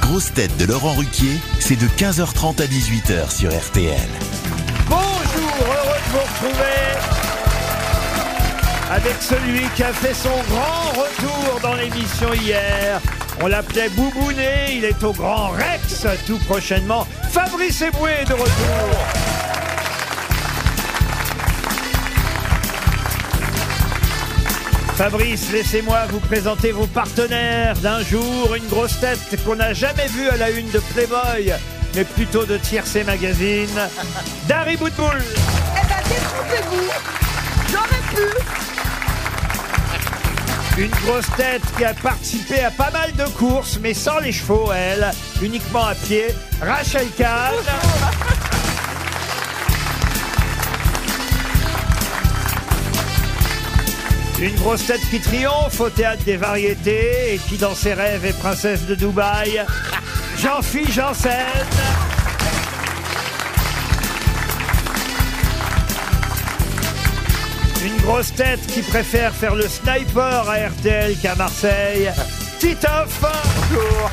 grosses têtes de Laurent Ruquier, c'est de 15h30 à 18h sur RTL. Bonjour, heureux de vous retrouver avec celui qui a fait son grand retour dans l'émission hier. On l'appelait Boubounet, il est au Grand Rex tout prochainement. Fabrice Eboué est de retour. Fabrice, laissez-moi vous présenter vos partenaires d'un jour, une grosse tête qu'on n'a jamais vue à la une de Playboy, mais plutôt de Tiercé Magazine, Dari Boutboul. Eh ben, détrompez-vous J'aurais pu Une grosse tête qui a participé à pas mal de courses, mais sans les chevaux, elle, uniquement à pied, Rachel Kahn. Une grosse tête qui triomphe au théâtre des variétés et qui, dans ses rêves, est princesse de Dubaï, Jean-Philippe Janssen. Une grosse tête qui préfère faire le sniper à RTL qu'à Marseille. Titoff Bonjour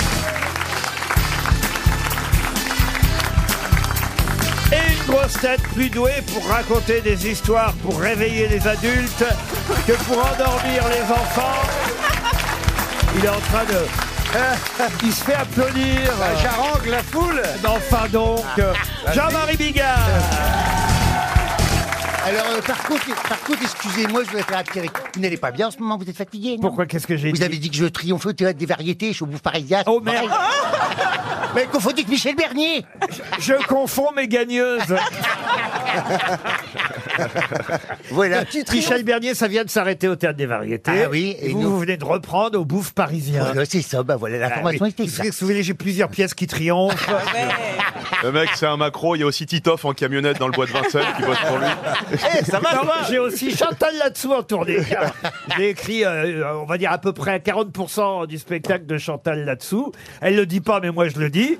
Et une grosse tête plus douée pour raconter des histoires pour réveiller les adultes que pour endormir les enfants. Il est en train de... Il se fait applaudir. J'arrange la foule. Enfin donc, euh, Jean-Marie Bigard. Alors, euh, par contre, par contre, excusez-moi, je vais être attiré. Vous n'allez pas bien en ce moment, vous êtes fatigué. non Pourquoi Qu'est-ce que j'ai Vous avez dit que je triomphe au théâtre des variétés, je suis au bouffe parisien. Oh merde Ah Mais confondez avec Michel Bernier Je confonds mes gagneuses. Voilà. Michel Bernier, ça vient de s'arrêter au Théâtre des Variétés. Ah oui, et et vous, nous- vous venez de reprendre au Bouffe Parisien. Voilà, c'est ça, bah voilà, la Ah, formation mais- était vous ça. savez, si vous voulez, j'ai plusieurs pièces qui triomphent. Ah Le mec, c'est un macro. Il y a aussi Titoff en camionnette dans le bois de Vincennes qui bosse pour lui. Eh, Eh, ça va, J'ai aussi Chantal là-dessous en tournée. J'ai écrit, euh, on va dire, à peu près 40% du spectacle de Chantal là-dessous. Elle le dit pas, mais moi, je le dis.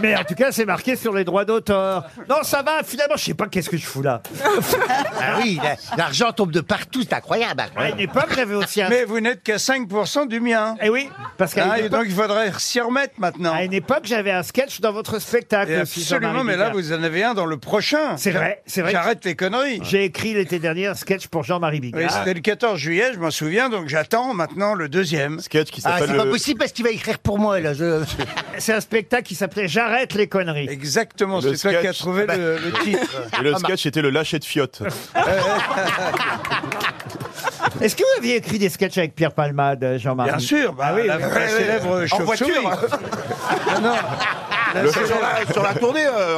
mais en tout cas, c'est marqué sur les droits d'auteur. Non, ça va, finalement, je sais pas qu'est-ce que je fous là. Ah oui, la- l'argent tombe de partout, c'est incroyable. À une époque, j'avais aussi un... Mais vous n'êtes qu'à 5% du mien. Eh oui, parce qu'à Hein, une et époque- donc il faudrait s'y remettre maintenant. À une époque, j'avais un sketch dans votre spectacle. Et aussi, Jean-Marie absolument, mais là Bigard. vous en avez un dans le prochain. C'est vrai, c'est vrai. J'arrête les conneries. J'ai écrit l'été dernier un sketch pour Jean-Marie Bigard. Oui, C'était le 14 juillet, je m'en souviens, donc j'attends maintenant le deuxième. Sketch qui Ah, s'appelle c'est pas le- possible parce qu'il va écrire pour moi, là. Je... C'est un spectacle qui s'appelait J'arrête les conneries. Exactement, Le c'est toi qui as sketch. trouvé le, le titre. Et le sketch était le lâcher de fiotte. Est-ce que vous aviez écrit des sketchs avec Pierre Palmade, euh, Jean-Marie Bien sûr, bah, Ah oui, la, oui, la célèbre chauve-souris. Non, non, la Le- célèbre- tournée. euh,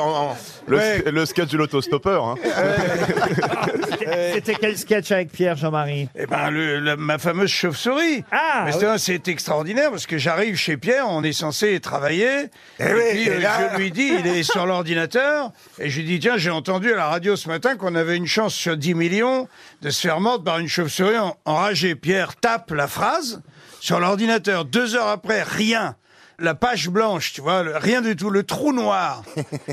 le, Ouais. le sketch de l'autostoppeur. hein. C'était- C'était quel sketch avec Pierre, Jean-Marie Eh ben, le- la- ma fameuse chauve-souris. Ah, Mais c'est- c'est extraordinaire parce que j'arrive chez Pierre, on est censé travailler. Et, puis euh, je lui dis, il est sur l'ordinateur, et je lui dis tiens, j'ai entendu à la radio ce matin qu'on avait une chance sur 10 millions de se faire mordre par une chauve-souris en- enragée. Pierre tape la phrase sur l'ordinateur. Deux heures après, rien. La page blanche, tu vois, le- rien du tout, le trou noir.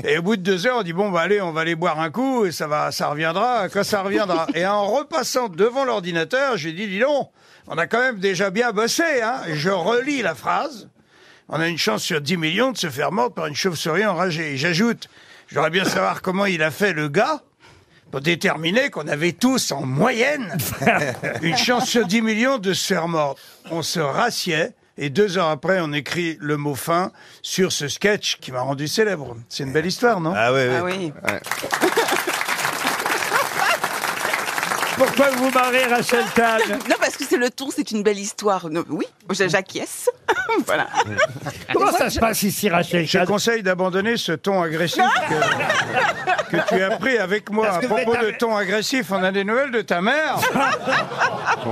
Et au bout de deux heures, on dit bon bah allez, on va aller boire un coup et ça va, ça reviendra quand ça reviendra. Et en repassant devant l'ordinateur, j'ai dit dis donc, on a quand même déjà bien bossé, hein. Je relis la phrase. On a une chance sur 10 millions de se faire mordre par une chauve-souris enragée. Et J'ajoute, j'aimerais bien savoir comment il a fait le gars pour déterminer qu'on avait tous en moyenne une chance sur 10 millions de se faire mordre. On se rassied et deux heures après, on écrit le mot fin sur ce sketch qui m'a rendu célèbre. C'est une belle histoire, non Ah oui Pourquoi vous marrez, Rachel Kahn Non, parce que c'est le tour, c'est une belle histoire. Non, oui, j'a- j'acquiesce. voilà. Ah, Comment ça se passe ici, Rachel Je te Kahn conseille d'abandonner ce ton agressif que, que tu as pris avec moi. Parce À que vous propos êtes de un- ton agressif, on a des nouvelles de ta mère.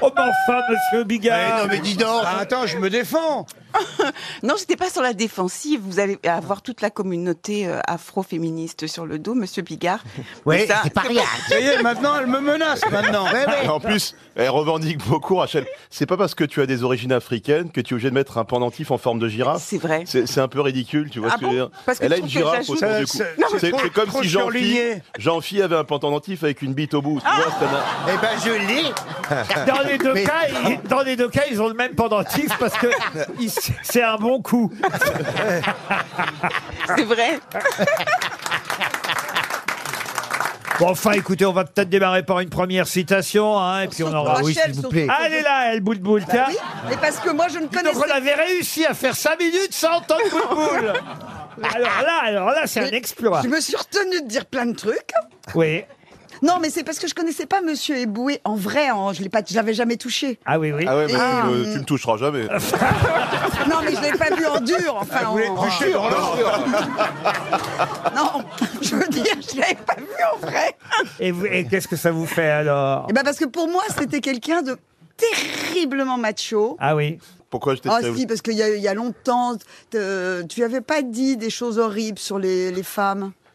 Oh, mais enfin, monsieur Eh Bigard non, mais dis donc Ah, attends, je me défends. Non, j'étais pas sur la défensive. Vous allez avoir toute la communauté euh, afro-féministe sur le dos, monsieur Bigard. Ouais, Mais ça, c'est pas rien. Ça y est, maintenant, elle me menace maintenant. Et en plus, elle revendique beaucoup, Rachel. C'est pas parce que tu as des origines africaines que tu es obligé de mettre un pendentif en forme de girafe. C'est vrai. C'est c'est un peu ridicule, tu vois Ah ce que je veux bon dire. Parce que Elle a je une trouve que girafe autour j'ajoute- du cou. Ça, c'est- C'est trop- c'est comme trop si Jean-Phi surligné. Jean avait un pendentif avec une bite au bout. tu vois, ça n'a- Eh ben, je l'ai dans les, deux Mais- cas, ils, dans les deux cas, ils ont le même pendentif parce que ils c'est un bon coup. C'est vrai. Bon, enfin, écoutez, on va peut-être démarrer par une première citation, hein, et puis on aura. oui, s'il vous plaît. Allez là, elle boule Bah boule, tiens. Oui, mais parce que moi je ne Donc on connaissais avait réussi à faire 5 minutes sans entendre boule boule. Alors là, alors là, c'est un exploit. Je me suis retenue de dire plein de trucs. Oui. Non, mais c'est parce que je connaissais pas Monsieur Eboué en vrai. En, je l'ai pas, je l'avais jamais touché. Ah oui, oui. Ah ouais, mais Ah, tu, me, hum. tu me toucheras jamais. Non, mais je l'ai pas vu en dur. Enfin, en, non, je veux dire, je l'avais pas vu en vrai. Et, vous- et qu'est-ce que ça vous fait alors Et ben parce que pour moi, c'était quelqu'un de terriblement macho. Ah oui. Pourquoi je t'ai Ah si, parce qu'il y, a- il y a longtemps, te- tu avais pas dit des choses horribles sur les, les femmes.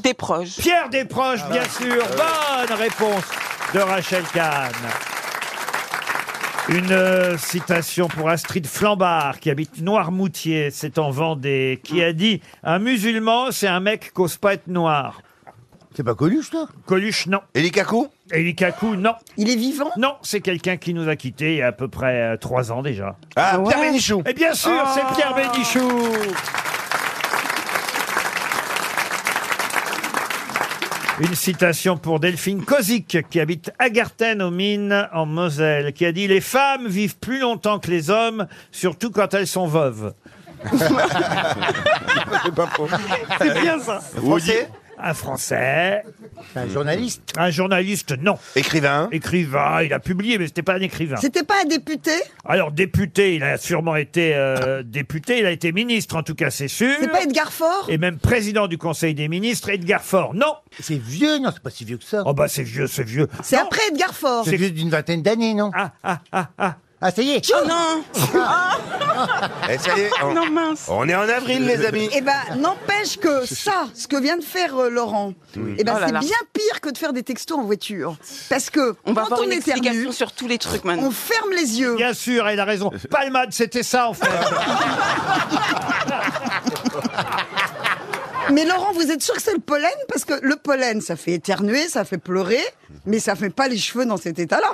Des proches. Pierre Desproges, bien sûr. Bonne réponse de Rachel Kahn. Une euh, citation pour Astrid Flambard, qui habite Noirmoutier, c'est en Vendée, qui a dit « Un musulman, c'est un mec qui n'ose pas être noir. C'est pas connu, ça ». Coluche, non. Eli Kaku Eli Kaku, non. Il est vivant Non, c'est quelqu'un qui nous a quittés il y a à peu près euh, trois ans déjà. Ah, Ah ouais. Ah. Pierre Bénichou. Et bien sûr, c'est Pierre Bénichou Une citation pour Delphine Kozik, qui habite Agarten aux Mines, en Moselle, qui a dit « Les femmes vivent plus longtemps que les hommes, surtout quand elles sont veuves. » C'est bien ça Woody, Un Français, C'est un journaliste. un journaliste, non. Écrivain. Écrivain, il a publié, mais c'était pas un écrivain. C'était pas un député Alors député, il a sûrement été euh, député, il a été ministre en tout cas, c'est sûr. C'est pas Edgar Faure Et même président du Conseil des ministres, Edgar Faure. Non. C'est vieux, non C'est pas si vieux que ça. Oh bah c'est vieux, c'est vieux. C'est Non. après Edgar Faure. C'est vieux d'une vingtaine d'années, non Ah ah ah ah. Ah, ça y est Oh non Ah. Eh, ça y est, on, Non mince. on est en avril, les amis. Eh ben, n'empêche que ça, ce que vient de faire euh, Laurent, eh ben, Oh là c'est là. bien pire que de faire des textos en voiture. Parce que On va quand avoir on une éternue, explication sur tous les trucs on maintenant. ferme les yeux. Bien sûr, elle a raison. Palmade, c'était ça en fait. Mais Laurent, vous êtes sûr que c'est le pollen Parce que le pollen, ça fait éternuer, ça fait pleurer, mais ça fait pas les cheveux dans cet état-là.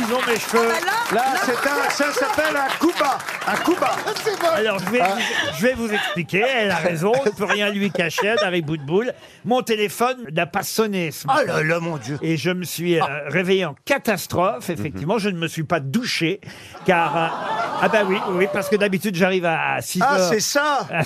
Ils ont mes cheveux. Bah là, Là, c'est un, ça s'appelle un coup bas. Un Ah. coup bas. Alors je vais, vous, je vais vous expliquer. Elle a raison. On ne peut rien lui cacher. elle a bout de boule. Mon téléphone n'a pas sonné Ah ce matin. Oh là là, mon Dieu Et je me suis euh, réveillé en catastrophe, effectivement. Je ne me suis pas douché, car... euh, ah bah oui, oui, parce que d'habitude, j'arrive à 6 Ah, heures. c'est ça. mais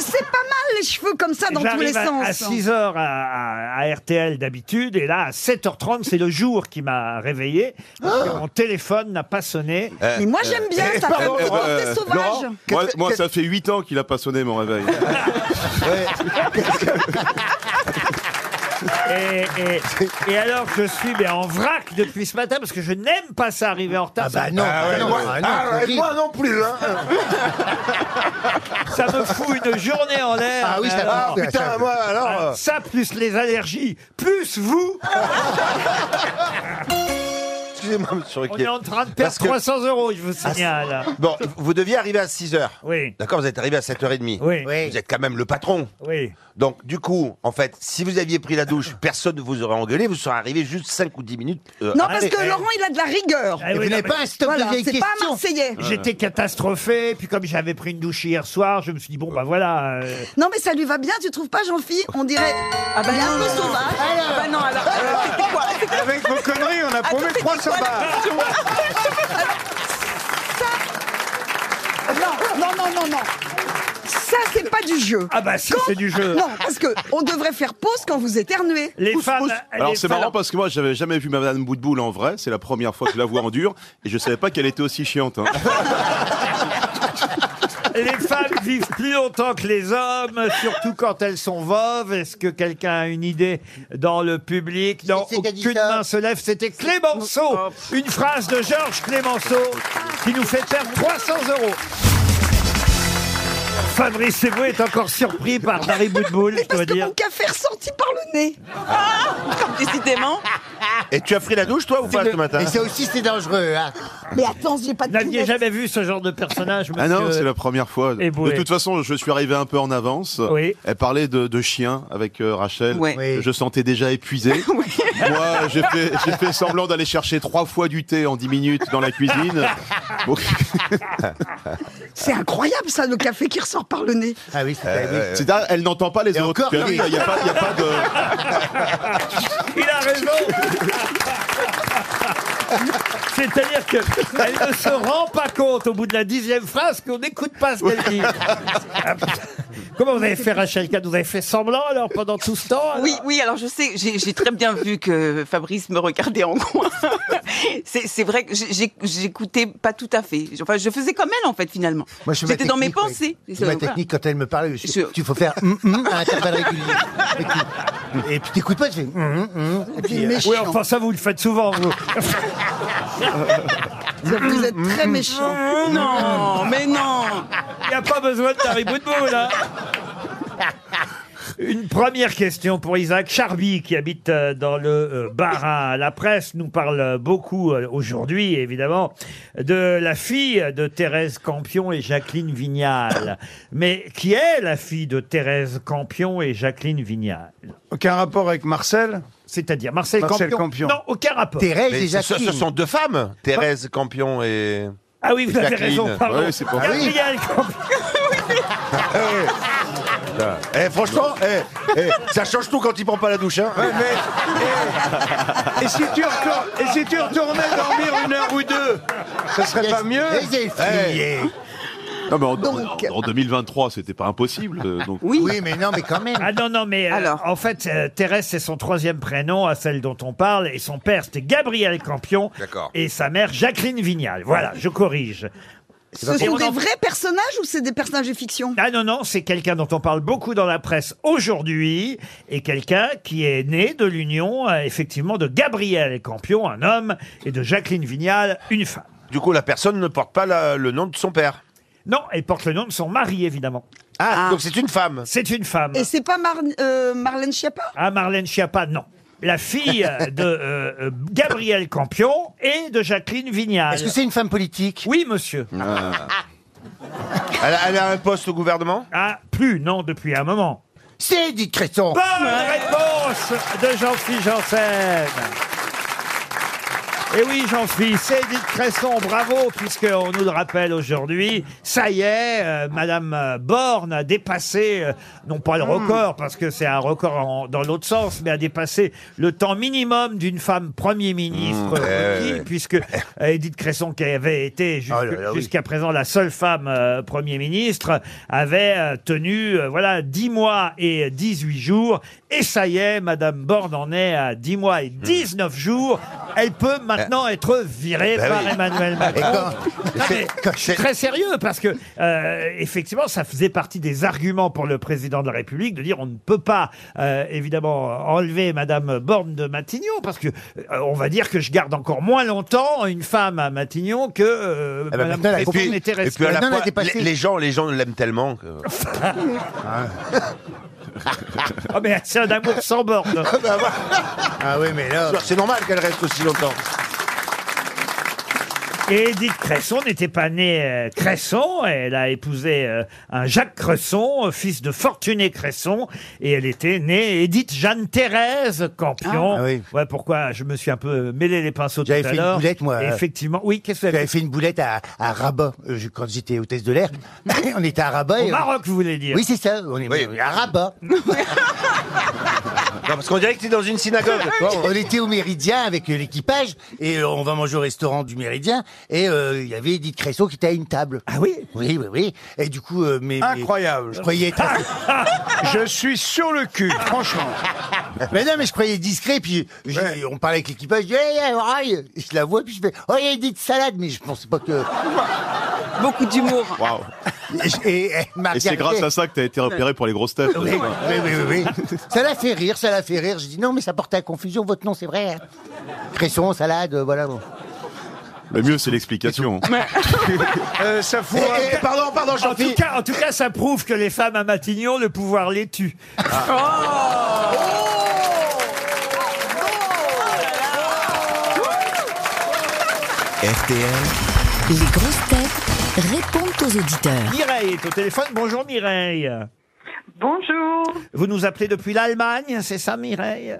c'est pas mal les cheveux comme ça dans tous les J'arrive à- sens. hein. à 6 heures à, à- à RTL d'habitude, et là, à 7h30, c'est le jour qui m'a réveillé. parce que mon téléphone n'a pas sonné. Mais moi j'aime bien, ça fait un Euh, petit côté euh, sauvage. Laurent, moi, moi, ça fait 8 ans qu'il a pas sonné mon réveil. Et, et- et alors, je suis mais en vrac depuis ce matin, parce que je n'aime pas ça arriver en retard. Ah bah non, Ah bah ouais, non, moi- ah non, ah c'est ouais, horrible. moi non plus, hein. Ça me fout une journée en l'air. Ah oui, mais ça alors- Ah, putain, moi, alors... euh, Ça, plus les allergies, plus vous, Ah. Excusez-moi, monsieur on Ruquier. est en train de perdre Parce que- Ah, 300 euros, je vous signale. Bon, vous deviez arriver à 6 h Oui. D'accord, vous êtes arrivé à 7h30. Oui, oui, Oui. Vous êtes quand même le patron. Donc, du coup, en fait, si vous aviez pris la douche, personne ne vous aurait engueulé, vous serez arrivé juste 5 ou 10 minutes. euh, Non, parce après. que Laurent, il a de la rigueur. Ah Et eh. oui, non, vous n'avez mais Euh. pas un stop Voilà, de vieilles c'est pas un questions Marseillais. J'étais catastrophé, puis comme j'avais pris une douche hier soir, je me suis dit, bon, bah voilà. euh, Non, mais ça lui va bien, tu trouves pas, Jean-Philippe On dirait. Ah bah, il est un peu sauvage. Ah bah non, alors, alors, c'était quoi C'était Avec vos conneries, on a promis c'était 300 quoi, la balles. question Non, non, non, non, non. Ça, c'est pas du jeu. Ah bah si, c'est du jeu. Non, parce que on devrait faire pause quand vous éternuez. Les femmes. euh, les Alors c'est femmes- marrant parce que moi j'avais jamais vu Madame Boutboul en vrai, c'est la première fois que je la vois en dur et je savais pas qu'elle était aussi chiante. hein. les femmes vivent plus longtemps que les hommes, surtout quand elles sont veuves. Est-ce que quelqu'un a une idée dans le public Non, aucune main se lève. C'était Clémenceau, une phrase de Georges Clémenceau qui nous fait perdre 300 euros. Fabrice Seboué est encore surpris par Barry Boudboul, je dois dire. café ressenti par le nez. Ah, Décidément. Et tu as pris la douche, toi, ou pas, ce matin Et ça aussi, c'est dangereux. Hein. Mais attends, j'ai pas de N'aviez jamais vu ce genre de personnage, monsieur Ah non, c'est la première fois. Et Boulet. De toute façon, je suis arrivé un peu en avance. Oui. Elle parlait de, de chiens avec euh, Rachel. Ouais. Je sentais déjà épuisé. Moi, j'ai fait, j'ai fait semblant d'aller chercher trois fois du thé en dix minutes dans la cuisine. Bon, C'est incroyable ça, le café qui ressort par le nez. Ah oui, c'est c'est à- Euh, elle n'entend pas les autres. encore, parce que oui. Il n'y a, pas- il y a pas de. Il a raison C'est-à-dire qu'elle ne se rend pas compte au bout de la dixième phrase qu'on n'écoute pas ce qu'elle dit. Comment vous avez fait, Rachel Kahn Vous avez fait semblant alors pendant tout ce temps alors Oui, oui, alors je sais, j'ai j'ai très bien vu que Fabrice me regardait en coin. C'est c'est vrai que j'ai- j'ai- j'écoutais pas tout à fait. Enfin, je faisais comme elle, en fait, finalement. Moi, je fais ma J'étais dans mes technique, ouais. pensées. C'est ma Voilà. technique quand elle me parle. Je... Je- Tu faut faire hum, hum à intervalles réguliers. Et puis- Et puis t'écoutes pas, tu fais hum, hum, hum. Et puis, euh, Oui, enfin ça, vous le faites souvent, vous. Vous êtes très méchant. Ah, Non, mais non Il n'y a pas besoin de Harry Boudboul, là. Une première question pour Isaac Charby, qui habite euh, dans le euh, Bas-Rhin. La presse nous parle beaucoup euh, aujourd'hui, évidemment, de la fille de Thérèse Campion et Jacqueline Vignal. Mais qui est la fille de Thérèse Campion et Jacqueline Vignal Aucun rapport avec Marcel C'est-à-dire Marcel, Marcel Campion. Campion. Non, aucun rapport. Thérèse Mais et ce, Jacqueline. ce sont deux femmes, Thérèse Campion et. Ah oui, vous avez Jacqueline. raison, pardon. Ouais, c'est pour- Gabriel Campion. Eh, franchement, eh, eh, ça change tout quand il prend pas la douche. Hein. Et Bah si tu, retour- et si tu retournais dormir une heure ou deux, ce serait pas mieux Les effrayés. Non, mais en, Donc- en- en 2023, c'était pas impossible. euh, Donc. Oui, Oui, mais non, mais quand même. Ah non, non, mais euh, Alors. en fait, euh, Thérèse, c'est son troisième prénom à celle dont on parle, et son père, c'était Gabriel Campion, D'accord. et sa mère, Jacqueline Vignal. Voilà, je corrige. Ce Et on sont des en- vrais personnages ou c'est des personnages de fiction Ah non, non, c'est quelqu'un dont on parle beaucoup dans la presse aujourd'hui, et quelqu'un qui est né de l'union, euh, effectivement, de Gabriel Campion, un homme, et de Jacqueline Vignal, une femme. Du coup, la personne ne porte pas la- le nom de son père. Non, elle porte le nom de son mari, évidemment. Ah, Ah. donc c'est une femme. C'est une femme. Et c'est pas Mar- euh, Marlène Schiappa Ah, Marlène Schiappa, non. La fille de euh, euh, Gabriel Campion et de Jacqueline Vignal. Est-ce que c'est une femme politique Oui, monsieur. Ah. Elle a, elle a un poste au gouvernement Ah, plus, non, depuis un moment. C'est Edith Cresson. Bonne réponse de Jean-Philippe Janssen. Et Eh oui, Jean-Philippe, c'est Edith Cresson, bravo, puisqu'on nous le rappelle aujourd'hui. Ça y est, euh, Madame euh, Borne a dépassé, euh, non pas Hmm. le record, parce que c'est un record en- dans l'autre sens, mais a dépassé le temps minimum d'une femme Premier ministre, Hmm. ouais, requis, ouais. puisque euh, Edith Cresson, qui avait été jusque- Eh Oh là là, oui. jusqu'à présent la seule femme euh, Premier ministre, avait euh, tenu euh, voilà 10 mois et 18 jours. Et ça y est, Madame Borne en est à 10 mois et Hmm. 19 jours. Elle peut maintenant être virée Bah par oui. Emmanuel Macron. Non, mais quand- je suis très sérieux parce que euh, effectivement, ça faisait partie des arguments pour le président de la République de dire on ne peut pas euh, évidemment enlever Madame Borne de Matignon parce que euh, on va dire que je garde encore moins longtemps une femme à Matignon que euh, ben, Madame maintenant, elle a Cresson compris. n'était et restée. puis à Eh la Non, elle a fois, dépassé. les, les gens, les gens l'aiment tellement. Que... Oh, mais c'est un amour sans borne. bah, Ah oui, mais là. C'est normal qu'elle reste aussi longtemps. Et Edith Cresson n'était pas née euh, Cresson. Elle a épousé euh, un Jacques Cresson, euh, fils de Fortuné Cresson. Et elle était née Edith Jeanne-Thérèse Campion. Ah. Ah oui. Ouais, pourquoi je me suis un peu mêlé les pinceaux tout à J'avais l'heure. fait une boulette, moi. euh, Et Effectivement. Oui, qu'est-ce que vous avez J'avais fait fait une boulette à, à Rabat euh, je- quand j'étais hôtesse de l'air. on était à Rabat. Au et on- Maroc, vous voulez dire Oui, c'est ça. On est Oui. à Rabat. Non, parce qu'on dirait que t'es dans une synagogue. Bon, on était au Méridien avec euh, l'équipage et euh, on va manger au restaurant du Méridien et euh, il y avait Edith Cresson qui était à une table. Ah oui Oui, oui, oui. Et du coup, euh, mais, mais- Incroyable. je croyais être... Je suis sur le cul, franchement. mais non, mais je croyais discret. Puis j'ai- Ouais. on parlait avec oh, l'équipage. Je dis, hey, hey, all right. Et je la vois puis je fais, oh, il y a Edith Salade, mais je pensais pas que. Beaucoup d'humour. Et, et Et c'est grâce à ça que t'as été repéré pour les grosses têtes. Oui, oui, oui, oui, oui. Ça la fait rire, ça la fait rire. Je dis non, mais ça porte à confusion, votre nom, c'est vrai. hein. Cresson, salade, euh, voilà. Bon. Le mieux, c'est l'explication. Euh, ça fout. Et- et- pardon, pardon, En tout, Jean-Philippe. cas, en tout cas, ça prouve que les femmes à Matignon, le pouvoir les tue. Ah. RTL, Les grosses têtes répondent aux auditeurs. Oh, Mireille est au téléphone. Bonjour Mireille. Bonjour. Vous nous appelez depuis l'Allemagne, c'est ça Mireille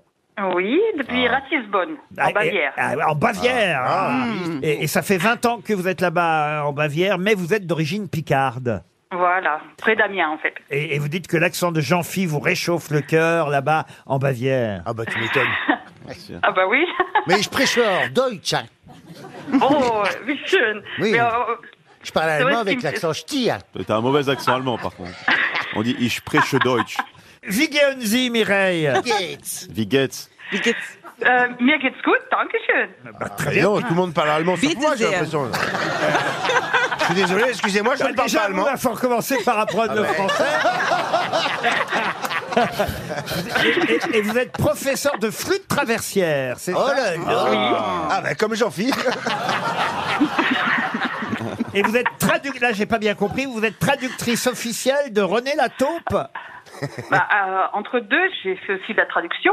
Oui, depuis Ratisbonne, Ah, en et- Bavière. ah, en Bavière. ah, hein. Et, et ça fait 20 ans que vous êtes là-bas euh, en Bavière, mais vous êtes d'origine picarde. Mm, Voilà, près d'Amiens en fait. Et, et vous dites que l'accent de Jean-Phi vous réchauffe le cœur là-bas en Bavière. Ah bah tu m'étonnes. Ah bah oui. Mais je prêche hors Deutsch. hein. Oh, wie schön. Oui. Mais, euh, Je parle C'est vrai allemand que avec tu me- l'accent ch'ti. hein. T'as un mauvais accent allemand, par contre. On dit Ich spreche Deutsch. Wie gehen Sie, Mireille Geht's. Wie geht's Wie geht's- euh, mir geht's gut, danke schön. Bah, Ah, non, tout le monde parle allemand Bitte sauf moi, j'ai sehr. l'impression. je suis désolé, excusez-moi, je ne parle pas Bah, Déjà, on allemand. Ah va falloir commencer par apprendre le français. et, et- et vous êtes professeur de flûte traversière, c'est Oh ça là là. Ah, bah, comme Jean-Philippe. Et vous êtes traductrice, là j'ai pas bien compris, vous êtes traductrice officielle de René Lataupe Bah, euh, entre deux, j'ai fait aussi de la traduction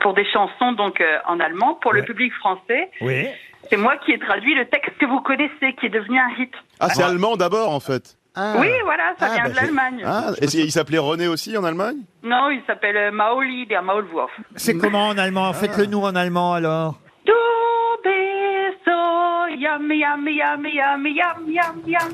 pour des chansons donc euh, en allemand pour le public français. Oui. C'est moi qui ai traduit le texte que vous connaissez qui est devenu un hit. Ah, c'est allemand d'abord, en fait. Ah. Oui, voilà, ça Ah, vient bah, de j'ai- l'Allemagne. Ah, et c'est- il s'appelait René aussi en Allemagne Non, il s'appelle euh, Maoli der Maulwurf. C'est comment en allemand Faites-le nous en allemand alors. Du bist so yum, yum, yum, yum, yum, yum, yum.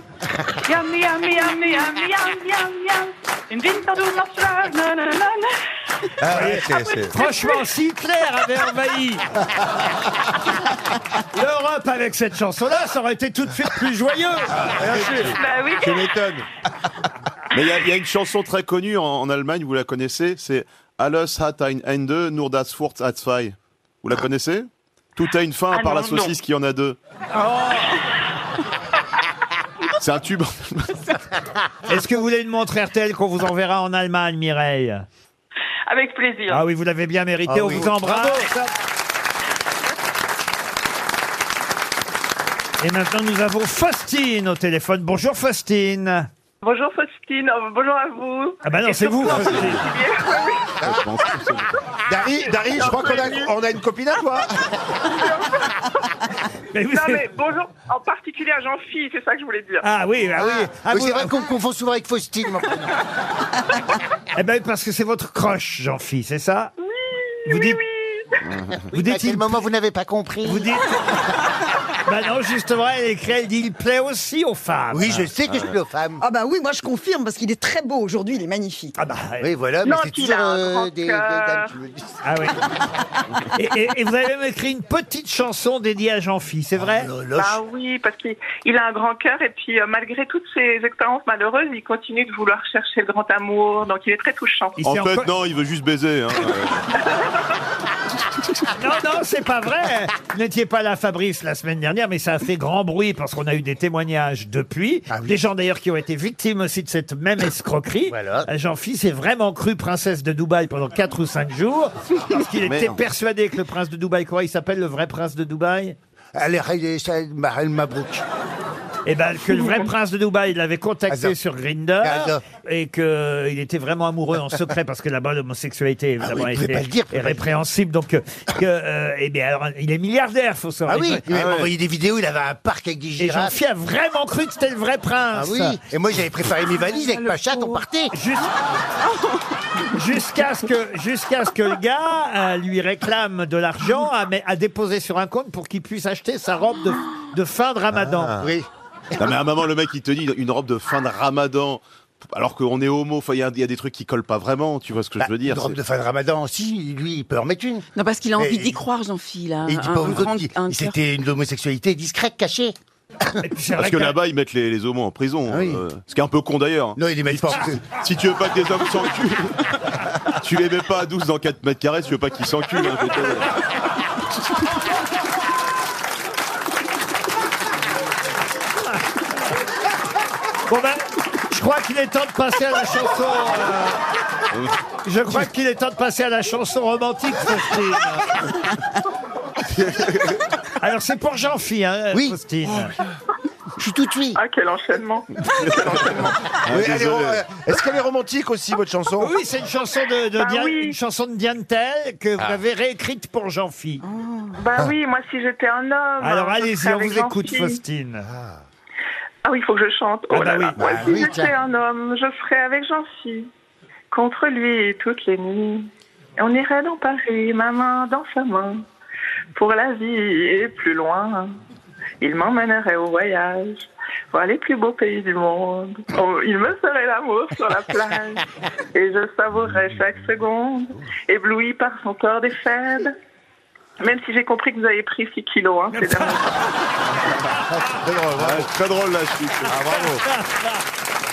Yum, yum, yum, yum, yum, yum, yum. Im Winter du machst Spaß, na, na, na, na. Ah, ouais, c'est- c'est- Franchement, si Hitler avait envahi l'Europe avec cette chanson-là, ça aurait été tout de suite plus joyeux. Bah oui. Tu m'étonnes. Mais il y, a- il y a une chanson très connue en, en Allemagne, vous la connaissez, c'est Alles hat ein Ende, nur das Furz hat zwei. Vous la connaissez Tout a une fin, à Ah part la non, saucisse qui en a deux. Ah, C'est un tube. Est-ce que vous voulez une montre RTL qu'on vous enverra en Allemagne, Mireille Avec plaisir. Ah oui, vous l'avez bien mérité, Ah on oui. vous embrasse. Bravo, ça- Et maintenant, nous avons Faustine au téléphone. Bonjour Faustine. Bonjour Faustine, Oh, bonjour à vous. Ah bah non, c'est vous, Faustine. Ah, je pense. Dari, Dari, je crois qu'on a, on a une copine à toi. Mais vous- bonjour en particulier à Jean-Phi, c'est ça que je voulais dire. Ah oui, bah ah oui. Ah, Oui, vous- c'est vrai qu'on me confond souvent avec Faustine. mon prénom. Eh ben parce que c'est votre croche, Jean-Phi, c'est ça Oui, vous dites, Ah, Vous À dites, quel il- moment vous n'avez pas compris vous dites. bah non, justement, elle écrit, elle dit, il plaît aussi aux femmes. Oui, je sais que je suis aux femmes. Ah bah oui, moi je confirme parce qu'il est très beau aujourd'hui, il est magnifique. Ah bah. Oui, voilà, mais Non, c'est qu'il toujours a un euh, grand des, des cœur. dames qui me disent. Ah oui. Et, et- et vous avez même écrit une petite chanson dédiée à Jean-Phi, c'est Ah, vrai Bah oui, parce qu'il il a un grand cœur et puis euh, malgré toutes ses expériences malheureuses, il continue de vouloir chercher le grand amour, donc il est très touchant. Il En s'est fait, encore- non, il veut juste baiser. hein. Euh, Non, non, c'est pas vrai. Vous n'étiez pas là, Fabrice, la semaine dernière, mais ça a fait grand bruit parce qu'on a eu des témoignages depuis. Ah Des gens d'ailleurs qui ont été victimes aussi de cette même escroquerie. Voilà. Euh, Jean-Fils s'est vraiment cru princesse de Dubaï pendant 4 ou 5 jours Ah, parce qu'il était Merde. persuadé que le prince de Dubaï, quoi, il s'appelle le vrai prince de Dubaï Allez, allez, ça, Marel Mabrouk. et ben que le vrai prince de Dubaï l'avait contacté Azor. sur Grindr Azor. et que euh, il était vraiment amoureux en secret parce que là-bas l'homosexualité évidemment Ah oui, il pouvait était pas le dire, il est pouvait pas le dire. répréhensible donc euh, que euh, eh bien alors il est milliardaire faut savoir. Ah oui, Il- il m'a ouais. envoyé des vidéos, il avait un parc avec des Et jean girafes. phi a vraiment cru que c'était le vrai Ah prince. oui, et moi j'avais préparé mes valises Ah, avec ma chatte, on partait. Jus- Jusqu'à ce que jusqu'à ce que le gars euh, lui réclame de l'argent à, mais- à déposer sur un compte pour qu'il puisse acheter sa robe de, de fin de Ramadan. Ah, Oui. Non, mais à un moment, le mec, il te dit une robe de fin de ramadan, alors qu'on est homo. Enfin, Il y, a- il y a des trucs qui collent pas vraiment, tu vois ce que Bah, je veux dire. Une robe c'est- de fin de ramadan, si, lui, il peut en remettre une. Non, parce qu'il a Mais envie il- d'y croire, Jean-Phil. là. Il dit Un- pas un aux grand- autres, il- un il- cœur. c'était une homosexualité discrète, cachée. Et puis c'est Parce vrai que que- là-bas, ils mettent les, les homos en prison. Ah oui. euh, ce qui est un peu con d'ailleurs. hein. Non, il est même pas. en- Si tu veux pas que des hommes s'enculent, tu les mets pas à 12 dans 4 mètres carrés, si tu veux pas qu'ils s'enculent. hein, peut-être. Bon ben, je crois qu'il est temps de passer à la chanson. Ah, euh, je crois qu'il est temps de passer à la chanson romantique, Faustine. Alors c'est pour Jean-Phi, hein, Faustine. Je suis tout de suite. Ah, quel enchaînement Ah, Oui, elle est ro- désolé. euh, Est-ce qu'elle est romantique aussi, votre chanson Oui, c'est une chanson de, de Diane- une chanson de Diane Tell que vous Ah. avez réécrite pour Jean-Phi. Bah oui, moi si j'étais un homme. Ah. Alors je allez-y, serais on bah, avec vous écoute, Jean-Phi. Faustine. Ah oui, il faut que je chante. Oh Ah bah là là. oui. Moi, Bah si oui, j'étais tiens. un homme, je ferais avec Jean-Phi. Contre lui toutes les nuits. Et On irait dans Paris, ma main dans sa main. Pour la vie et plus loin. Il m'emmènerait au voyage. Voir les plus beaux pays du monde. Oh, il me ferait l'amour sur la plage. Et je savourerais chaque seconde. Ébloui par son corps défaite. Même si j'ai compris que vous avez pris 6 kilos, hein, ces derniers temps. Très drôle, très drôle la suite. Ah, bravo.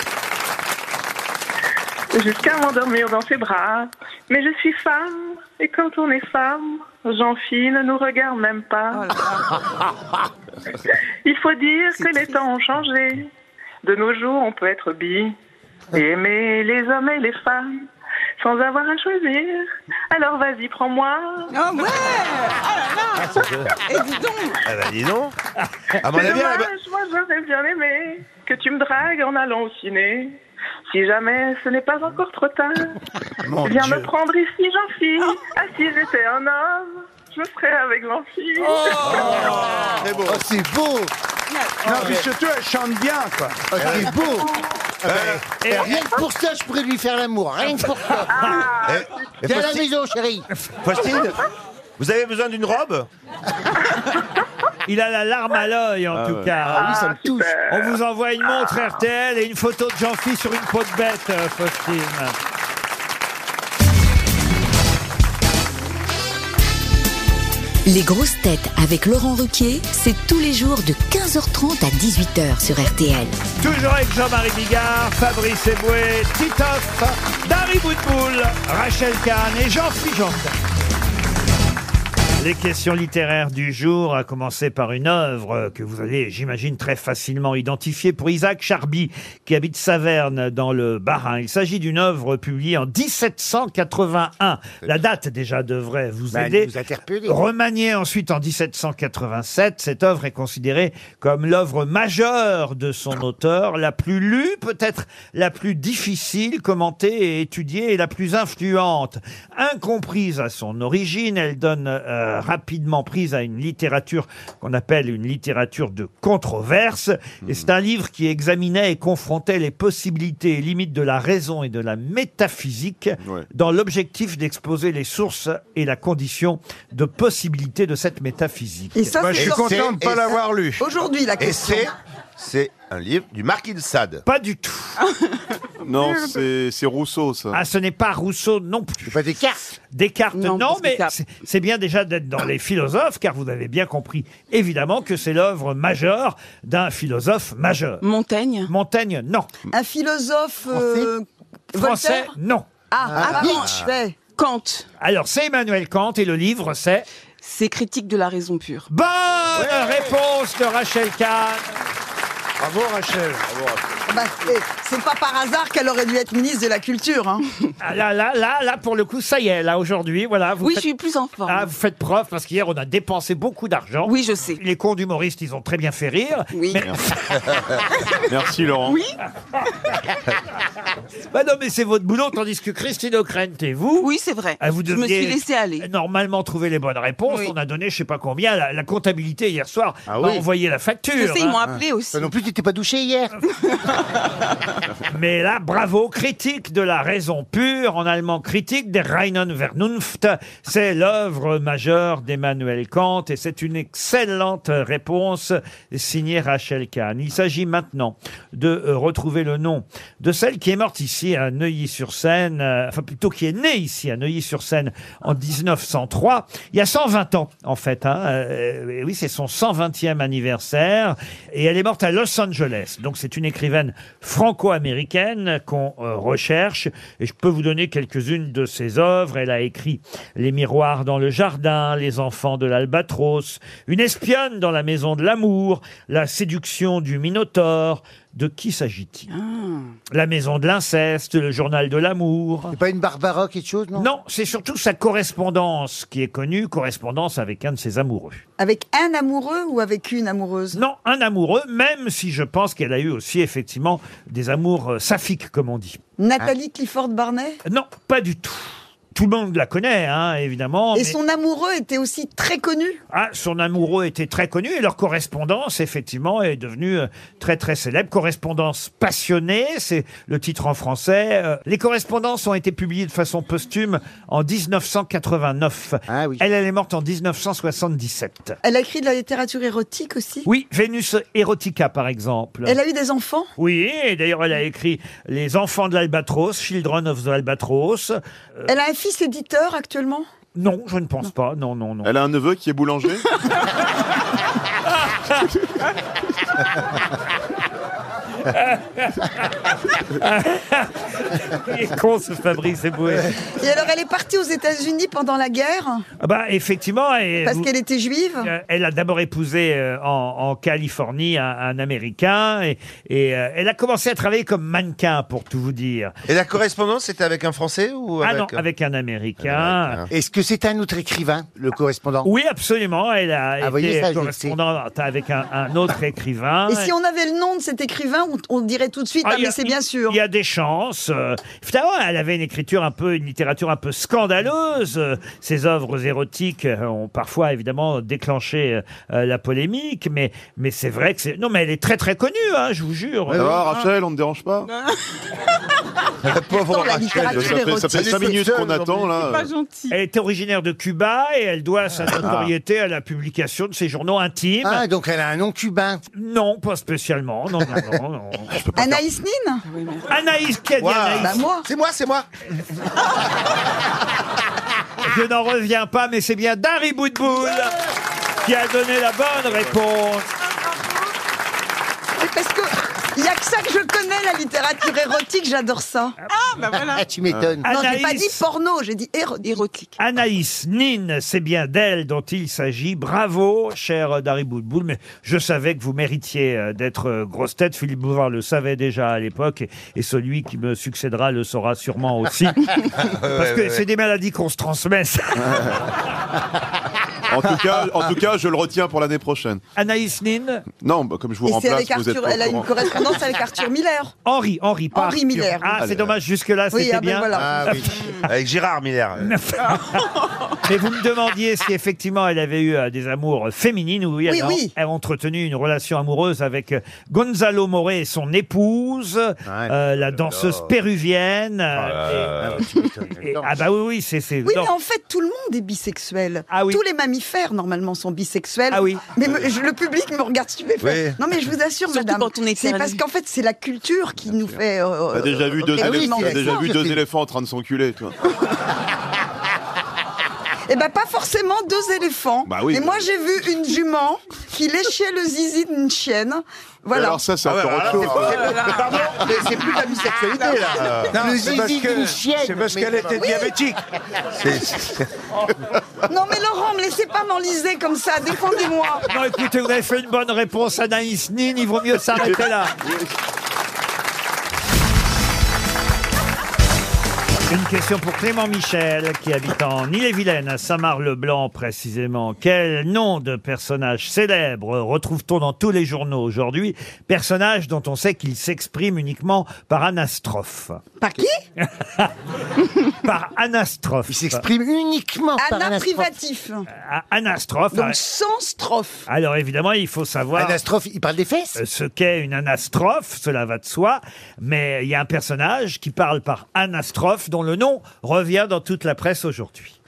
jusqu'à m'endormir dans ses bras. Mais je suis femme, et quand on est femme, Jean-Phi ne nous regarde même Oh pas. Il faut dire que les temps ont changé. De nos jours, on peut être bi et aimer les hommes et les femmes sans avoir à choisir. Alors vas-y, prends-moi. Ah ouais Et dis donc Ah bah dis donc À mon C'est avis, eh ben- dommage, elle va- moi j'aurais bien aimé que tu me dragues en allant au ciné. Si jamais ce n'est pas encore trop tard, Mon viens Dieu. me prendre ici, Jean-Phi. Ah, si j'étais un homme, je serais avec Jean-Phi. Très beau. Oh, c'est beau Non, mais surtout, elle chante bien, quoi. c'est beau Et rien que pour ça, je pourrais lui faire l'amour. Rien que pour ça. Ah. Eh, Viens à la Faustine- maison, chérie. Faustine, vous avez besoin d'une robe Il a la larme à l'œil en Ah tout ouais. cas. Ah oui, ça me Ah, touche. super. On vous envoie une montre RTL et une photo de Jean-Phi sur une peau de bête, euh, Faustine. Les grosses têtes avec Laurent Ruquier, c'est tous les jours de 15h30 à 18h sur RTL. Toujours avec Jean-Marie Bigard, Fabrice Eboué, Titoff, Dari Boutboul, Rachel Kahn et Jean-Philippe Les questions littéraires du jour, à commencer par une œuvre que vous allez, j'imagine, très facilement identifier pour Isaac Charby, qui habite Saverne dans le Bas-Rhin. Il s'agit d'une œuvre publiée en 1781. La date déjà devrait vous Bah, aider. nous interpeller. Remaniée ensuite en 1787, cette œuvre est considérée comme l'œuvre majeure de son auteur, la plus lue, peut-être la plus difficile, commentée et étudiée, et la plus influente. Incomprise à son origine, elle donne euh, rapidement prise à une littérature qu'on appelle une littérature de controverse. Et c'est un livre qui examinait et confrontait les possibilités et limites de la raison et de la métaphysique dans l'objectif d'exposer les sources et la condition de possibilité de cette métaphysique. Et ça, Moi, c'est je suis sorti- content de pas et- l'avoir lu. Aujourd'hui, la Et question. c'est c'est un livre du Marquis de Sade. Pas du tout. Non, c'est c'est Rousseau, ça. Ah, ce n'est pas Rousseau non plus. Pas des cartes. Descartes, non, Non, parce que mais ça- c'est- c'est bien déjà d'être dans les philosophes, car vous avez bien compris, évidemment, que c'est l'œuvre majeure d'un philosophe majeur. Montaigne Montaigne, non. Un philosophe euh, Français, Voltaire non. Ah, ah, Nietzsche. ouais. Kant, Alors, c'est Emmanuel Kant et le livre, c'est c'est critique de la raison pure. Bonne réponse de Rachel Kahn. Bravo, Rachel. Bah, c'est- c'est pas par hasard qu'elle aurait dû être ministre de la Culture. hein. Ah, Là, là, là, là, pour le coup, ça y est, là, aujourd'hui, voilà. Vous Oui, je faites- suis plus en forme. Ah, vous faites preuve, parce qu'hier, on a dépensé beaucoup d'argent. Oui, je sais. Les cons d'humoristes, ils ont très bien fait rire. Oui. Merci, Laurent. Bah non, mais c'est votre boulot, tandis que Christine O'Krent et vous, Oui, c'est vrai. Ah, vous Je me deviez suis laissé aller. Normalement, trouver les bonnes réponses. Oui. On a donné, je sais pas combien, la, la comptabilité hier soir. Ah m'a oui. Ah. envoyé la Je facture. sais, ils m'ont hein. appelé aussi. Toi non plus, tu t'es pas douché hier. Mais là, bravo, critique de la raison pure, en allemand critique des Reinen Vernunft. C'est l'œuvre majeure d'Emmanuel Kant et c'est une excellente réponse signée Rachel Kahn. Il s'agit maintenant de euh, retrouver le nom de celle qui est morte ici à Neuilly-sur-Seine, euh, enfin plutôt qui est née ici à Neuilly-sur-Seine en 1903, il y a 120 ans en fait. Hein, Euh, et oui, c'est son 120e anniversaire et elle est morte à Los Angeles. Donc c'est une écrivaine comédienne franco-américaine qu'on euh, recherche. Et je peux vous donner quelques-unes de ses œuvres. Elle a écrit Les miroirs dans le jardin, Les enfants de l'albatros, Une espionne dans la maison de l'amour, La séduction du minotaure. De qui s'agit-il Ah. La maison de l'inceste, le journal de l'amour. C'est pas une Barbara quelque chose, non Non, c'est surtout sa correspondance qui est connue, correspondance avec un de ses amoureux. Avec un amoureux ou avec une amoureuse Non, un amoureux, même si je pense qu'elle a eu aussi effectivement des amours euh, saphiques, comme on dit. Ah. Nathalie Clifford Barnet Ah, Non, pas du tout. Tout le monde la connaît, hein, évidemment. Et mais- son amoureux était aussi très connu ah, son amoureux était très connu et leur correspondance, effectivement, est devenue euh, très très célèbre. Correspondance passionnée, c'est le titre en français. Euh, Les correspondances ont été publiées de façon posthume en 1989. Elle, elle est morte en 1977. Elle a écrit de la littérature érotique aussi Oui, Vénus Erotica, par exemple. Elle a eu des enfants Oui, et d'ailleurs, elle a écrit Les enfants de l'albatros, Children of the Albatros. Euh, Elle a un fils éditeur actuellement Non, je ne pense pas. Non, non, non. Elle a un neveu qui est boulanger Il est con, ce Fabrice Eboué. Et alors elle est partie aux États-Unis pendant la guerre Ah bah, effectivement. et parce vous- qu'elle était juive Euh, Elle a d'abord épousé euh, en, en Californie un, un Américain et, et, euh, elle a commencé à travailler comme mannequin, pour tout vous dire. Et la correspondance, c'était avec un Français ou Ah avec... non, avec un Américain. Est-ce que c'est un autre écrivain, le correspondant Oui, absolument. Elle a Ah, été voyez, ça, je le correspondante avec un, un autre écrivain. Et si on avait le nom de cet écrivain, on, on dirait tout de suite, ah, Ah il y mais a- c'est bien sûr. Il y a des chances. euh, finalement, elle avait une écriture un peu, une littérature un peu scandaleuse. euh, Ses œuvres érotiques euh, ont parfois, évidemment, déclenché euh, la polémique, mais, mais c'est vrai que c'est. Non, mais elle est très très connue, hein, je vous jure. Ça va, Rachel, on ne dérange pas La pauvre Attends, la Rachel. littérature Ça fait- ça fait érotique. cinq minutes qu'on attend, là. C'est pas gentil. Elle est originaire de Cuba et elle doit sa Ah. notoriété à la publication de ses journaux intimes. Ah, donc elle a un nom cubain Non, pas spécialement. Non, non, non. non. Anaïs Nin Anaïs, qui a dit Wow. Anaïs Bah, moi. C'est moi, c'est moi. Je n'en reviens pas, mais c'est bien Dari Boudboul qui a donné la bonne réponse. Oui, Parce que il y a que ça que je connais, la littérature érotique, j'adore ça. Ah, bah voilà. Tu m'étonnes. Non, j'ai pas Euh. Anaïs. dit porno, j'ai dit éro- érotique. Anaïs Nin, c'est bien d'elle dont il s'agit. Bravo, cher Dari Boudboul. Mais je savais que vous méritiez euh, d'être euh, grosse tête. Philippe Bouvard le savait déjà à l'époque. Et, et celui qui me succédera le saura sûrement aussi. Parce ouais, que ouais. c'est des maladies qu'on se transmet. ça. en tout, cas, en tout cas, je le retiens pour l'année prochaine. Anaïs Nin Non, bah, comme je vous Et c'est remplace, avec vous êtes Arthur, pas au elle a une courant. correspondance avec Arthur Miller. Henri, Henri, pas Henri Arthur. Miller, oui. Ah, c'est dommage, jusque-là, Oui, c'était ah ben bien. voilà. Ah oui. Avec Gérard Miller. Mais vous me demandiez si effectivement elle avait eu euh, des amours féminines ou elle, Oui, a- oui. elle a entretenu une relation amoureuse avec euh, Gonzalo Moré et son épouse, euh, la danseuse Oh péruvienne. euh, et- et- ah bah oui, oui, c'est... c'est- Oui, non. mais en fait, tout le monde est bisexuel. oui. Tous les mammifères, normalement, sont bisexuels. Ah oui. Mais me- je- le public me regarde stupéfait. Oui. Non, mais je vous assure, Surtout madame. quand on est C'est éternel. parce qu'en fait, c'est la culture qui nous fait. euh, T'as Bah, déjà vu deux, euh, élé- expérimenter t'as déjà ça. vu deux éléphants en train de s'enculer, toi. Eh ben, pas forcément deux éléphants. Bah oui. Et moi, j'ai vu une jument qui léchait le zizi d'une chienne. Voilà. Et Alors ça, c'est Ah ouais, encore alors autre chose. là, Pardon, mais c'est plus de la bisexualité, là. Non, le c'est parce zizi que- d'une chienne. C'est parce mais- qu'elle était diabétique. c'est- c'est- Non, mais Laurent, me laissez pas m'enliser comme ça. Défendez-moi. Non, écoutez, vous avez fait une bonne réponse, Anaïs Nin, il vaut mieux s'arrêter là. Une question pour Clément Michel, qui habite en Ille-et-Vilaine, à Saint-Marc-le-Blanc précisément. Quel nom de personnage célèbre retrouve-t-on dans tous les journaux aujourd'hui Personnage dont on sait qu'il s'exprime uniquement par anastrophe. Par qui Par anastrophe. Il s'exprime uniquement par Anna anastrophe. privatif. Ah, Anastrophe. Donc, sans strophe. Alors évidemment, il faut savoir... Anastrophe, il parle des fesses Euh, ce qu'est une anastrophe, cela va de soi, mais il y a un personnage qui parle par anastrophe dont le nom revient dans toute la presse aujourd'hui.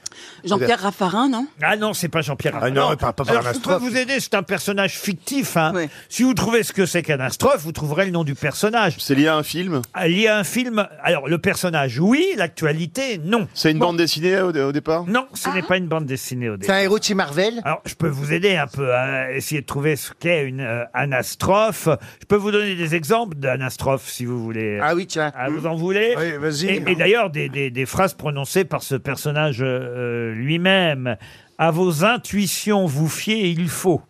Jean-Pierre Raffarin, non Ah non, c'est pas Jean-Pierre Ah non, Raffarin. pas- pas par Alors, un je peux astrophe. vous aider, c'est un personnage fictif. hein. Si vous trouvez ce que c'est qu'un astrophe, vous trouverez le nom du personnage. Ah, C'est lié à un film Lié à un film. Alors, le personnage, oui, l'actualité, non. C'est une bande dessinée au, au départ Non, ce n'est pas une bande dessinée au C'est départ. un héros de chez Marvel Alors, je peux vous aider un peu hein, à essayer de trouver ce qu'est une euh, anastrophe. Je peux vous donner des exemples d'anastrophes, si vous voulez. Ah oui, tiens. vous en voulez Oui, vas-y. Et, et d'ailleurs, des, des- des phrases prononcées par ce personnage euh, euh, lui-même. À vos intuitions, vous fiez, il faut.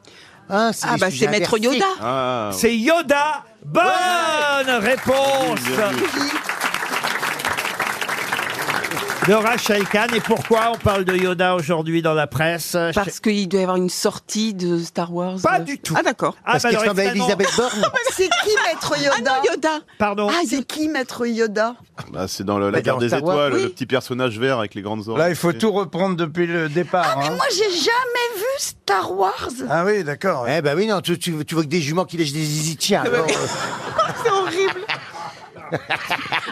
Ah, Ah, des bah, sujets c'est Maître inversés. Yoda. Ah, oui. C'est Yoda. Bonne réponse Oui, bien vu. de Rachel Kahn. Et pourquoi on parle de Yoda aujourd'hui dans la presse Parce qu'il doit y avoir une sortie de Star Wars. Pas du tout. Ah d'accord. Ah, Parce bah, qu'il alors, ressemble à évidemment- Elisabeth Borne. C'est qui Maître Yoda Ah non, Yoda. Pardon. Ah, c'est qui Maître Yoda Bah, c'est dans le- la Bah, guerre dans des Star Wars, étoiles, oui. le petit personnage vert avec les grandes oreilles. Là, il faut tout reprendre depuis le départ. hein. Moi, j'ai jamais vu Star Wars. Ah oui, d'accord. Eh ben oui, non, tu, tu- tu vois que des juments qui lèchent des zizi tiens. alors, euh, C'est horrible.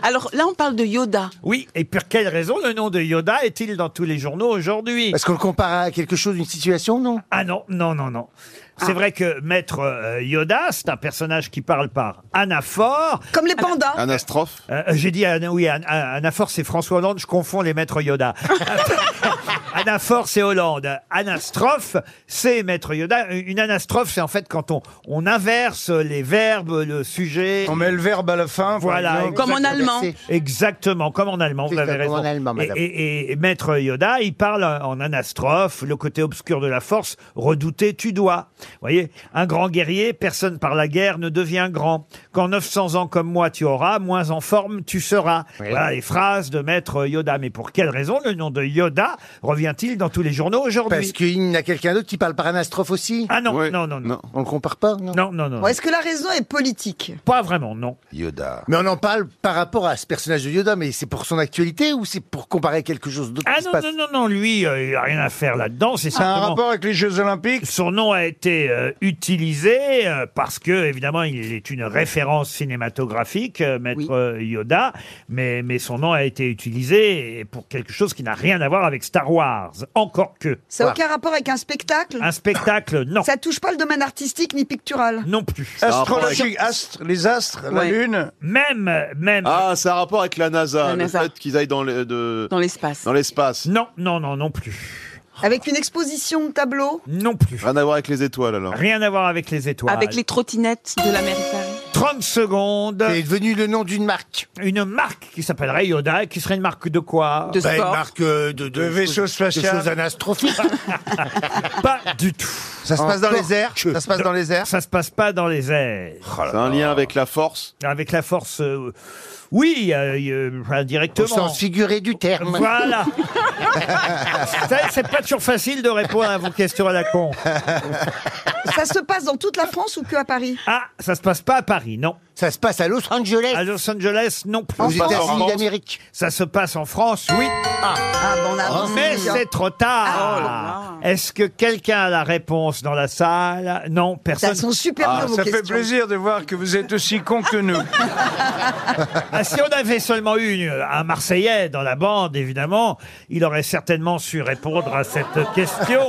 Alors là, on parle de Yoda. Oui, et pour quelle raison le nom de Yoda est-il dans tous les journaux aujourd'hui Parce qu'on le compare à quelque chose, une situation, non Ah. Ah non, non, non, non. C'est vrai que Maître euh, Yoda, c'est un personnage qui parle par anaphore. Comme les pandas. Un astrophe Euh, J'ai dit, ana- oui, an- an- anaphore, c'est François Hollande, je confonds les Maîtres Yoda. anaphore, c'est Hollande. Anastrophe, c'est Maître Yoda. Une anastrophe, c'est en fait quand on, on inverse les verbes, le sujet. On met le verbe à la fin. par Voilà, exemple. Comme en allemand. Exactement, comme en allemand, C'est vous avez ça, raison. comme en allemand, et, madame. et- et Maître Yoda, il parle en anastrophe, le côté obscur de la force, redouté tu dois. Vous voyez, un grand guerrier, personne par la guerre ne devient grand. Quand 900 ans comme moi tu auras, moins en forme tu seras. Voilà les phrases de Maître Yoda. Mais pour quelle raison le nom de Yoda revient-il dans tous les journaux Parce aujourd'hui qu'il y en a quelqu'un d'autre qui parle par anastrophe aussi. Ah non, Ouais. non, non, non, On le compare pas, non, non, non, non, Bon, Est-ce que la raison est politique pas vraiment, non. Yoda. Mais on en parle par rapport à ce personnage de Yoda, mais c'est pour son actualité ou c'est pour comparer quelque chose d'autre Ah qui se non, passe non, non, non, lui, euh, il a rien à faire là-dedans. C'est Ça a Ah, un simplement- rapport avec les Jeux Olympiques Son nom a été euh, utilisé euh, parce que, évidemment, il est une référence cinématographique, euh, Maître Oui. euh, Yoda, mais, mais son nom a été utilisé pour quelque chose qui n'a rien à voir avec Star Wars. Encore que. Ça n'a aucun rapport avec un spectacle Un spectacle, non. Ça touche pas le domaine artistique ni pictural Non plus. a un rapport Astrologique, astre, les astres, la Ouais. lune. Même, même. Ah, c'est un rapport avec la NASA, La le NASA. fait qu'ils aillent dans le- de- Dans l'espace. dans l'espace. Non, non, non, non plus. Avec une exposition de tableau Non plus. Rien à voir avec les étoiles alors. Rien à voir avec les étoiles. Avec les trottinettes de l'Américaine. 30 secondes. C'est devenu le nom d'une marque. Une marque qui s'appellerait Yoda, et qui serait une marque de quoi De Bah, une sport. marque euh, de, De de, vaisseau De spatial. choses anastrophiques. Pas du tout. Ça se passe dans les airs Ça se passe dans les airs Ça se passe pas dans les airs. C'est un lien avec la force. Oh Avec la force, euh, oui, euh, euh, enfin, au directement. sens figuré du terme. Voilà. Ça, c'est pas toujours facile de répondre à vos questions à la con. Ça se passe dans toute la France ou que à Paris Ah, ça se passe pas à Paris, non. Ça se passe à Los Angeles, À Los Angeles, non plus. aux se passe en États-Unis France. d'Amérique. Ça se passe en France, oui. Oh, Ah, bon, on a avancé, Mais hein. c'est trop Ah, tard. oh là Est-ce que quelqu'un a la réponse dans la salle Non, Ça personne. sont super Ah, Ah, bien vos Ça fait questions. plaisir de voir que vous êtes aussi con que nous. Ah, si on avait seulement eu une- un Marseillais dans la bande, évidemment, il aurait certainement su répondre à cette question.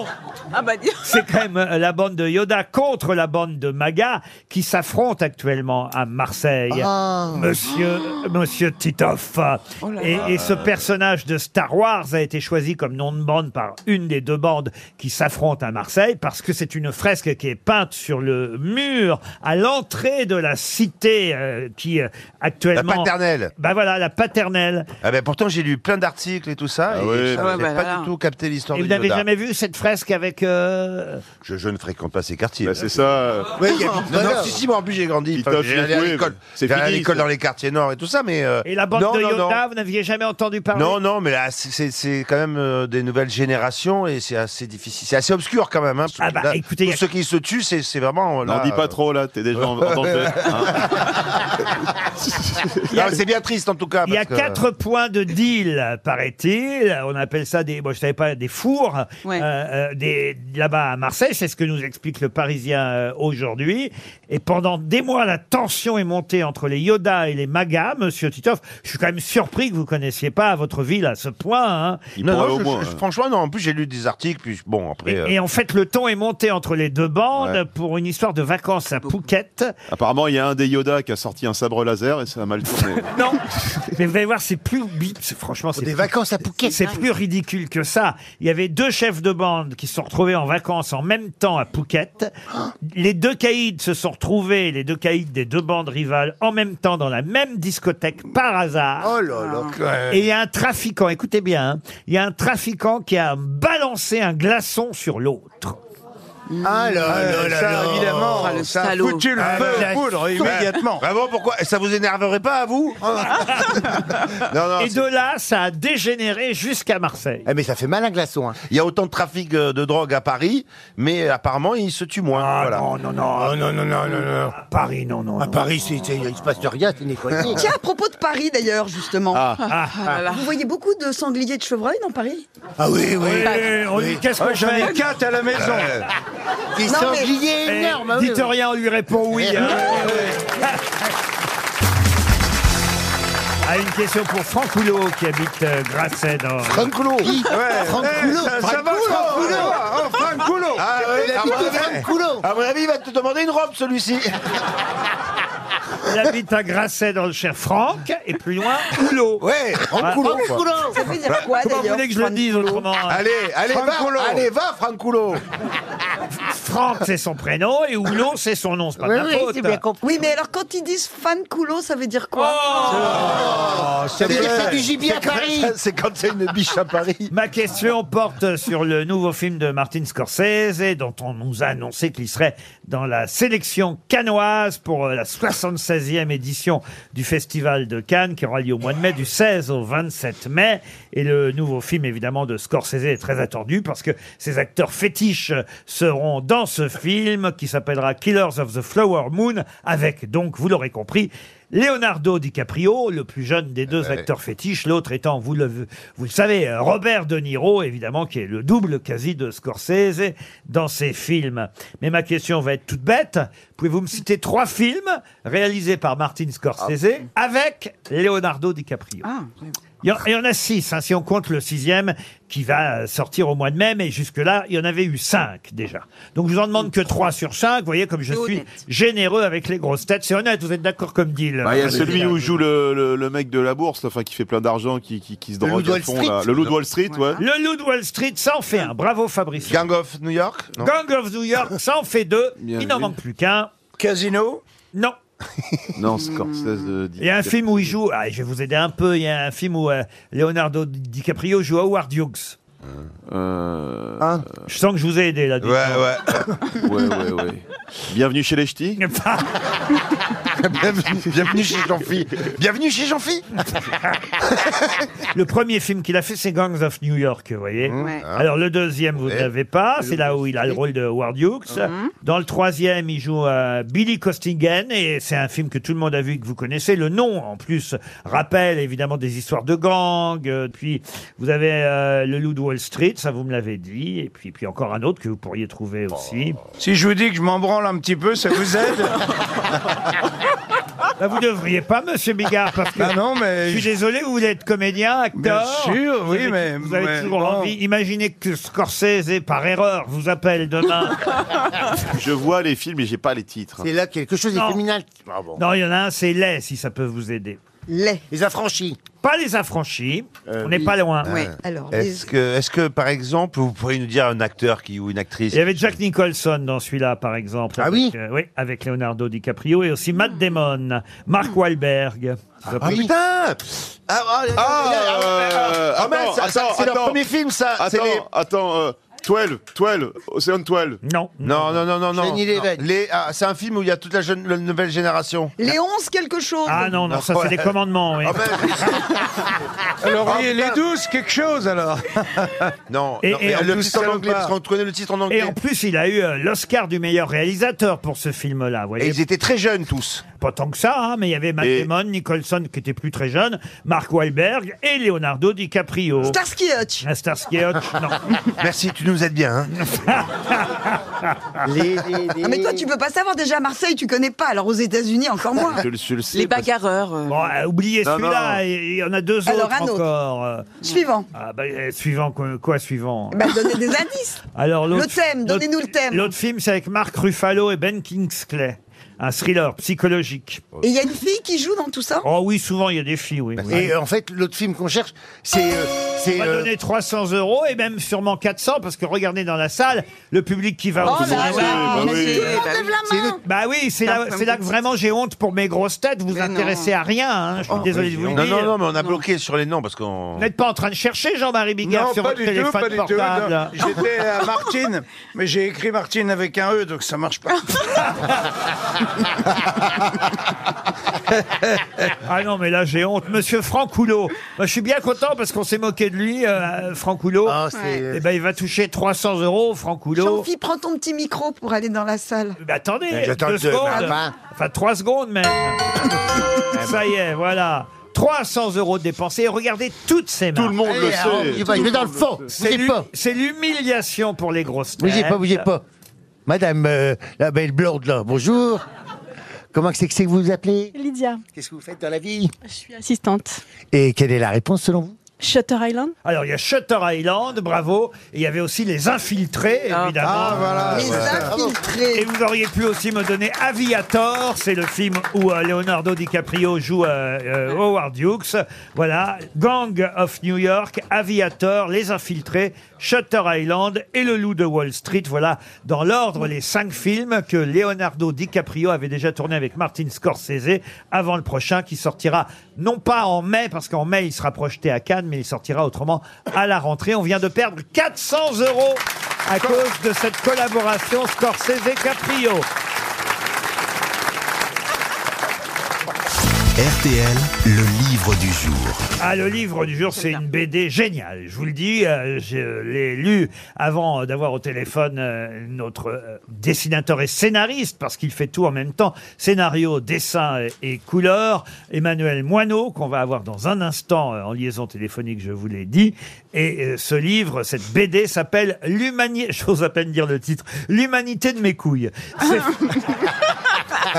Ah bah dis- C'est quand même euh, la bande de Yoda contre la bande de Maga qui s'affrontent actuellement à Marseille. Ah. Monsieur, Monsieur Titoff. Oh là et, et ce personnage de Star Wars a été choisi comme nom de bande par une des deux bandes qui s'affrontent à Marseille parce que c'est une fresque qui est peinte sur le mur à l'entrée de la cité euh, qui euh, La actuellement. paternelle. Bah voilà, la paternelle. Ah ben pourtant j'ai lu plein d'articles et tout ça Ah et ouais. je Ah ouais, n'ai bah pas là. du tout capté l'histoire Et de vous n'avez Yoda. jamais vu cette fresque avec. euh, Je, je ne fréquente pas ces quartiers. Bah, c'est ça. euh, Oui, il y a plus de Non, non, valeur. si, si, moi en plus j'ai grandi. Ils t'offrent j'ai allé les à couilles, l'école. c'est J'ai allé à fini, l'école ça. dans les quartiers nord et tout ça, mais. euh, Et la bande non, de non, non. Yoda, vous n'aviez jamais entendu parler Non, non, mais là, c'est- c'est c'est quand même euh, des nouvelles générations et c'est assez difficile. C'est assez obscur quand même. Hein, parce Ah que bah, là, écoutez, tous y a- ceux qui se tuent, c'est c'est vraiment. euh, N'en là, dis euh, pas trop là, t'es déjà en, en danger. hein. non, mais c'est bien triste en tout cas. Il y a parce que- quatre points de deal, paraît-il. On appelle ça des, moi je savais pas, des fours. Ouais. Euh, euh, des là-bas à Marseille, c'est ce que nous explique le Parisien euh, aujourd'hui. Et pendant des mois, la tension l'avion est monté entre les Yoda et les Maga, monsieur Titoff, je suis quand même surpris que vous connaissiez pas votre ville à ce point. hein. Non, non, je- je- franchement, non. En plus, j'ai lu des articles, puis bon, après. euh, Et en fait, le ton est monté entre les deux bandes Ouais. pour une histoire de vacances à Phuket. Apparemment, il y a un des Yoda qui a sorti un sabre laser et ça a mal tourné. Non, mais vous allez voir, c'est plus bi- c'est- franchement, c'est des vacances à Phuket. C'est plus ridicule que ça. Il y avait deux chefs de bande qui se sont retrouvés en vacances en même temps à Phuket. Les deux caïds se sont retrouvés, les deux caïds des deux bandes rivales, en même temps dans la même discothèque par hasard. Oh là là. Et il y a un trafiquant, écoutez bien, hein, il y a un trafiquant qui a balancé un glaçon sur l'autre. Ah là là là Ça, là. évidemment, Ah, le ça a salaud. foutu le Ah, feu la aux poudres soupe. immédiatement. Ah bon, pourquoi Ça vous énerverait pas à vous Et de là, ça a dégénéré jusqu'à Marseille. mais ça fait mal un glaçon. Il y a autant de trafic euh, de drogue à Paris, mais apparemment, ils se tuent moins. voilà. non, non, non. Ah, non, non, non, non, non. À Paris, non, non. À Paris, c'est- c'est- il se passe rien, c'est une économie. Oh, Tiens, à propos de Paris d'ailleurs, justement. Ah. Ah, ah, ah. Vous voyez beaucoup de sangliers et de chevreuils dans Paris Ah oui, oui. on dit, qu'est-ce qu'on Ouais, j'en ai fait quatre à la maison. Euh, Des Non, mais- sangliers Eh, énormes. hein, ah oui, Dites oui. rien, on lui répond oui. Eh, hein. Ah, une question pour Franck Coulot qui habite euh, Grasset dans. Franck Coulot. Ouais. Franck Eh, Coulot. ça- Ça Franck va, Coulot. Franck Coulot Oh, Franck Coulot Ah, Il ouais, a à, dit mon tout avis, Franck Coulot. à mon avis, il va te demander une robe, celui-ci. Il habite à Grasset dans le cher Franck et plus loin, Coulot. Ouais, Ah, Franck Coulot. quoi. Ça veut dire quoi Comment vous d'ailleurs voulez que je le dise autrement hein Allez, allez, Franck va, Coulot. allez, va, Franck Coulot. Franck, c'est son prénom et Oulot, c'est son nom. C'est pas de ma faute. Oui, mais alors quand ils disent fan coulo, ça veut dire quoi Oh. Ça veut dire que c'est du gibier à Paris. Oh, C'est quand c'est une biche à Paris. Ma question porte sur le nouveau film de Martin Scorsese, dont on nous a annoncé qu'il serait dans la sélection canoise pour euh, la 76e édition du Festival de Cannes, qui aura lieu au mois de mai, du 16 au 27 mai. Et le nouveau film, évidemment, de Scorsese est très attendu parce que ses acteurs fétiches euh, seront dans ce film qui s'appellera Killers of the Flower Moon, avec donc, vous l'aurez compris, Leonardo DiCaprio, le plus jeune des deux acteurs fétiches, l'autre étant, vous le, vous le savez, euh, Robert De Niro, évidemment, qui est le double quasi de Scorsese dans ses films. Mais ma question va être toute bête. Pouvez-vous me citer trois films réalisés par Martin Scorsese avec Leonardo DiCaprio Ah, il y, en, il y en a six, hein, si on compte le sixième qui va euh, sortir au mois de mai, mais jusque-là, il y en avait eu cinq déjà. Donc je vous en demande que trois sur cinq. Vous voyez comme je C'est suis honnête. généreux avec les grosses têtes. C'est honnête, vous êtes d'accord comme deal Bah, Il y a celui où joue le, le- le mec de la bourse, là, enfin, qui fait plein d'argent, qui, qui, qui se Le loup drogue de à Wall fond. Street. Hein là. Le loup de Wall Street, ouais. Le loup de Wall Street, ça en fait un. Bravo Fabrice. Gang of New York non. Gang of New York, ça en fait deux. Bien il n'en vu. manque plus qu'un. Casino Non. Non, Scorsese. euh, dit- Il y a un film où il joue. Ah, je vais vous aider un peu. Il y a un film où euh, Leonardo DiCaprio joue Howard Hughes. Euh, Je sens que je vous ai aidé là. Ouais, ouais. Ouais, ouais, ouais. Bienvenue chez les ch'tis. Bienvenue, bienvenue chez Jean-Phi. Bienvenue chez Jean-Phi. Le premier film qu'il a fait, c'est Gangs of New York, vous voyez. Ah. Ouais. Alors le deuxième, vous ne Ouais. l'avez pas, c'est là où il a le rôle de Howard Hughes. Dans le troisième, il joue euh, Billy Costigan, et c'est un film que tout le monde a vu, que vous connaissez. Le nom, en plus, rappelle évidemment des histoires de gangs. Euh, Puis vous avez euh, Le Loup de Wall Street, ça vous me l'avez dit, et puis, puis encore un autre que vous pourriez trouver aussi. Oh. Si je vous dis que je m'en branle un petit peu, ça vous aide Bah, vous devriez pas, monsieur Bigard, parce que... Bah non, Je mais... suis désolé, vous voulez être comédien, acteur. Bien sûr, Vous oui, avez- mais- Vous avez mais toujours bon. envie. Imaginez que Scorsese, par erreur, vous appelle demain. Je vois les films, mais j'ai pas les titres. C'est là quelque chose Non. est féminin. Ah bon. non, il y en a un, c'est Les, si ça peut vous aider. Les. Les affranchis. Pas Les Affranchis. Euh, On n'est pas Ah. loin. Oui. Alors, les- Euh, Ah. Est-ce que, est-ce que, par exemple, vous pourriez nous dire un acteur qui ou une actrice Il y avait Jack Nicholson dans celui-là, par exemple. Ah avec, oui Hmm. euh, Oui, avec Leonardo DiCaprio et aussi Matt Damon, Mark Wahlberg. Ça Ah peut- putain Ah, ah, Ah, euh, ah, mince, attends, ça- ça- attends, c'est leur attends. premier film, ça. c'est Attends, les- attends. euh, 12, 12, Océan 12. Non. Non, non, non, non, non. Johnny Leven. Les- ah, c'est un film où il y a toute la, jeune, la nouvelle génération. les 11 quelque chose. Ah non, non, ça c'est Ouais. les commandements. oui. Ah, ben, Ah, Alors, il y a les douze, quelque chose, alors non, Et- Oh, non, et mais en le plus, titre ça en va anglais, pas. parce qu'on connaît le titre en Et anglais. en plus, il a eu euh, l'Oscar du meilleur réalisateur pour ce film-là. vous Et voyez. ils étaient très jeunes tous. pas tant que ça, hein, mais il y avait Matt Et- Damon, Nicholson qui était plus très jeune, Mark Wahlberg et Leonardo DiCaprio. Starsky Hutch. Un Starsky et Hutch, non. Merci, tu nous nous êtes bien. hein. Ah, mais toi, tu peux pas savoir. Déjà, à Marseille, tu connais pas. Alors, aux États-Unis, encore moins. Je le- je le sais, Les parce- bagarreurs. Bon, euh, oubliez Non, non. celui-là, il y en a deux Alors, autres un autre. encore. euh. Suivant. Ah, bah, euh, suivant, quoi, quoi, suivant Bah, donnez des indices. Alors, l'autre- Le thème, l'autre- donnez-nous le thème. L'autre film, c'est avec Mark Ruffalo et Ben Kingsley. Un thriller psychologique. Et il y a une fille qui joue dans tout ça Oh oui, souvent il y a des filles, Bah, oui. Et euh, en fait, l'autre film qu'on cherche, c'est. euh, On c'est va euh, donner 300 euros et même sûrement 400 parce que regardez dans la salle, Ah, le public qui va Oh autour là de là, ça. Bah mais c'est- Tout le monde lève la C'est main. le- Bah oui, c'est là, c'est là que vraiment j'ai honte pour mes grosses têtes. Vous vous intéressez à rien, hein, je suis désolé de vous le non, dire. non, non, Oh, mais on a bloqué sur les noms parce qu'on. Vous n'êtes pas en train de chercher Jean-Marie Bigard sur votre téléphone portable. non. J'étais à Martine, mais j'ai écrit Martine avec un E, donc ça marche pas. ah non, mais là, j'ai honte. Monsieur Franck Houlot. Bah, je suis bien content parce qu'on s'est moqué de lui, euh, Franck Houlot. c'est- Eh ben, il va toucher 300 euros, Franck Houlot. Jean-Philippe, prends ton petit micro pour aller dans la salle. Mais attendez, Mais j'attends deux que- secondes. Ah ben. Enfin, trois secondes même. Ça y est, voilà. 300 euros dépensés. Regardez toutes ces mains. Tout le monde Allez, le sait. alors, il Eh, va- il est dans le fond. C'est Bougez l'hu- pas. c'est l'humiliation pour les grosses têtes. Bougez pas, bougez pas. Madame euh, la belle blonde, là, bonjour. Comment c'est que c'est que vous vous appelez Lydia. Qu'est-ce que vous faites dans la vie Je suis assistante. Et quelle est la réponse selon vous Shutter Island Alors, il y a Shutter Island, bravo. Et il y avait aussi les infiltrés, évidemment. Ah, voilà, Les ouais. infiltrés. Et vous auriez pu aussi me donner Aviator. C'est le film où euh, Leonardo DiCaprio joue euh, euh, Howard Hughes. Voilà. Gang of New York, Aviator, Les Infiltrés, Shutter Island et Le Loup de Wall Street. Voilà, dans l'ordre, les cinq films que Leonardo DiCaprio avait déjà tourné avec Martin Scorsese avant le prochain qui sortira non pas en mai, parce qu'en mai il sera projeté à Cannes, mais il sortira autrement à la rentrée. On vient de perdre 400 euros à cause de cette collaboration Scorsese-Caprio. RTL, le livre du jour. Ah, le livre du jour, c'est une BD géniale. Je vous le dis, euh, je l'ai lu avant euh, d'avoir au téléphone euh, notre euh, dessinateur et scénariste, parce qu'il fait tout en même temps, scénario, dessin et, et couleur, Emmanuel Moineau, qu'on va avoir dans un instant euh, en liaison téléphonique, je vous l'ai dit. Et euh, ce livre, cette BD s'appelle L'humanité, j'ose à peine dire le titre, L'humanité de mes couilles. C'est-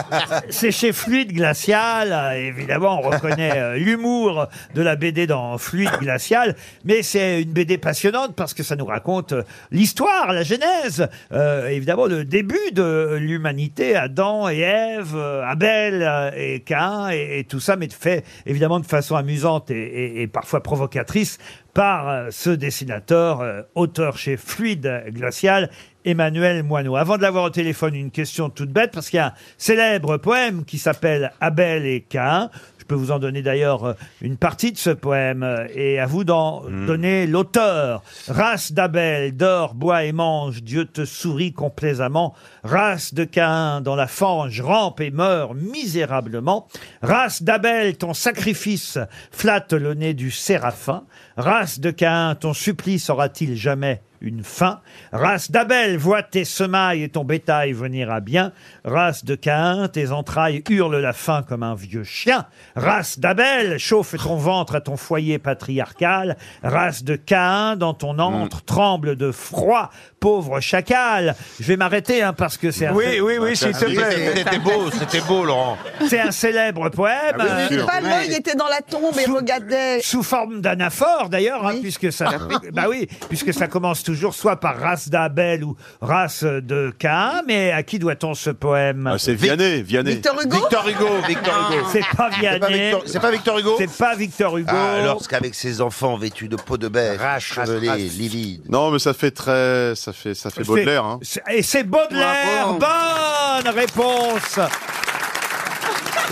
C'est chez Fluide Glacial, euh, évidemment, on reconnaît euh, l'humour de la BD dans Fluide Glacial, mais c'est une BD passionnante parce que ça nous raconte euh, l'histoire, la genèse, euh, évidemment le début de l'humanité, Adam et Ève, euh, Abel euh, et Cain, et, et tout ça, mais fait évidemment de façon amusante et, et- et parfois provocatrice par euh, ce dessinateur, euh, auteur chez Fluide Glacial, Emmanuel Moineau. Avant de l'avoir au téléphone, une question toute bête, parce qu'il y a un célèbre poème qui s'appelle Abel et Cain. Je peux vous en donner d'ailleurs euh, une partie de ce poème, euh, et à vous d'en donner l'auteur. Race d'Abel, dors, bois et mange, Dieu te sourit complaisamment. Race de Cain, dans la fange, rampe et meurt misérablement. Race d'Abel, ton sacrifice flatte le nez du séraphin. Race de Cain, ton supplice aura-t-il jamais une fin. Race d'Abel, vois tes semailles et ton bétail venir à bien. Race de Caïn, tes entrailles hurlent la faim comme un vieux chien. Race d'Abel, chauffe ton ventre à ton foyer patriarcal. Race de Caïn, dans ton Hmm. antre tremble de froid, pauvre chacal. Je vais m'arrêter hein, parce que c'est un... Oui, oui, oui, Ah, s'il te plaît. C'était beau, c'était Ah, beau, Laurent. C'est un célèbre Ah, poème. Mais c'est Euh, pas l'œil était dans la tombe et regardait. Sous forme d'anaphore d'ailleurs, hein, puisque ça, bah oui, puisque ça commence toujours soit par race d'Abel ou race de Cain. Mais à qui doit-on ce poème Ah, c'est Vianney, Vianney. Victor Hugo Victor Hugo, Victor Hugo. C'est pas C'est pas Vianney. Victor- C'est pas Victor Hugo C'est pas Victor Hugo. Ah, lorsqu'avec ses enfants vêtus de peau de bête, chevelés, rache. livides. Non, mais ça fait très. Ça fait, ça fait C'est- Baudelaire. Hein. c'est- Et c'est Baudelaire. Bonne réponse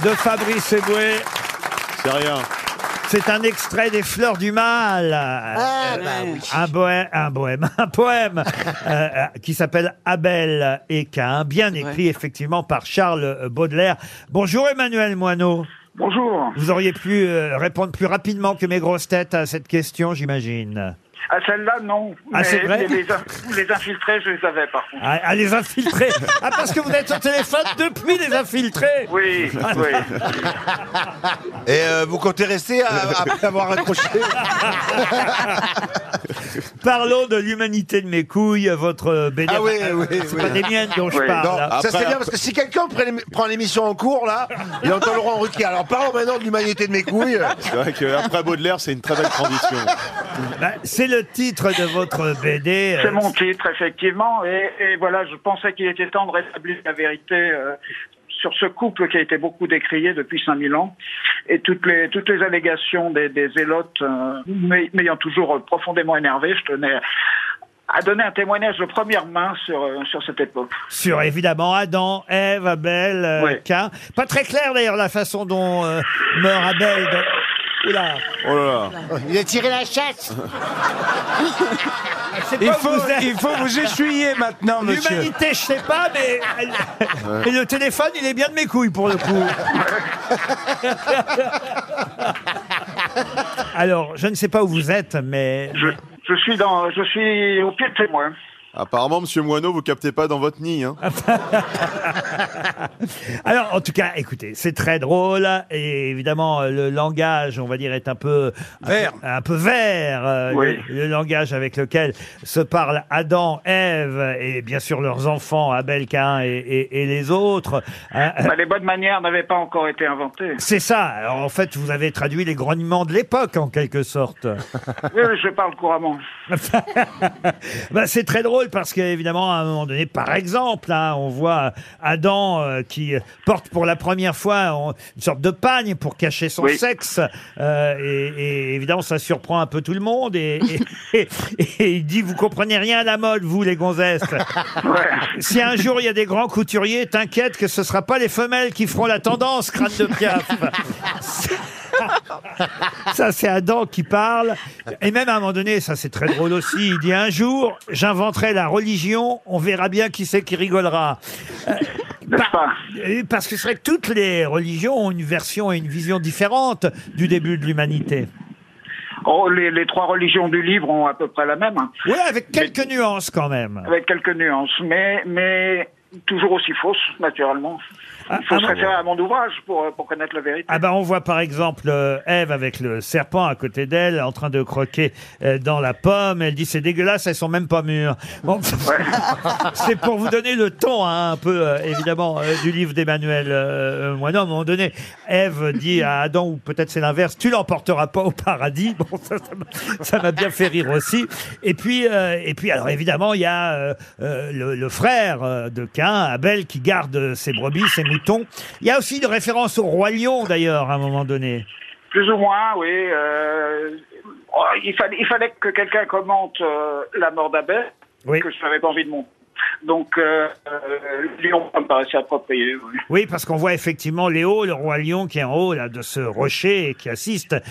de Fabrice Eboué. C'est rien. C'est un extrait des Fleurs du Mal. Euh, bah oui. Un bohème, un bohème, un poème euh, euh, qui s'appelle Abel et Cain, bien écrit effectivement par Charles Baudelaire. Bonjour Emmanuel Moineau. Bonjour. Vous auriez pu euh, répondre plus rapidement que mes grosses têtes à cette question, j'imagine. Ah, celle-là, non. Ah, Mais- c'est vrai mais les, in- les infiltrés, je les avais, par contre. Ah, ah, les infiltrés Ah, parce que vous êtes au téléphone depuis les infiltrés Oui, oui. Et euh, vous comptez rester à- après avoir raccroché Parlons de l'humanité de mes couilles, votre bénéfice. Ah oui, oui, oui. euh, C'est pas des miennes dont je Oui. parle. Non, hein. ça c'est bien parce que si quelqu'un prend l'ém- prend l'émission en cours là, il entend Laurent Ruquier. Alors parlons maintenant de l'humanité de mes couilles. C'est vrai qu'après Baudelaire, c'est une très belle transition. Bah, c'est le titre de votre BD. euh, C'est mon titre, effectivement. Et, et voilà, je pensais qu'il était temps de rétablir la vérité euh, sur ce couple qui a été beaucoup décrié depuis 5000 ans. Et toutes les, toutes les allégations des, des zélotes euh, m'ay- m'ayant toujours euh, profondément énervé, je tenais à donner un témoignage de première main sur, euh, sur cette époque. Sur évidemment Adam, Ève, Abel, euh, Ouais. Caïn. Pas très clair d'ailleurs la façon dont euh, meurt Abel. de- Oula. Oh là là. Il a tiré la chasse C'est Il pas faut- où êtes. il faut vous essuyer maintenant, monsieur. L'humanité, je sais pas, mais. Et le téléphone, il est bien de mes couilles pour le coup. Alors, je ne sais pas où vous êtes, mais. Je suis, dans, je suis au pied de témoin. Apparemment, monsieur Moineau, vous captez pas dans votre nid. Ah, Hein. bah. Alors, en tout cas, écoutez, c'est très drôle. Et évidemment, euh, le langage, on va dire, est un peu. un peu- Vert. Un peu vert. euh, Oui. le, le langage avec lequel se parlent Adam, Ève et bien sûr leurs enfants, Abel, Cain et, et- et les autres. Hein, euh, Bah, les bonnes manières n'avaient pas encore été inventées. c'est ça. Alors, en fait, vous avez traduit les grognements de l'époque, en quelque sorte. Oui, oui, je parle couramment. Bah, c'est très drôle parce qu'évidemment, à un moment donné, par exemple, hein, on voit Adam euh, qui porte pour la première fois on- une sorte de pagne pour cacher son Oui. sexe. Euh, et, et évidemment, ça surprend un peu tout le monde. Et, et- et il dit, vous comprenez rien à la mode, vous, les gonzesses. Si un jour il y a des grands couturiers, t'inquiète que ce sera pas les femelles qui feront la tendance, crâne de piaf. Ça, c'est Adam qui parle. Et même à un moment donné, ça c'est très drôle aussi, il dit un jour, j'inventerai la religion, on verra bien qui c'est qui rigolera. Euh, par- euh, Parce que c'est vrai que toutes les religions ont une version et une vision différente du début de l'humanité. Oh, les, les trois religions du livre ont à peu près la même. hein. Oui, avec quelques nuances quand même. Avec quelques nuances, mais, mais toujours aussi fausses, naturellement. Il faut ah se bon référer à mon ouvrage pour, euh, pour connaître la vérité. Ah ben on voit par exemple euh, Ève avec le serpent à côté d'elle en train de croquer euh, dans la pomme. Elle dit c'est dégueulasse, elles sont même pas mûres. Bon, c'est pour vous donner le ton hein, un peu euh, évidemment euh, du livre d'Emmanuel euh, euh, Moineau. À un moment donné, Ève dit à Adam ou peut-être c'est l'inverse, tu l'emporteras pas au paradis. Bon ça ça m'a- ça m'a bien fait rire aussi. Et puis euh, et puis alors évidemment il y a euh, euh, le, le frère euh, de Cain, Abel qui garde ses brebis, ses moutons. Il y a aussi une référence au roi lion d'ailleurs à un moment donné. Plus ou moins, oui. euh, oh, il, fallait, il fallait que quelqu'un commente euh, la mort d'Abel, que je n'avais pas envie de monter. Donc, euh, euh, Lyon ça me paraissait approprié. oui. Oui, parce qu'on voit effectivement Léo, le roi lion, qui est en haut là, de ce rocher et qui assiste euh,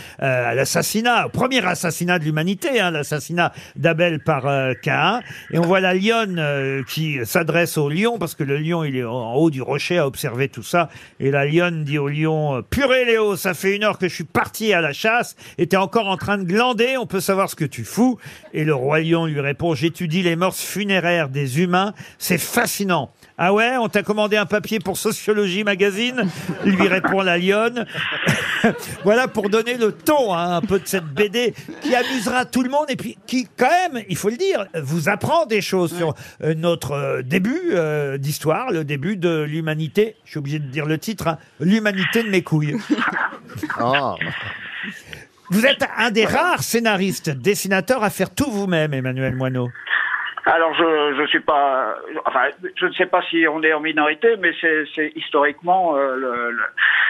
à l'assassinat, au premier assassinat de l'humanité, hein, l'assassinat d'Abel par euh, Caïn. Et on voit la lionne euh, qui s'adresse au lion, parce que le lion, il est en haut du rocher à observer tout ça. Et la lionne dit au lion, euh, purée Léo, ça fait une heure que je suis parti à la chasse et t'es encore en train de glander, on peut savoir ce que tu fous. Et le roi lion lui répond, j'étudie les morses funéraires des humains, c'est fascinant. Ah ouais, on t'a commandé un papier pour Sociologie Magazine Lui répond la lionne. voilà pour donner le ton hein, un peu de cette BD qui amusera tout le monde et puis qui, quand même, il faut le dire, vous apprend des choses sur euh, notre euh, début euh, d'histoire, le début de l'humanité. Je suis obligé de dire le titre, hein, l'humanité de mes couilles. Oh. Vous êtes un des rares scénaristes, dessinateurs à faire tout vous-même, Emmanuel Moineau. Alors je je suis pas enfin je ne sais pas si on est en minorité mais c'est c'est historiquement euh, le-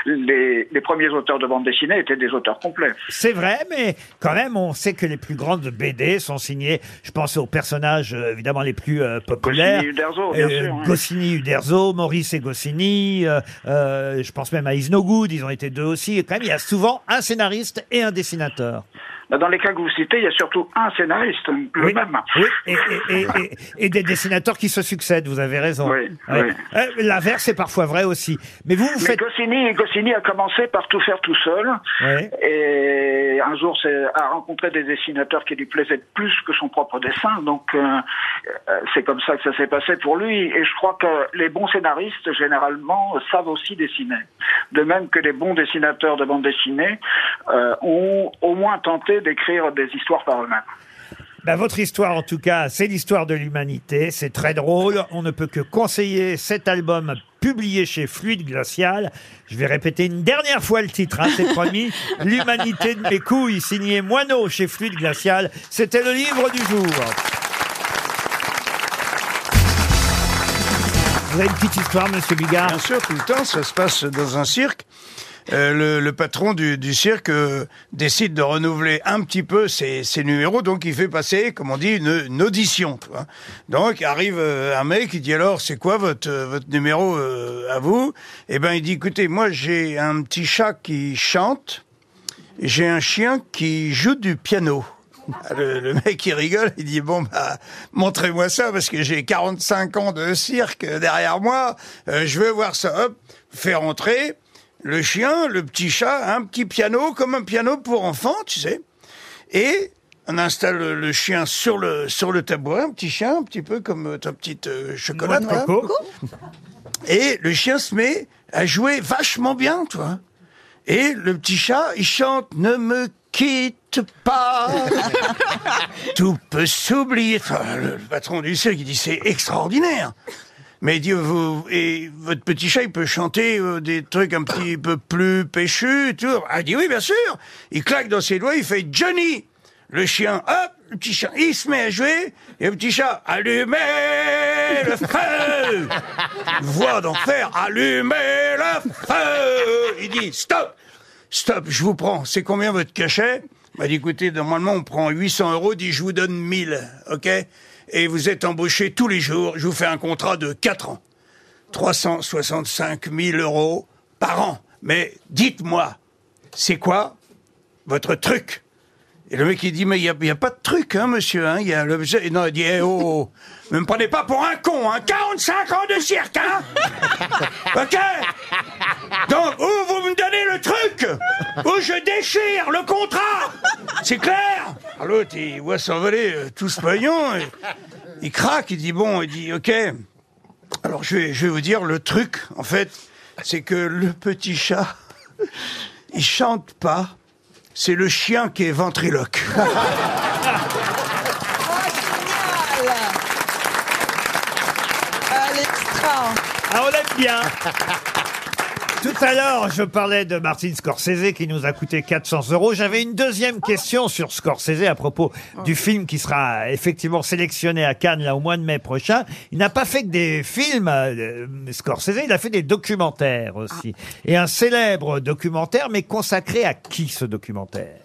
le- les les premiers auteurs de bande dessinée étaient des auteurs complets. C'est vrai, mais quand même, on sait que les plus grandes BD sont signées. Je pense aux personnages, euh, évidemment, les plus euh, populaires. Euh, Uderzo, bien sûr, hein. Goscinny, Uderzo, Maurice et Goscinny. euh, euh, je pense même à Isnogoud. Ils ont été deux aussi. Et quand même, il y a souvent un scénariste et un dessinateur. Bah, Dans les cas que vous citez, il y a surtout un scénariste, le même. Et, et- et- et- et des dessinateurs qui se succèdent, vous avez raison. Ah. Oui, oui. Euh, L'inverse est parfois vrai aussi. Mais vous, vous Mais faites... Goscinny, Goscinny a commencé par tout faire tout seul. Ouais. Et un jour, c'est a rencontré des dessinateurs qui lui plaisaient plus que son propre dessin. Donc, euh, euh, c'est comme ça que ça s'est passé pour lui. Et je crois que les bons scénaristes, généralement, euh, savent aussi dessiner. De même que les bons dessinateurs de bande dessinée euh, ont au moins tenté d'écrire des histoires par eux-mêmes. Bah, votre histoire, en tout cas, c'est l'histoire de l'humanité. C'est très drôle. On ne peut que conseiller cet album publié chez Fluide Glacial. Je vais répéter une dernière fois le titre, hein, c'est promis. L'humanité de mes couilles, signé Moineau chez Fluide Glacial. C'était le livre du jour. Vous avez une petite histoire, monsieur Bigard Bien sûr, tout le temps, ça se passe dans un cirque. Euh, le, le patron du, du cirque euh, décide de renouveler un petit peu ses, ses numéros, donc il fait passer, comme on dit, une, une audition. tu vois. Donc arrive euh, un mec, il dit alors c'est quoi votre, euh, votre numéro euh, à vous Eh ben il dit écoutez, moi j'ai un petit chat qui chante, j'ai un chien qui joue du piano. Ah, Le, le mec, il rigole, il dit, bon, bah, montrez-moi ça, parce que j'ai 45 ans de cirque derrière moi, euh, je veux voir ça. Hop, fait rentrer le chien, le petit chat, un petit piano, comme un piano pour enfants, tu sais. Et on installe le, le chien sur le, sur le tabouret, un petit chien, un petit peu comme euh, ta petite euh, chocolat. Noix de coco. Et le chien se met à jouer vachement bien, toi. Et le petit chat, il chante Ne me quitte pas. Tout peut s'oublier. Enfin, le, le patron du cirque, il dit C'est extraordinaire. Mais il dit, vous, et votre petit chat, il peut chanter euh, des trucs un petit peu plus péchus, et tout. Ah, il dit oui, bien sûr. Il claque dans ses doigts, il fait Johnny. Le chien, hop, le petit chat, il se met à jouer, et le petit chat, allumez le feu! Voix d'enfer, allumez le feu! Il dit, stop! Stop, je vous prends. C'est combien votre cachet Il m'a dit, écoutez, normalement, on prend 800 euros, dit, je vous donne 1000, OK Et vous êtes embauché tous les jours, je vous fais un contrat de 4 ans. 365 000 euros par an. Mais dites-moi, c'est quoi votre truc et le mec, il dit, mais il n'y a, il y a pas de truc, hein, monsieur. hein, Il y a l'objet. Et Non, il dit, eh, oh, ne me prenez pas pour un con, hein. 45 ans de cirque, hein. OK Donc, ou vous me donnez le truc, ou je déchire le contrat. C'est clair Alors, L'autre, il voit s'envoler euh, tout ce pognon. et il craque, il dit, bon, il dit, OK. Alors, je vais, je vais vous dire le truc, en fait, c'est que le petit chat, il chante pas. C'est le chien qui est ventriloque. Ah, on l'aime bien. Tout à l'heure, je parlais de Martin Scorsese qui nous a coûté 400 euros. J'avais une deuxième question sur Scorsese à propos Oh. du film qui sera effectivement sélectionné à Cannes là au mois de mai prochain. Il n'a pas fait que des films, euh, Scorsese, il a fait des documentaires aussi. Ah. Et un célèbre documentaire, mais consacré à qui ce documentaire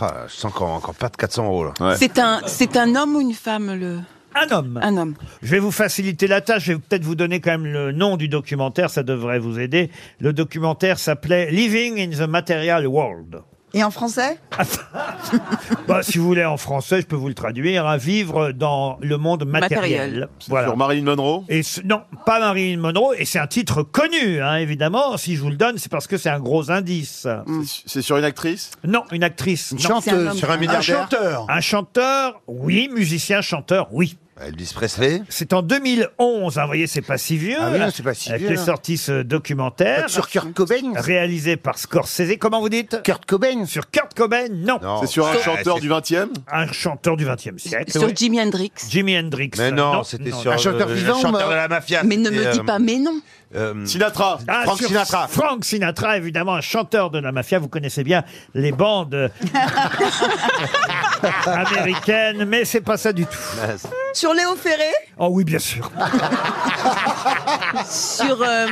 Ah, je sens qu'on encore pas de 400 euros, là. C'est un, c'est un homme ou une femme le. Ah. Un homme. Un homme. Je vais vous faciliter la tâche. Je vais peut-être vous donner quand même le nom du documentaire. Ça devrait vous aider. Le documentaire s'appelait Living in the Material World. Et en français Bah, si vous voulez en français, je peux vous le traduire. hein. vivre dans le monde matériel. Matériel. Sur Marilyn Monroe Et ce- non, pas Marilyn Monroe. Et c'est un titre connu, hein, évidemment. Si je vous le donne, c'est parce que c'est un gros indice. C'est sur une actrice Non, une actrice. Une chanteuse, C'est un homme. sur un milliardaire. chanteur. Un chanteur, oui. Musicien, chanteur, oui. Elvis Presley C'est en 2011, hein, vous voyez, c'est pas si vieux. Ah oui, non, c'est pas si euh, vieux, qu'est non. sorti ce documentaire. Sur Kurt Cobain Réalisé par Scorsese. Comment vous dites Kurt Cobain Sur Kurt Cobain, non. Non. Ah, C'est sur un chanteur du 20e Un chanteur du 20e siècle. Sur oui. Jimi Hendrix. Jimi Hendrix. Mais non, c'était sur Un chanteur le- le vivant ou chanteur mort de la mafia, euh, Mais ne me c'était, dis euh, pas, mais non. Euh, Sinatra. Frank Sinatra. Ah, Frank Sinatra, évidemment, un chanteur de la mafia. Vous connaissez bien les bandes américaines, mais c'est pas ça du tout. Sur Léo Ferré Oh oui, bien sûr. Ah, Sur. euh,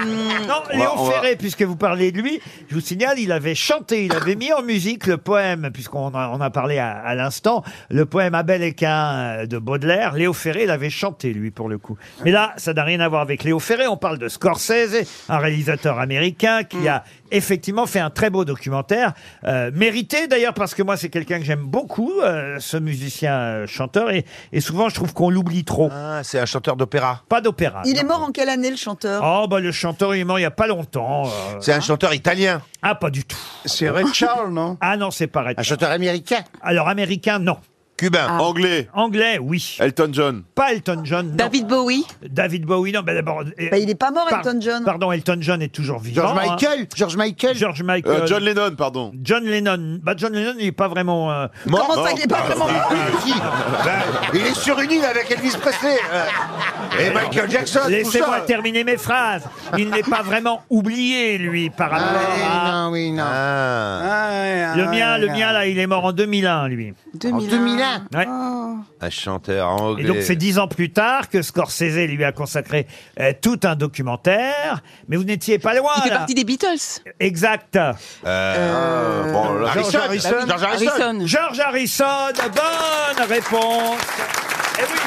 Non, Léon Ferré, puisque vous parlez de lui, je vous signale, il avait chanté, il avait mis en musique le poème, puisqu'on a- on a parlé à, à l'instant, le poème Abel et Caïn euh, de Baudelaire. Léo Ferré, il avait chanté, lui, pour le coup. Mais là, ça n'a rien à voir avec Léo Ferré. On parle de Scorsese, un réalisateur américain qui a effectivement fait un très beau documentaire, euh, mérité d'ailleurs, parce que moi, c'est quelqu'un que j'aime beaucoup, euh, ce musicien-chanteur, et, et souvent, je trouve qu'on l'oublie trop. Ah, c'est un chanteur d'opéra Pas d'opéra. Il est mort en quelle année, le chanteur Oh, bah le chanteur, il est mort il n'y a pas longtemps. C'est un chanteur italien Ah, pas du tout. C'est Ray Charles, non Ah non, c'est pas Ray Un chanteur américain Alors, américain, non. Cubain. Ah. Anglais. Anglais, oui. Elton John. Pas Elton John. David Bowie. David Bowie, non, ben d'abord. Bah, il est pas mort, Elton John. Pardon, Elton John est toujours vivant. George Michael, George Michael. George Michael. Euh, John Lennon, pardon. John Lennon. Bah, John Lennon, il est pas vraiment. euh, Mort Comment ça, il est pas vraiment mort Ah, Il est sur une île avec Elvis Presley. euh, et Michael Jackson. tout Laissez-moi ça. terminer mes phrases. Il n'est pas vraiment oublié, lui, par rapport à. Non, oui, non. Le mien, le mien, là, il est mort en 2001, lui. 2001. 2001. Ouais. Un chanteur anglais. Et donc, c'est dix ans plus tard que Scorsese lui a consacré euh, tout un documentaire. Mais vous n'étiez pas loin. Il fait là. partie des Beatles. Exact. Euh, bon, là- George Harrison. George Harrison. George Harrison. Bonne réponse. Eh oui.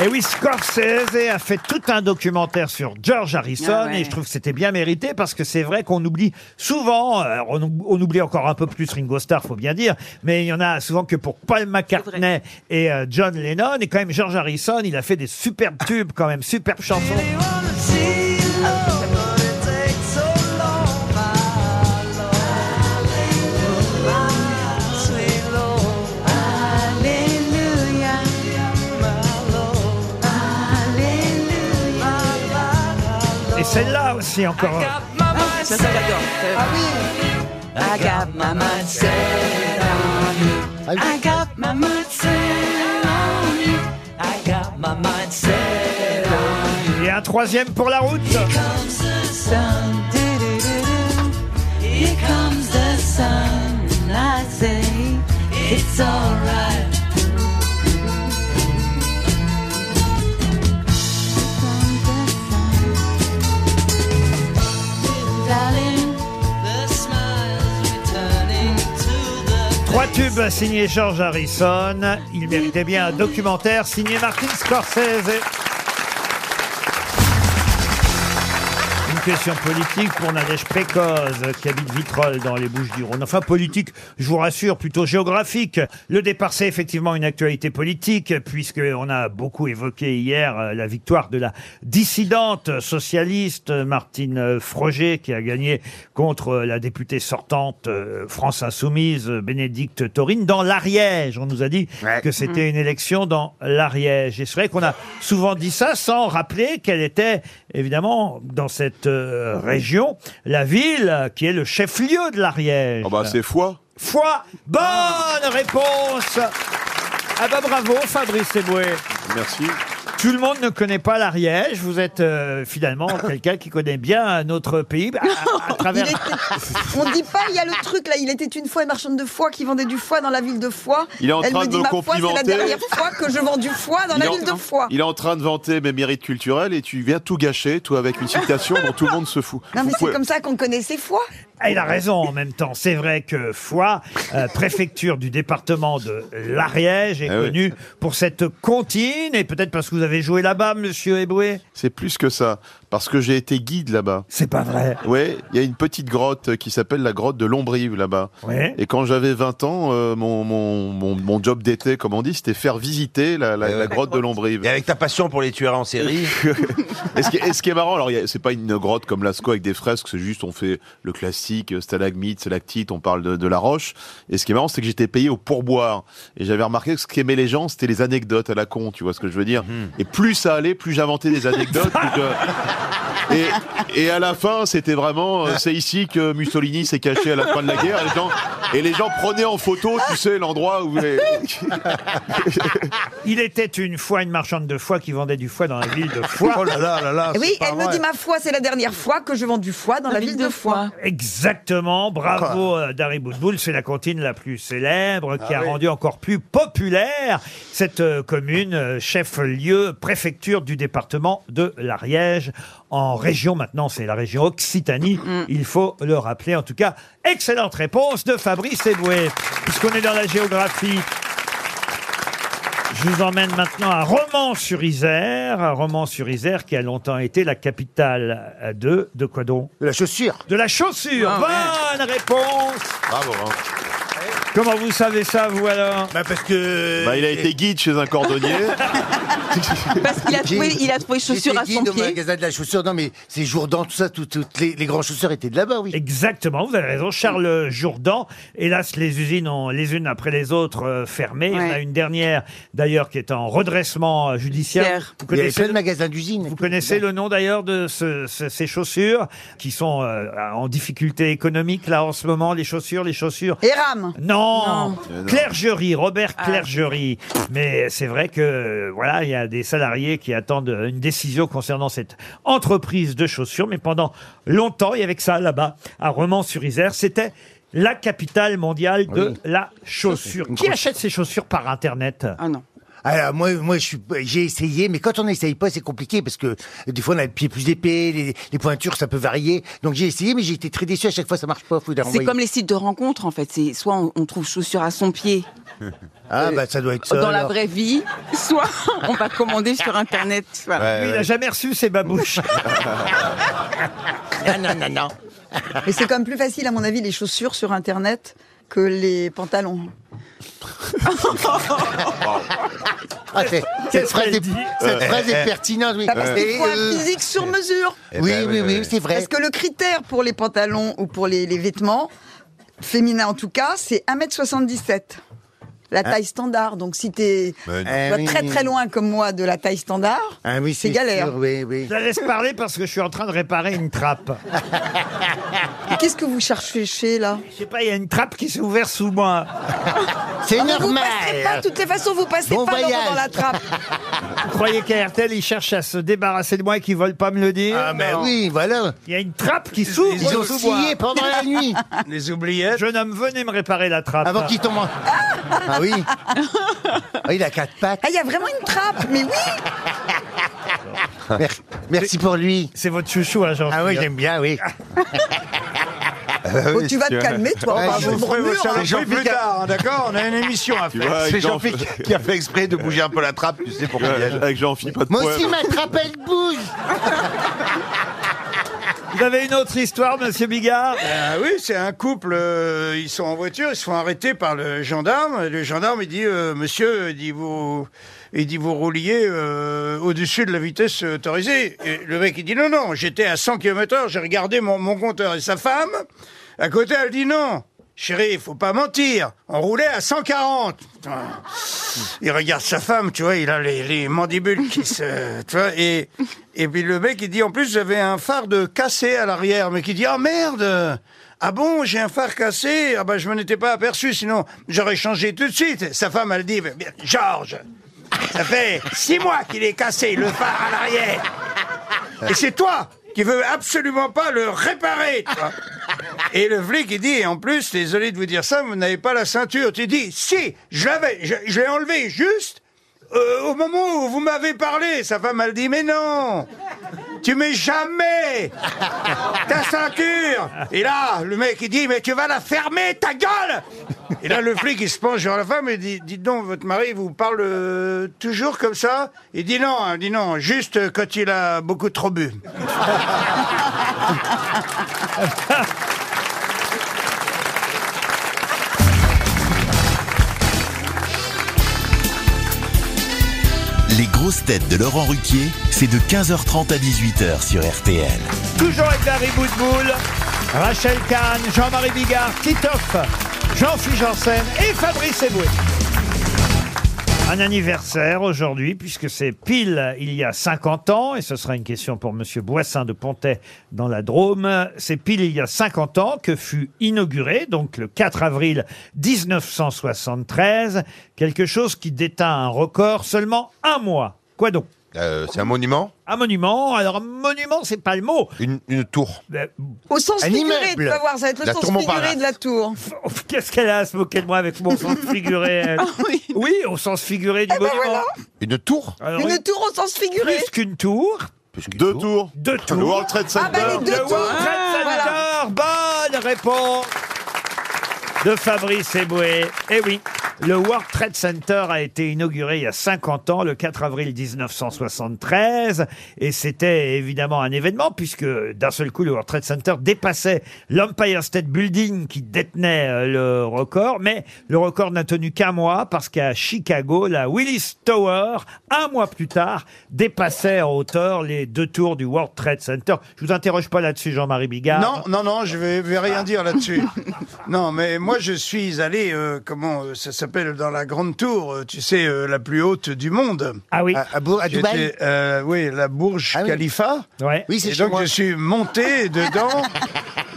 Et oui, Scorsese a fait tout un documentaire sur George Harrison Ah ouais. et je trouve que c'était bien mérité parce que c'est vrai qu'on oublie souvent, euh, on, ou- on oublie encore un peu plus Ringo Starr, faut bien dire, mais il y en a souvent que pour Paul McCartney et euh, John Lennon et quand même George Harrison, il a fait des superbes tubes quand même, superbes chansons. Et celle-là aussi encore. Ça, ça, j'adore. Ah oui. I got my mind set on you. I got my mind set on you. I got my mind set on you. Et un troisième pour la route. Here comes the sun. do-do-do-do. Here comes the sun. And I say, it's alright. Darling, the smile's returning to the Trois tubes signés George Harrison. Il méritait bien un documentaire signé Martin Scorsese. Une question politique pour Nadège Pécoz, qui habite Vitrolles dans les Bouches-du-Rhône. Enfin, politique, je vous rassure, plutôt géographique. Le départ, c'est effectivement une actualité politique, puisqu'on a beaucoup évoqué hier euh, la victoire de la dissidente socialiste euh, Martine euh, Froger, qui a gagné contre euh, la députée sortante euh, France Insoumise, euh, Bénédicte Taurine, dans l'Ariège. On nous a dit que c'était une élection dans l'Ariège. Et c'est vrai qu'on a souvent dit ça sans rappeler qu'elle était évidemment dans cette euh, région la ville euh, qui est le chef-lieu de l'Ariège. Ah bah, c'est foi. Foi. Bonne réponse. Ah bah bravo Fabrice Eboué. Merci. Tout le monde ne connaît pas l'Ariège. Vous êtes euh, finalement quelqu'un qui connaît bien notre pays bah, à, à travers. Il On dit pas, il y a le truc là, il était une fois une marchande de foie qui vendait du foie dans la ville de Foix. Il est en Elle train me de dit, me ma foi, c'est la complimenter. dernière fois que je vends du foie Ah, dans Il la est en- ville de Foix. Il est en train de vanter mes mérites culturels et tu viens tout gâcher, toi, avec une citation dont tout le monde se fout. Non, mais Vous c'est pouvez- comme ça qu'on connaît ses foies. Ah, il a raison en même temps. C'est vrai que Foix, euh, préfecture du département de l'Ariège, est Eh Ah oui. connue pour cette comptine. Et peut-être parce que vous avez joué là-bas, monsieur Eboué. C'est plus que ça, parce que j'ai été guide là-bas. C'est pas vrai. Ouais, il y a une petite grotte qui s'appelle la grotte de Lombrive là-bas. Ouais. Et quand j'avais 20 ans, euh, mon, mon, mon, mon job d'été, comme on dit, c'était faire visiter la, la- la grotte de Lombrive. Et avec ta passion pour les tueurs en série. et, ce qui, est- et ce qui est marrant, alors il y a- c'est pas une grotte comme Lascaux avec des fresques, c'est juste on fait le classique euh, stalagmite, stalactite, on parle de, de la roche. Et ce qui est marrant, c'est que j'étais payé au pourboire. Et j'avais remarqué que ce qu'aimaient les gens, c'était les anecdotes à la con, tu vois ce que je veux dire. Hum. Et plus ça allait, plus j'inventais des anecdotes. plus je- Et, et à la fin, c'était vraiment, euh, c'est ici que Mussolini s'est caché à la fin de la guerre. Et les gens, et les gens prenaient en photo, tu sais, l'endroit où. les- Il était une fois une marchande de foie qui vendait du foie dans la ville de Foix. Oh là là là là, Oui, elle me dit ma foi, c'est la dernière fois que je vends du foie dans la ville de Foix. Exactement, bravo euh, Dari Boudboul, c'est la cantine la plus célèbre qui Ah a oui. rendu encore plus populaire cette euh, commune, euh, chef-lieu, préfecture du département de l'Ariège, en région maintenant, c'est la région Occitanie, il faut le rappeler en tout cas. Excellente réponse de Fabrice Eboué, puisqu'on est dans la géographie. Je vous emmène maintenant à Romans-sur-Isère. Romans-sur-Isère qui a longtemps été la capitale euh, de... De quoi donc De la chaussure. De la chaussure. Ah Bonne réponse. Bravo. Comment vous savez ça, vous alors Parce que. Bah, il a été guide chez un cordonnier. Parce qu'il a trouvé, il a trouvé chaussures à son J'étais guide au pied. magasin de la chaussure. Non, mais c'est Jourdan, tout ça, tout- toutes les, les grands chaussures étaient de là-bas, Ah, bah oui. Exactement, vous avez raison. Charles Jourdan, hélas, les usines ont les unes après les autres euh, fermées. Il y en a une dernière, d'ailleurs, qui est en redressement euh, judiciaire. Vous Il y avait plein de le- magasins d'usine. Vous connaissez le nom d'ailleurs de ce- ce- ces chaussures qui sont euh, en difficulté économique là en ce moment, les chaussures, les chaussures. Eram Non. Non, Euh, non. Ah. Clergerie, Robert Clergerie. Mais c'est vrai que voilà, il y a des salariés qui attendent une décision concernant cette entreprise de chaussures. Mais pendant longtemps, il y avait que ça là-bas, à Romans-sur-Isère, c'était la capitale mondiale de la chaussure. Qui achète ces chaussures par Internet Ah non. Alors moi, moi je suis- j'ai essayé, mais quand on n'essaye pas, c'est compliqué parce que des fois on a le pied plus épais, les, les pointures ça peut varier. Donc j'ai essayé, mais j'ai été très déçu à chaque fois, ça marche pas. faut les C'est renvoyer. comme les sites de rencontres, en fait. C'est soit on, on trouve chaussures à son pied Ah bah ça doit être ça. dans la alors. vraie vie, soit on va commander sur Internet. Voilà. Lui, il n'a jamais reçu ses babouches. non, non, non, non. Mais c'est quand même plus facile, à mon avis, les chaussures sur Internet que les pantalons. Ah, c'est- cette, Qu'est-ce phrase qu'elle est, dit cette Euh, phrase est euh, pertinente, oui. Bah, parce qu'il Et, faut euh, un physique sur mesure. Eh Oui, ben, oui, oui, oui, oui. c'est vrai. Parce que le critère pour les pantalons ou pour les, les vêtements, féminins en tout cas, c'est 1m77. La Hein taille standard. Donc si t'es Ben, tu non. vas très très loin comme moi de la taille standard, Ah oui, c'est c'est galère. sûr, oui, oui. Je la laisse parler parce que je suis en train de réparer une trappe. Et Qu'est-ce que vous cherchez chez là Je sais pas, il y a une trappe qui s'est ouverte sous moi. Ah, mais Vous passerez pas, de toutes les façons, vous passez Bon pas dans- voyage. dans la trappe. Vous croyez qu'à RTL, ils cherchent à se débarrasser de moi et qu'ils veulent pas me le dire Ah, mais oui, voilà. Il y a une trappe qui s'ouvre. Ils ont sous moi. scié pendant la nuit. Les oubliettes. Jeune homme, venez me réparer la trappe. Avant qu'il tombe. en- Ah oui. Ah, il a quatre pattes. Ah, il y a vraiment une trappe, mais oui Mer- Merci pour lui. C'est votre chouchou, hein, jean Ah oui, j'aime bien, oui. Ah bah Bon, Oh, tu vas te calmer, toi, on va je vous ferai vos saloperies plus tard, hein, d'accord On a une émission à Tu faire. vois, C'est avec Jean- Jean-Philippe qui a fait exprès de bouger un peu la trappe, tu sais pour Ouais, Avec Jean-Philippe, pas de Moi poil. aussi, ma trappe, elle bouge. Vous avez une autre histoire, monsieur Bigard Ben oui, c'est un couple, euh, ils sont en voiture, ils se font arrêter par le gendarme. Et le gendarme, il dit, euh, monsieur, il dit, vous, il dit, vous rouliez euh, au-dessus de la vitesse autorisée. Et le mec, il dit, non, non, j'étais à 100 km heure, j'ai regardé mon, mon compteur. Et sa femme, à côté, elle dit, non, chérie, il faut pas mentir, on roulait à 140. Il regarde sa femme, tu vois, il a les, les mandibules qui se... Tu vois, et, et puis le mec, il dit, en plus, j'avais un phare de cassé à l'arrière. Mais qui dit, ah merde Ah bon, j'ai un phare cassé Ah ben, je m'en étais pas aperçu, sinon j'aurais changé tout de suite. Sa femme, elle dit, Mais, Georges, ça fait six mois qu'il est cassé, le phare à l'arrière. Et c'est toi qui veux absolument pas le réparer, toi. Et le flic, il dit, et en plus, désolé de vous dire ça, vous n'avez pas la ceinture. Tu dis, si, je l'avais, je, je l'ai enlevée juste euh, au moment où vous m'avez parlé. Sa femme, elle dit, mais non, tu mets jamais ta ceinture. Et là, le mec, il dit, mais tu vas la fermer, ta gueule Et là, le flic, il se penche vers la femme et dit, dites donc, votre mari vous parle euh, toujours comme ça Il dit non, hein, il dit non, juste quand il a beaucoup trop bu. Les grosses têtes de Laurent Ruquier, c'est de 15h30 à 18h sur RTL. Toujours avec Harry Boudboul, Rachel Kahn, Jean-Marie Bigard, Titoff, Jean-Philippe Janssen et Fabrice Eboué. Un anniversaire aujourd'hui, puisque c'est pile il y a 50 ans, et ce sera une question pour Monsieur Boissin de Pontet dans la Drôme. C'est pile il y a 50 ans que fut inauguré, donc le 4 avril 1973, quelque chose qui déteint un record seulement un mois. Quoi donc Euh, c'est un monument Un monument, alors un monument, c'est pas le mot. Euh, Une, tour. Au sens Un figuré, tu immeuble. vas voir, ça va être le La sens tour Montparnasse. figuré de la tour. Qu'est-ce qu'elle a à se moquer de moi avec mon sens figuré Ah elle oui. au sens figuré du monument. Une tour Eh ben Une tour au sens figuré. Plus qu'une tour. Deux tours. Deux tours. Le World Trade Center. Ah bah les deux Le tours. World Trade Ah, Center. Bonne réponse de Fabrice Eboué. Eh oui, le World Trade Center a été inauguré il y a 50 ans, le 4 avril 1973, et c'était évidemment un événement puisque d'un seul coup le World Trade Center dépassait l'Empire State Building qui détenait euh, le record, mais le record n'a tenu qu'un mois parce qu'à Chicago, la Willis Tower, un mois plus tard, dépassait en hauteur les deux tours du World Trade Center. Je vous interroge pas là-dessus, Jean-Marie Bigard. Non, non, non, je vais, vais Ah. rien dire là-dessus. non, mais moi, je suis allé, euh, comment euh, ça s'appelle, dans la grande tour, euh, tu sais, euh, la plus haute du monde. Ah oui. À, euh, à Dubaï Ah Oui, la Burj Khalifa. Ouais. Oui, c'est donc, je suis monté dedans.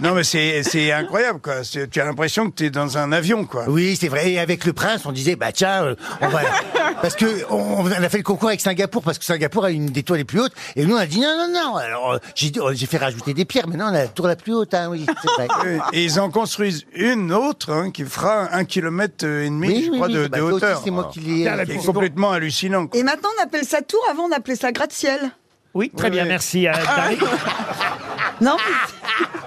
Non, mais c'est c'est incroyable, quoi. C'est- Tu as l'impression que tu es dans un avion, quoi. Oui, c'est vrai. Et avec le prince, on disait, bah tiens, euh, on va... parce que on, on a fait le concours avec Singapour, parce que Singapour a une des tours les plus hautes. Et nous, on a dit non, non, non. Alors, euh, j'ai euh, j'ai fait rajouter des pierres, mais non, on a la tour la plus haute. Hein, oui, c'est vrai. Et ils en construisent une autre hein, qui fera un kilomètre et demi, Oui, je oui, crois, oui, de, bah, de ça aussi, hauteur. c'est moi qui l'ai- Ah, C'est qui l'ai- complètement hallucinant. Et maintenant, on appelle ça tour. Avant, on appelait ça gratte-ciel. Oui, très bien, merci. euh, Ah, Dari. Non,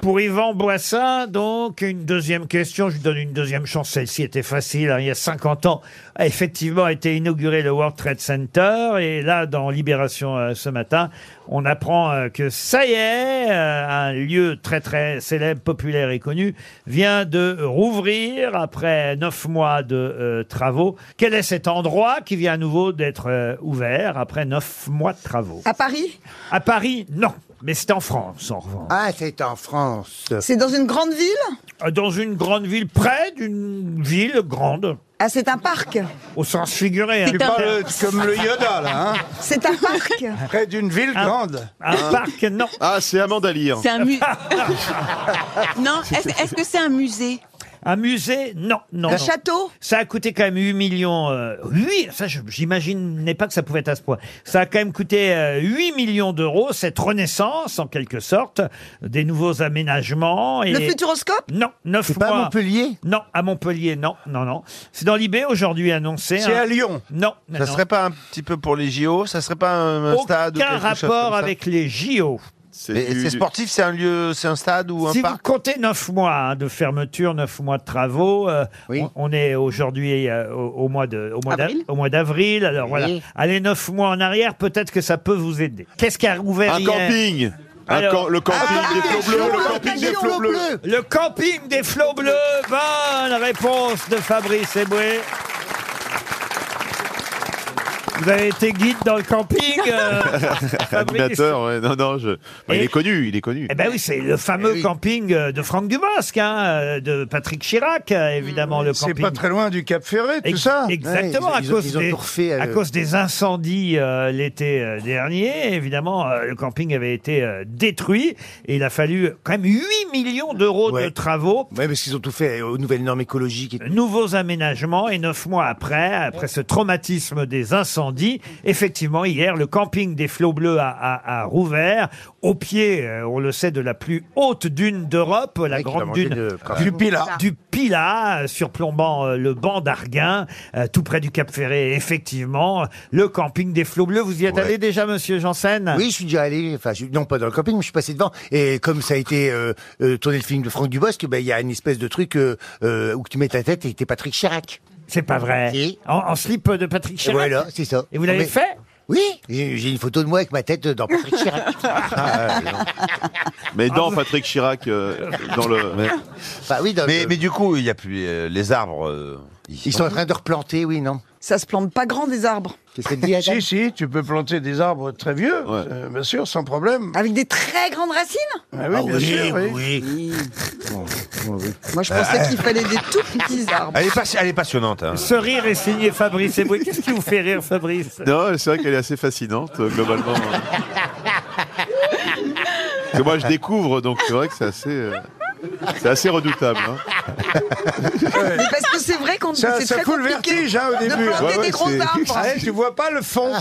Pour Yvan Boissin, donc, une deuxième question. Je lui donne une deuxième chance. Celle-ci était facile. hein. Il y a 50 ans, a effectivement été inauguré le World Trade Center. Et là, dans Libération euh, ce matin, on apprend euh, que ça y est, euh, un lieu très très célèbre, populaire et connu, vient de rouvrir après neuf mois de euh, travaux. Quel est cet endroit qui vient à nouveau d'être euh, ouvert après neuf mois de travaux à Paris À Paris, non. Mais c'est en France, en revanche. Ah, c'est en France. C'est dans une grande ville Euh, Dans une grande ville, près d'une ville grande. Ah, c'est un parc. Au sens figuré. hein. Tu parles comme le Yoda, là. Hein C'est un parc. Près d'une ville grande. Un parc, non. Ah, c'est Amandalire. C'est un musée. non, est-ce est-ce que c'est un musée Un musée, non, non. Un non. château Ça a coûté quand même 8 millions. euh, oui, ça, je- j'imaginais pas que ça pouvait être à ce point. Ça a quand même coûté euh, 8 millions d'euros, cette renaissance, en quelque sorte, des nouveaux aménagements. Et... Le futuroscope Non, 9 C'est mois. pas à Montpellier Non, à Montpellier, non, non, non. C'est dans l'IB aujourd'hui annoncé. C'est hein. à Lyon. Non. Ça non. serait pas un petit peu pour les JO Ça serait pas un, un stade ou Aucun quelque chose rapport comme ça avec les JO. Et du- C'est sportif, c'est un lieu, c'est un stade ou un si parc vous comptez 9 mois hein, de fermeture, 9 mois de travaux, euh, on, on est aujourd'hui euh, au, au mois de- au mois d'a- au mois d'avril. Alors voilà, allez 9 mois en arrière, peut-être que ça peut vous aider. Qu'est-ce qui a ouvert Un hier camping. Un Alors- camp- le camping Ah, des flots bleus, le camping des flots bleus. Le camping des flots bleus. Bonne réponse de Fabrice Eboué. Vous avez été guide dans le camping, euh, Fabrice Animateur, ouais. Non, non, je... bah, il Et- est connu, il est connu. Eh ben oui, c'est le fameux camping euh, de Franck Dubosc, hein, euh, de Patrick Chirac, euh, évidemment, le Mm. C'est camping. pas très loin du Cap Ferré, tout ça. Exactement, à, cause des, euh, à cause des incendies euh, l'été euh, dernier, évidemment, euh, le camping avait été euh, détruit et il a fallu quand même 8 millions d'euros de travaux. Oui, parce qu'ils ont tout fait euh, aux nouvelles normes écologiques. Et... tout. Nouveaux aménagements et neuf mois après, après ce traumatisme des incendies, effectivement hier le camping des flots bleus à, à- à Rouvert, au pied, euh, on le sait, de la plus haute dune d'Europe, la grande manquer dune de- Du Pilat. du Pilat, euh, surplombant euh, le banc d'Arguin, euh, tout près du Cap Ferré. Effectivement, le camping des flots bleus. Vous y êtes allé déjà, Monsieur Janssen Oui, je suis déjà allé, enfin, je- non pas dans le camping, mais je suis passé devant. Et comme ça a été euh, euh, tourné le film de Franck Dubosc, ben, il y a une espèce de truc euh, euh, où tu mets ta tête et t'es Patrick Chirac. C'est pas vrai. En, en slip de Patrick Chirac. Voilà, c'est ça. Ah, Et vous l'avez Mais- fait Oui, j'ai j'ai une photo de moi avec ma tête dans Patrick Chirac. Mais dans Patrick Chirac, euh, dans le. mais, mais du coup, il y a plus euh, les arbres. euh, Ils sont en train de replanter, oui, non Ça se plante pas grand des arbres. Qu'est-ce que dit Si, si, tu peux planter des arbres très vieux, euh, bien sûr, sans problème. Ah Avec des très grandes racines Ah oui, bien sûr, oui. Moi, je pensais Euh, qu'il fallait des tout petits arbres. Elle est, passi- elle est passionnante. hein. Ce rire est signé Fabrice Eboué. Qu'est-ce qui vous fait rire, Fabrice Non, c'est vrai qu'elle est assez fascinante, euh, globalement. Parce que moi, je découvre, donc c'est vrai que c'est assez, euh, c'est assez redoutable. hein. Mais parce que c'est vrai qu'on Ça, c'est ça très fout le compliqué vertige hein, au de début. planter des gros arbres. Ouais, Ah, tu vois pas le fond.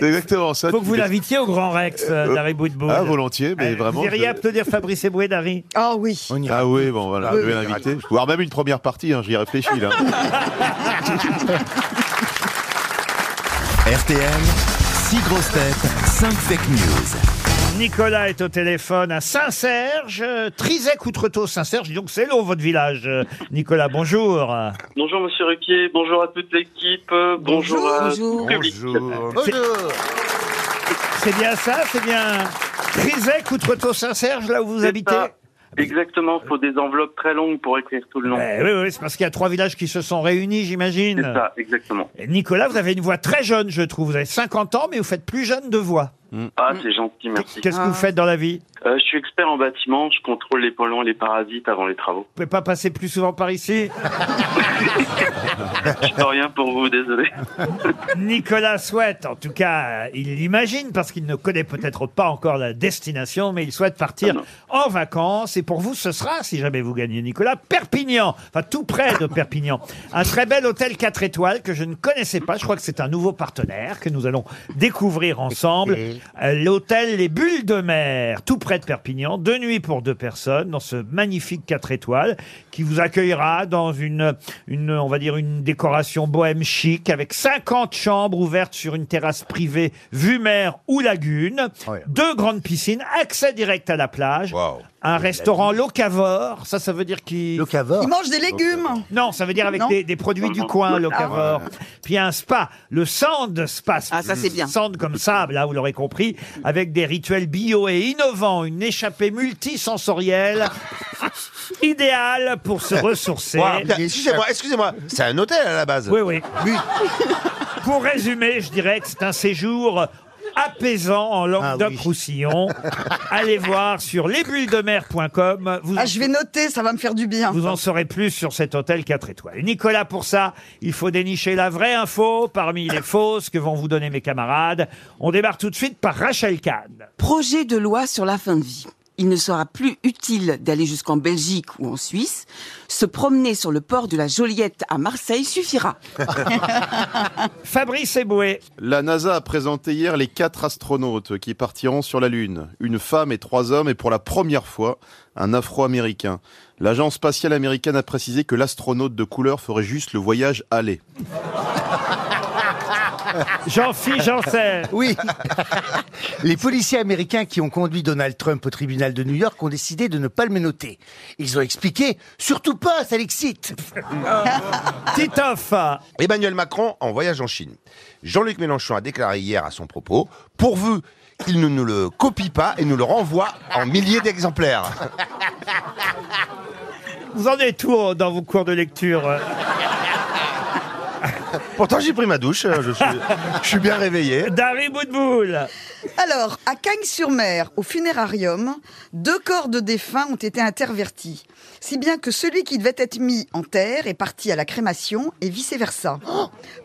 C'est exactement ça. Faut que vous l'invitiez au Grand Rex, euh, Dari Boudboul. Ah, volontiers, mais Euh, vraiment. Vous iriez je- applaudir Fabrice Eboué, Dari Ah oui. Ah oui, bon, voilà, Oui, je vais oui. l'inviter. Voire même une première partie, hein, j'y réfléchis, là. RTL, 6 grosses têtes, 5 fake news. Nicolas est au téléphone à Saint-Serge, euh, Trizec-Outretot, Saint-Serge. Dis donc, c'est long, votre village, euh, Nicolas. Bonjour. Bonjour Monsieur Ruquier, bonjour à toute l'équipe, euh, bonjour, à tout le public. C'est- C'est bien ça, c'est bien Trizec, Outretot, Saint-Serge, là où vous C'est habitez ça. Exactement, faut des enveloppes très longues pour écrire tout le nom. Eh oui, oui, c'est parce qu'il y a trois villages qui se sont réunis, j'imagine. C'est ça, exactement. Et Nicolas, vous avez une voix très jeune, je trouve. Vous avez 50 ans, mais vous faites plus jeune de voix. Ah, c'est gentil, merci. Qu'est-ce que vous faites dans la vie Vous Euh, Je suis expert en bâtiment, je contrôle les polluants, les parasites avant les travaux. pouvez pas passer plus souvent par ici Je peux rien pour vous, désolé. Nicolas souhaite, en tout cas, euh, il l'imagine, parce qu'il ne connaît peut-être pas encore la destination, mais il souhaite partir en vacances. Et pour vous, ce sera, si jamais vous gagnez, Nicolas, Perpignan, enfin tout près de Perpignan. Un très bel hôtel 4 étoiles que je ne connaissais pas. Je crois que c'est un nouveau partenaire que nous allons découvrir ensemble. Euh, L'hôtel Les Bulles de Mer, tout près de Perpignan, deux nuits pour deux personnes, dans ce magnifique 4 étoiles, qui vous accueillera dans une, une on va dire, une décoration bohème chic, avec 50 chambres ouvertes sur une terrasse privée, vue mer ou lagune, deux grandes piscines, accès direct à la plage, un restaurant locavore, ça, ça veut dire qu'il... Locavore Ils mangent des légumes. Non, ça veut dire avec Non. des, des produits du coin, locavore. Ah. Puis il y a un spa, le sand spa. Ah, ça, c'est bien. Sand comme sable, là, vous l'aurez compris, avec des rituels bio et innovants, une échappée multisensorielle, idéale pour se ressourcer. Ouah, putain, excusez-moi, excusez-moi, c'est un hôtel à la base. Oui, oui. Pour résumer, je dirais que c'est un séjour apaisant en Languedoc-Roussillon. Ah Allez voir sur lesbullesdemer.com. Vous Ah, je vais noter, ça va me faire du bien. vous en saurez plus sur cet hôtel 4 étoiles. Et Nicolas, pour ça, il faut dénicher la vraie info parmi les fausses que vont vous donner mes camarades. On démarre tout de suite par Rachel Kahn. Projet de loi sur la fin de vie. Il ne sera plus utile d'aller jusqu'en Belgique ou en Suisse. Se promener sur le port de la Joliette à Marseille suffira. Fabrice Eboué. La NASA a présenté hier les quatre astronautes qui partiront sur la Lune. Une femme et trois hommes, et pour la première fois, un Afro-Américain. L'agence spatiale américaine a précisé que l'astronaute de couleur ferait juste le voyage aller. Jean-Philippe Janssen. Oui. Les policiers américains qui ont conduit Donald Trump au tribunal de New York ont décidé de ne pas le menoter. Ils ont expliqué, surtout pas, ça l'excite. Titoff Emmanuel Macron en voyage en Chine. Jean-Luc Mélenchon a déclaré hier à son propos pourvu qu'il ne nous le copie pas et nous le renvoie en milliers d'exemplaires. Vous en êtes où euh, dans vos cours de lecture euh Pourtant, j'ai pris ma douche, euh, je suis, je suis bien réveillé. Dari Boudboul Alors, à Cagnes-sur-Mer, au funérarium, deux corps de défunts ont été intervertis. Si bien que celui qui devait être mis en terre est parti à la crémation et vice-versa.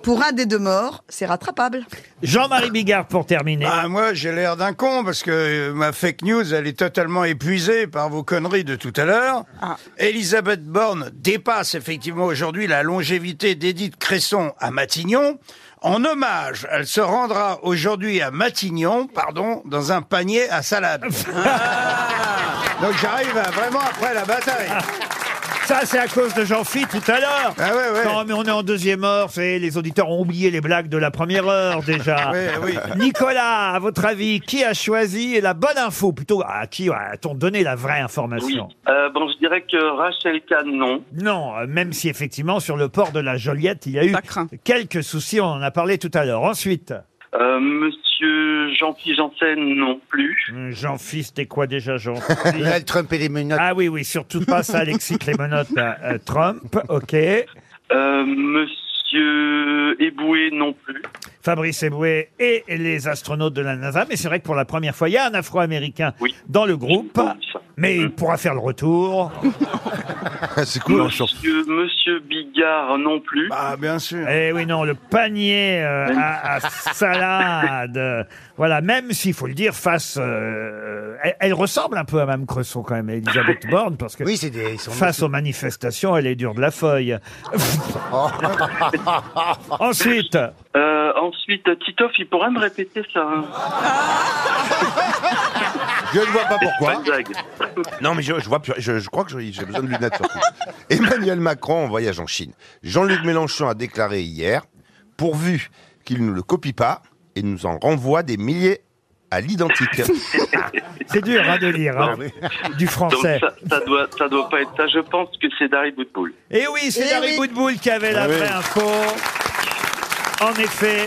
Pour un des deux morts, c'est rattrapable. Jean-Marie Bigard pour terminer. Ah, moi, j'ai l'air d'un con parce que euh, ma fake news, elle est totalement épuisée par vos conneries de tout à l'heure. Elisabeth Borne dépasse effectivement aujourd'hui la longévité d'Edith Cresson à Matignon. En hommage, elle se rendra aujourd'hui à Matignon, pardon, dans un panier à salade. Ah Donc j'arrive à- vraiment après la bataille. Ça, c'est à cause de Jean-Phi tout à l'heure. Non, mais on est en deuxième heure. vous savez, les auditeurs ont oublié les blagues de la première heure déjà. Oui, oui. Nicolas, à votre avis, qui a choisi la bonne info Plutôt, à qui a-t-on donné la vraie information Euh, bon, je dirais que Rachel Kahn, non. Non, euh, même si effectivement, sur le port de la Joliette, il y a eu quelques soucis. On en a parlé tout à l'heure. Ensuite, Euh, Monsieur Jean-Pierre Janssen, non plus. Jean-Phi, c'était quoi déjà, Jean Donald Trump et les menottes. Ah oui, oui, surtout pas ça, Alexis Clémenotte, euh, Trump. OK. Euh, Monsieur Eboué, non plus. Fabrice Eboué et les astronautes de la NASA. Mais c'est vrai que pour la première fois, il y a un Afro-Américain dans le groupe. mais il pourra faire le retour. C'est Monsieur, Monsieur Bigard non plus. hein, Ah, bien sûr. Eh oui, non, le panier euh, à, à salade. Voilà, même s'il faut le dire, face. euh, elle, elle ressemble un peu à Mme Cresson quand même, à Elisabeth Borne, parce que. Oui, c'est des- ils sont Face aux manifestations, elle est dure de la feuille. Ensuite. Euh, ensuite, Titoff, il pourrait me répéter ça. hein Je ne vois pas C'est pourquoi. pas une blague. Non, mais je, je vois, plus- je, je crois que j'ai j'ai besoin de lunettes surtout. Emmanuel Macron en voyage en Chine. Jean-Luc Mélenchon a déclaré hier, pourvu qu'il ne le copie pas, et nous en renvoie des milliers à l'identique. C'est dur hein, de lire hein, du français. Donc ça, ça doit, ça doit pas être ça. Je pense que c'est Dari Boutboul. Et eh oui, c'est Larry Boudboul qui avait la Ah Eh oui. vraie info. En effet.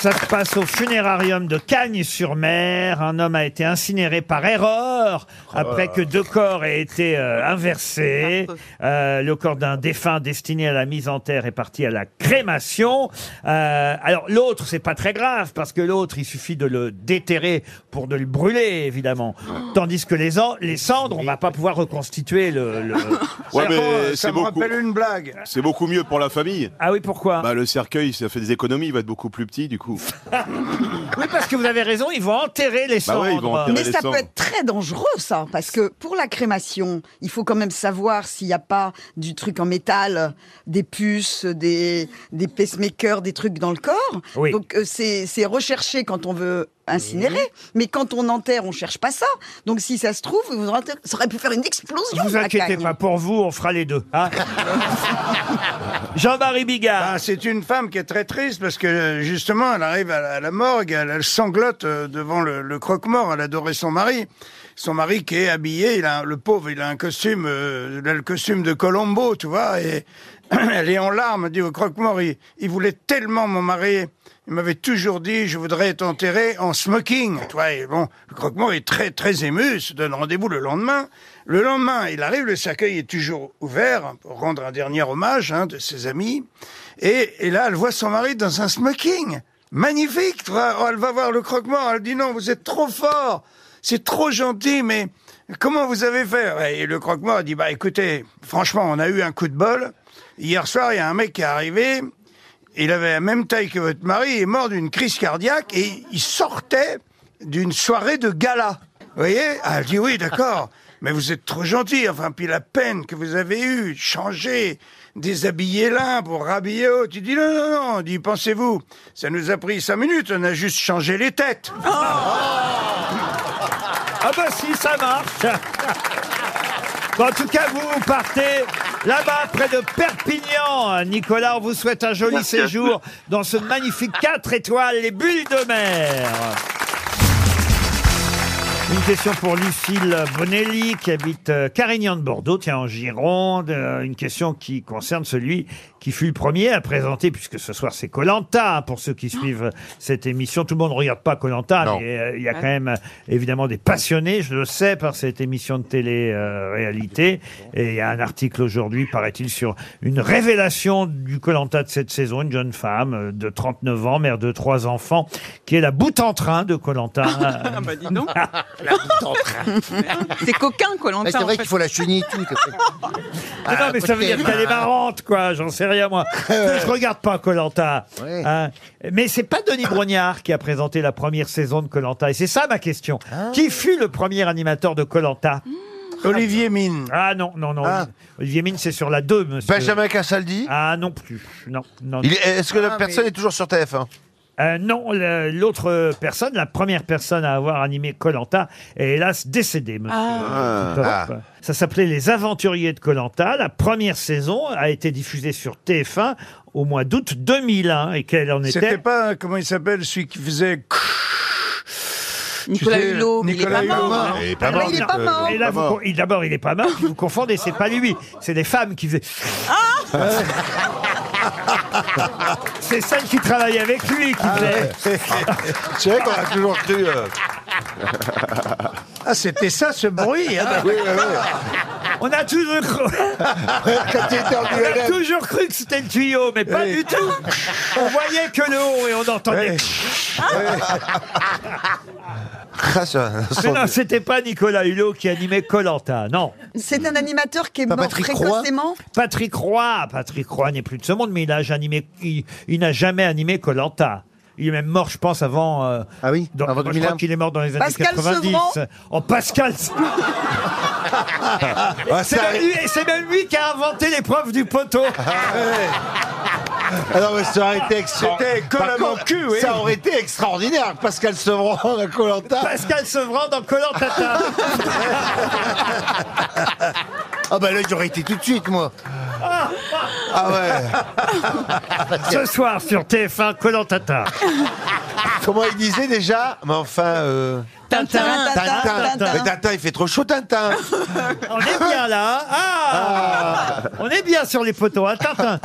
Ça se passe au funérarium de Cagnes-sur-Mer. Un homme a été incinéré par erreur Ah. après que deux corps aient été euh, inversés. Euh, le corps d'un défunt destiné à la mise en terre est parti à la crémation. Euh, alors l'autre, c'est pas très grave parce que l'autre, il suffit de le déterrer pour de le brûler, évidemment. Tandis que les, en- les cendres, on va pas pouvoir reconstituer le. le- Ouais, mais Ça me c'est beaucoup. rappelle une blague. C'est beaucoup mieux pour la famille. Ah oui, pourquoi Bah le cercueil, ça fait des économies, il va être beaucoup plus petit du coup. Oui, parce que vous avez raison, ils vont enterrer les Bah cendres. ouais, ils vont enterrer Mais les ça cendres. peut être très dangereux, ça, parce que pour la crémation, il faut quand même savoir s'il n'y a pas du truc en métal, des puces, des, des pacemakers, des trucs dans le corps. Oui. Donc euh, c'est c'est recherché quand on veut incinérer, mais quand on enterre, on cherche pas ça. Donc si ça se trouve, vous enterrez- ça aurait pu faire une explosion. Vous la inquiétez cagne. pas, pour vous, on fera les deux. hein. Jean-Marie Bigard. Bah, c'est une femme qui est très triste parce que euh, justement, elle arrive à la, à la morgue, elle, elle sanglote euh, devant le, le croque-mort. Elle adorait son mari. Son mari qui est habillé, il a, un- le pauvre, il a un costume, euh, il a le costume de Colombo, tu vois, et elle est en larmes, elle dit au croque-mort, il, il voulait tellement mon mari, il m'avait toujours dit, je voudrais être enterré en smoking, tu vois, et bon, le croque-mort est très, très ému, il se donne rendez-vous le lendemain. Le lendemain, il arrive, le cercueil est toujours ouvert pour rendre un dernier hommage hein, de ses amis. Et, et là, elle voit son mari dans un smoking. Magnifique, tu vois. Oh, elle va voir le croque-mort, elle dit non, vous êtes trop fort, c'est trop gentil, mais comment vous avez fait Et le croque-mort dit, bah écoutez, franchement, on a eu un coup de bol. Hier soir, il y a un mec qui est arrivé, il avait la même taille que votre mari, il est mort d'une crise cardiaque et il sortait d'une soirée de gala. Vous voyez Ah, Elle dit oui, d'accord. Mais vous êtes trop gentil. Enfin, puis la peine que vous avez eue, changer, déshabiller l'un pour rhabiller l'autre. Il dit non, non, non. Il dit pensez-vous, ça nous a pris cinq minutes. On a juste changé les têtes. Oh Ah bah si, ça marche Bon, en tout cas, vous, vous partez là-bas, près de Perpignan. Nicolas, on vous souhaite un joli Merci à séjour dans ce magnifique 4 étoiles, les bulles de mer. Une question pour Lucille Bonelli qui habite euh, Carignan de Bordeaux, tiens en Gironde. Euh, Une question qui concerne celui qui fut le premier à présenter, puisque ce soir c'est Colanta pour ceux qui suivent cette émission. Tout le monde ne regarde pas Colanta, Non. mais euh, il y a quand même euh, évidemment des passionnés, je le sais, par cette émission de télé-réalité. Et il y a un article aujourd'hui, paraît-il, sur une révélation du Colanta de cette saison, une jeune femme euh, de 39 ans, mère de trois enfants, qui est la bout en train de Colanta. Ah bah dis donc. C'est coquin, Colanta. Mais c'est vrai qu'il faut la chenille et tout. non, Ah, mais ça veut dire qu'elle est marrante, quoi. J'en sais rien, moi. Je regarde pas Colanta. hein. Ouais. mais c'est pas Denis Brognard qui a présenté la première saison de Colanta. Et c'est ça ma question. Qui fut le premier animateur de Colanta Olivier Mine. Ah non, non, non. Olivier Mine, c'est sur la 2, monsieur. Benjamin Castaldi Ah non plus. Non, non. Il est- Est-ce que la personne est toujours sur TF1 Euh, non, le- l'autre personne, la première personne à avoir animé Colanta est hélas décédée, monsieur. Ah. Toute Ah. Europe. Ça s'appelait Les Aventuriers de Colanta. La première saison a été diffusée sur TF1 au mois d'août 2001 et qu'elle en C'était était. pas, comment il s'appelle, celui qui faisait. Nicolas Tu sais, Hulot, mais il est Nicolas pas Hulot. mort. Il est pas Ah, mort, mais il est pas Nicolas mort. Hulot. Et là, vous- il- d'abord, il est pas mort, puis vous confondez, c'est pas lui. C'est des femmes qui faisaient. Euh, c'est celle qui travaille avec lui Ah, qui faisait. C'est vrai qu'on a toujours cru. euh. Ah, c'était ça ce bruit. hein, d'accord. On a toujours cru... On a toujours cru que c'était le tuyau, mais pas du tout. On voyait que le haut et on entendait. Ah, ça- Mais non, c'était pas Nicolas Hulot qui animait Colanta, non. C'est un animateur qui est Pas mort précocement. Patrick Roy, Patrick Roy n'est plus de ce monde, mais il a animé, il, il n'a jamais animé Colanta. Il est même mort, je pense, avant. ah oui, avant Je 2001. crois qu'il est mort dans les années Pascal 90. Sevran En Pascal. Ah, Ah, c'est ça- même, lui- c'est même lui qui a inventé l'épreuve du poteau. Alors, mais ça aurait été extraordinaire. C'était Colin Par contre, Mancu, oui. Ça aurait été extraordinaire. Pascal Sevran dans Colanta. Pascal Sevran dans Colanta. Ah bah là, j'aurais été tout de suite, moi. Ah ouais. Ce soir sur TF1, Colantata. Comment il disait déjà Mais enfin. euh, Tintin, Tintin, Tintin. Mais Tintin, il fait trop chaud, Tintin. On est bien là. Ah On est bien sur les poteaux. hein, Tintin.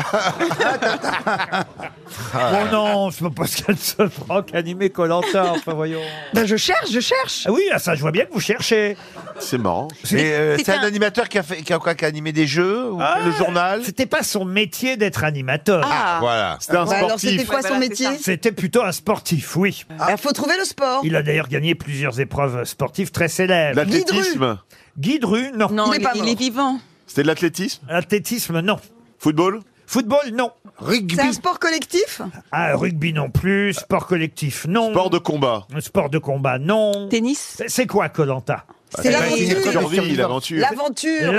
Bon non, c'est pas Pascal Sevran qui a animé Colanta. Enfin voyons. Ben je cherche, je cherche. Ah oui, ah, ça, je vois bien que vous cherchez. C'est marrant. Mais, euh, C'est c'est un, un- animateur qui a, fait, qui, a, quoi, qui a animé des jeux ou Ah, le journal. C'était pas son métier d'être animateur. Ah, voilà. C'était un Bah, alors, sportif. c'était quoi son Ouais, voilà, c'est métier ça. C'était plutôt un sportif, oui. Il faut trouver le sport. Il a d'ailleurs gagné plusieurs épreuves sportives très célèbres. L'athlétisme. Guy Dru, non. Non, Il est il- pas il mort. est vivant. C'était de l'athlétisme L'athlétisme, non. Football Football, non. Rugby. C'est un sport collectif Ah, rugby non plus, sport collectif, non. Sport de combat. Sport de combat, non. Tennis. C'est quoi, Colanta Ah, C'est l'aventure. l'aventure. L'aventure, l'aventure.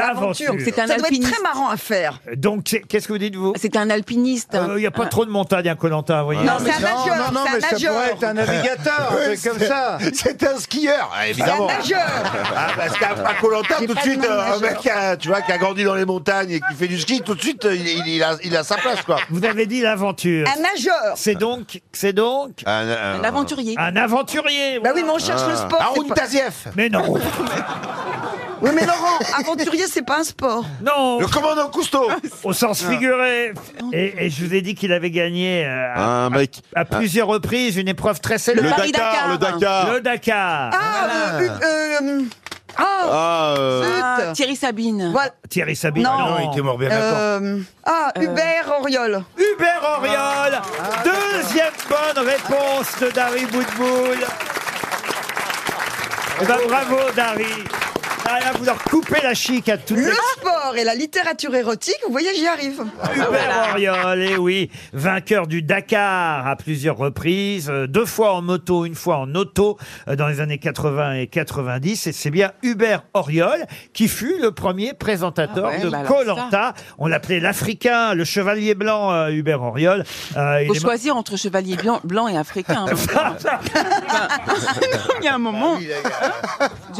L'aventure. Ça doit être très marrant à faire. Donc, c'est- qu'est-ce que vous dites, vous C'était un alpiniste. Il n'y Euh, a pas trop de montagne à Colanta, vous voyez. Ah. Non, c'est un nageur. non, mais ça c'est un pourrait nageur. être un navigateur, un truc comme ça. C'est un skieur, ah, évidemment. C'est un nageur. bah, Ah, parce qu'à Colanta, J'ai tout de pas suite, de nom de euh, un nageur. mec qui a, tu vois, qui a grandi dans les montagnes et qui fait du ski, tout de suite, euh, il, il- il a, il a sa place, quoi. Vous avez dit l'aventure. Un nageur. C'est donc, c'est donc Un, aventurier. Un aventurier. Bah oui, mais on cherche Ah. le sport. c'est pas- Mais non. Oui, mais Laurent, aventurier, c'est pas un sport. Non. Le commandant Cousteau. Au sens Ah. figuré. Et, et je vous ai dit qu'il avait gagné euh, à, Un Ah, mec. à plusieurs reprises une épreuve très célèbre. Le Le Dakar, Paris-Dakar. le Dakar. Le Dakar. Ah, euh, euh, ah, Ah, euh, Ah, Zut. Thierry Sabine. voilà. Thierry Sabine. Non. Ah Non, il était mort bien Euh, ah, Hubert Auriol. Hubert Auriol. Ah. Deuxième bonne réponse de Dari Boudboul. Eh ben, bravo, Dari. Ah, là, vous leur coupez la chic à toutes Le les sport et la littérature érotique, vous voyez, j'y arrive. Ah, bah Hubert Auriol, eh oui, vainqueur du Dakar à plusieurs reprises, euh, deux fois en moto, une fois en auto euh, dans les années 80 et 90. Et c'est bien Hubert Auriol qui fut le premier présentateur Ah ouais, bah de alors Colanta. On l'appelait l'Africain, le Chevalier Blanc, euh, Hubert Auriol. Euh, il Faut est mo- choisir entre chevalier blanc, blanc et africain. hein. Enfin, non, il y a Bah un moment. Je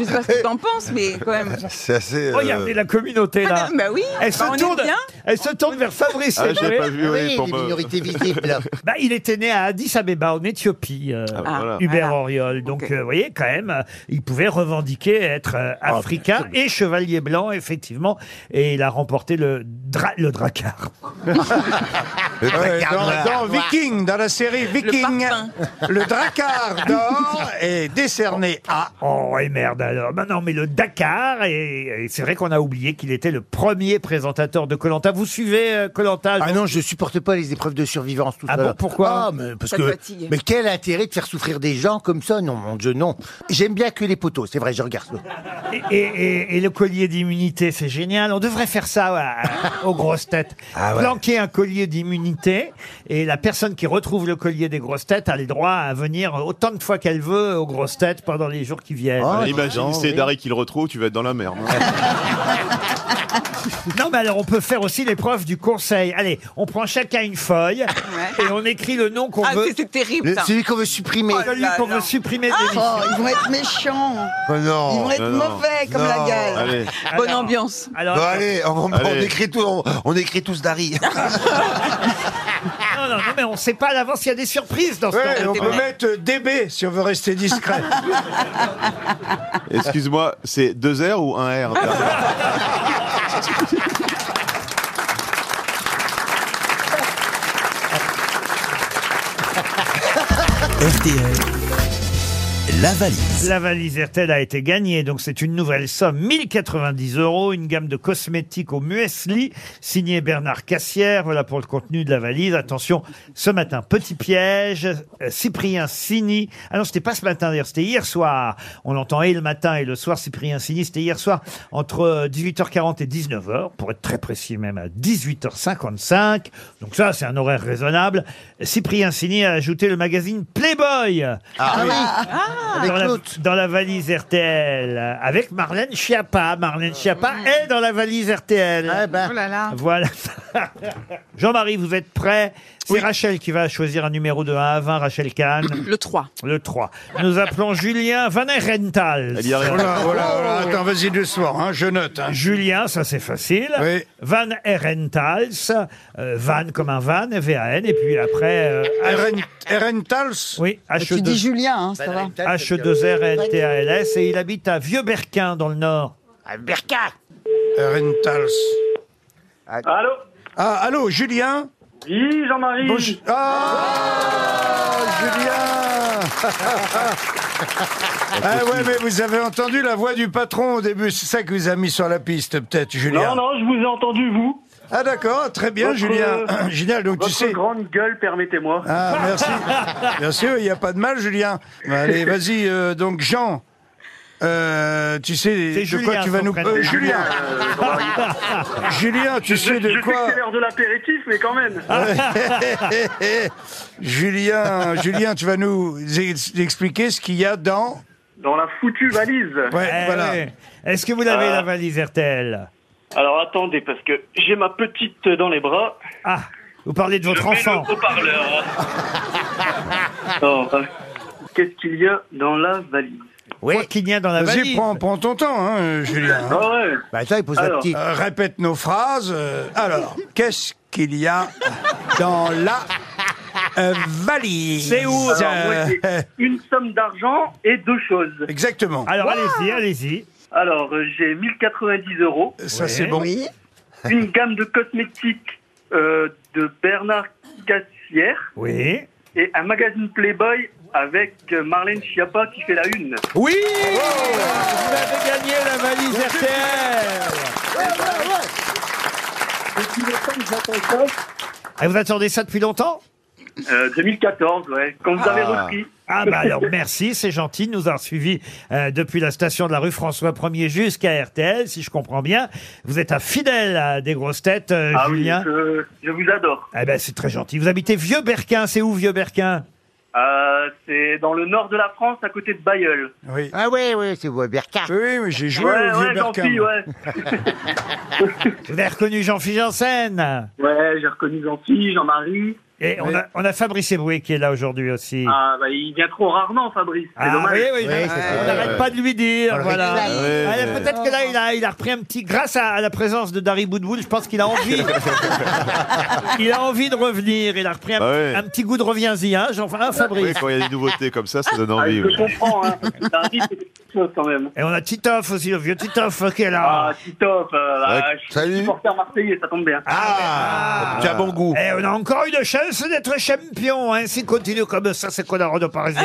sais pas ce que t'en penses, mais quand même. C'est assez. euh, Regardez la communauté là. Bah oui. Elle se, bah on est tourne, bien. elle se tourne vers Fabrice. Ah, je l'ai Eboué. pas vu, oui, Oui, pour des me- minorités visibles. là. Bah, il était né à Addis Abeba, en Éthiopie, euh, bah voilà. Ah, Hubert Auriol. Donc, euh, vous voyez, quand même, euh, il pouvait revendiquer être euh, Ah, africain et chevalier blanc, effectivement. Et il a remporté le, dra le Drakkar. Le Ah, Ouais, Dakar dans, noir. dans Viking, dans la série Viking, parfum. le Drakkar d'or est décerné à. Oh, et merde alors. Bah non, mais le Dakar, et, et c'est vrai qu'on a oublié qu'il était le premier présentateur de Colanta. Vous suivez euh, Colanta Ah non, je supporte pas les épreuves de survivance, tout Ah ça. bon, pourquoi Ah, mais parce Ça te que. fatigue. Mais quel intérêt de faire souffrir des gens comme ça Non, mon Dieu, non. J'aime bien que les poteaux, c'est vrai, je regarde. et, et- et- et le collier d'immunité, c'est génial. On devrait faire ça à- aux grosses têtes. Ah ouais. Planquer un collier d'immunité et la personne qui retrouve le collier des grosses têtes a le droit à venir autant de fois qu'elle veut aux grosses têtes pendant les jours qui viennent. Ah, Imagine, non, c'est oui. Dari qui le retrouve, tu vas être dans la merde. Non, mais alors on peut faire aussi l'épreuve du conseil. Allez, on prend chacun une feuille et on écrit le nom qu'on Ah, veut, c'est- c'est terrible. Le- ça. celui qu'on veut supprimer. celui qu'on veut supprimer de l'émission. Oh, ils vont être méchants. Oh Ils non. vont être non, non. mauvais comme la Non. gale. Allez. Bonne Alors- ambiance. Alors, Bon, allez, on, on Allez. écrit tout, on, on écrit tous Dari. non, non, non, mais on sait pas à l'avance s'il y a des surprises dans ce Ouais, temps. on peut mettre DB si on veut rester discret. Excuse-moi, c'est deux R ou Ah, un R bah, RTL, la valise. La valise RTL a été gagnée, donc c'est une nouvelle somme, 1090 euros, une gamme de cosmétiques au muesli, signée Bernard Cassière. Voilà pour le contenu de la valise. Attention, ce matin, petit piège, euh, Cyprien Sini. Ah non, c'était pas ce matin d'ailleurs, c'était hier soir. On l'entend et le matin et le soir, Cyprien Sini. C'était hier soir, entre euh, 18h40 et 19h, pour être très précis même, à 18h55. Donc ça, c'est un horaire raisonnable. Cyprien Sini a ajouté le magazine Playboy. Ah oui. Avec Dans la- dans la valise RTL euh, avec Marlène Schiappa. Marlène Schiappa est dans la valise RTL. Eh ben. Voilà. Jean-Marie, vous êtes prêt C'est Rachel qui va choisir un numéro de 1 à 20. Rachel Kahn. Le 3. Le 3. Nous appelons Julien Van Erenthal. Oh là, oh là, oh là, attends, vas-y doucement, hein, je note. hein. Julien, ça c'est facile. Van Erenthals, euh, Van comme un van, V-A-N, et puis après... euh, Erenthals Oui, h E Tu dis Julien, hein, ça va. H2RLTALS, et il habite à Vieux-Berquin, dans le Nord. Berka Rentals. Allô Ah, allô, Julien Oui, Jean-Marie. Ah, Julien Ah ouais, mais vous avez entendu la voix du patron au début, c'est ça qui vous a mis sur la piste, peut-être, Julien Non, non, je vous ai entendu, vous. Ah d'accord, très bien, Votre- Julien. euh, Génial, donc tu votre sais... grande gueule, permettez-moi. Ah, merci. Bien sûr, il n'y a pas de mal, Julien. Bah, Allez, vas-y, euh, donc Jean, euh, tu sais de C'est quoi Julien, tu vas son nous... prénom. Julien Euh, Jean-Marie. Julien, tu Je- sais de je quoi que c'est l'heure de l'apéritif, mais quand même. Ouais. Julien, Julien, tu vas nous ex- expliquer ce qu'il y a dans... Dans la foutue valise. Ouais, Eh voilà. oui. Est-ce que vous l'avez, Ah. la valise RTL Alors attendez, parce que j'ai ma petite dans les bras. Ah, vous parlez de votre Je mets enfant. le haut-parleur. Non, euh, Qu'est-ce qu'il y a dans la valise Quoi qu'il y a dans la Vas-y, valise prends, prends ton temps, hein, euh, Julien. Ah ouais. Bah, attends, il pose la Alors. petite. répète nos phrases. euh, alors, qu'est-ce qu'il y a dans la euh, valise C'est où Alors, moi, j'ai Euh, Une somme d'argent et deux choses. Exactement. Alors allez-y, allez-y. Alors euh, j'ai 1090 euros. Ça, c'est bon. Oui. Une gamme de cosmétiques euh, de Bernard Cassière. Oui. Et un magazine Playboy avec euh, Marlène Schiappa qui fait la une. Oui Vous avez gagné la valise RTL Ah, Vous attendez ça depuis longtemps Euh, 2014, ouais. Quand vous avez repris. Ah bah alors merci, c'est gentil de nous avoir suivis euh, depuis la station de la rue François 1er jusqu'à RTL, si je comprends bien. Vous êtes un fidèle à des grosses têtes, euh, Ah oui, Julien. je, je vous adore. Ah ben c'est très gentil. Vous habitez Vieux-Berquin, c'est où Vieux-Berquin Euh, c'est dans le nord de la France, à côté de Bayeul. Oui. Ah oui, oui, c'est vous, Berka. Oui, mais j'ai joué Ouais, au vieux ouais, Berka, gentil, moi. Vous avez reconnu Jean-Philippe Janssen Ouais, j'ai reconnu Zancy, Jean-Marie. Et on a, on a Fabrice Eboué qui est là aujourd'hui aussi. Ah, bah, il vient trop rarement, Fabrice. C'est Ah, dommage. oui, oui, Oui, c'est on vrai. n'arrête pas de lui dire, voilà. Ah, Peut-être que là, il a, il a repris un petit... Grâce à, à la présence de Dari Boudboul, je pense qu'il a envie... il a envie de revenir. Il a repris un, Ah ouais. un petit goût de reviens-y, hein, Jean- hein, Fabrice Oui, quand il y a des nouveautés comme ça, ça donne Ah, envie. je oui. comprends, hein. C'est un rythme, c'est quelque chose, quand même. Et on a Titoff aussi, le vieux Titoff qui est là. Ah, Titoff, euh, là, Ouais, je suis supporter marseillais, ça tombe bien. Ah, Tu as bon goût. Et on a encore une chance d'être champion. Hein. S'il continue comme ça, c'est qu'on a rendu parisien.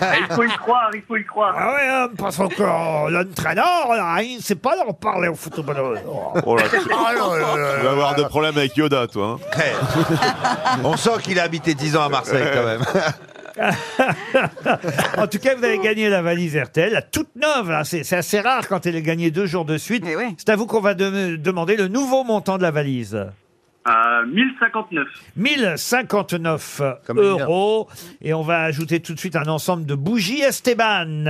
Ah, il faut y croire, il faut y croire. Ah ouais, hein, parce que euh, l'entraîneur, là, il ne sait pas leur parler au football. Oh. Oh là, tu... Ah non, non, non, tu vas avoir de problèmes avec Yoda, toi. hein. On sent qu'il a habité 10 ans à Marseille quand même. en tout cas, vous avez gagné la valise RTL, la toute neuve. hein. C'est c'est assez rare quand elle est gagnée deux jours de suite. C'est à vous qu'on va de- demander le nouveau montant de la valise. Euh, 1059. 1059 euros. Et on va ajouter tout de suite un ensemble de bougies Esteban.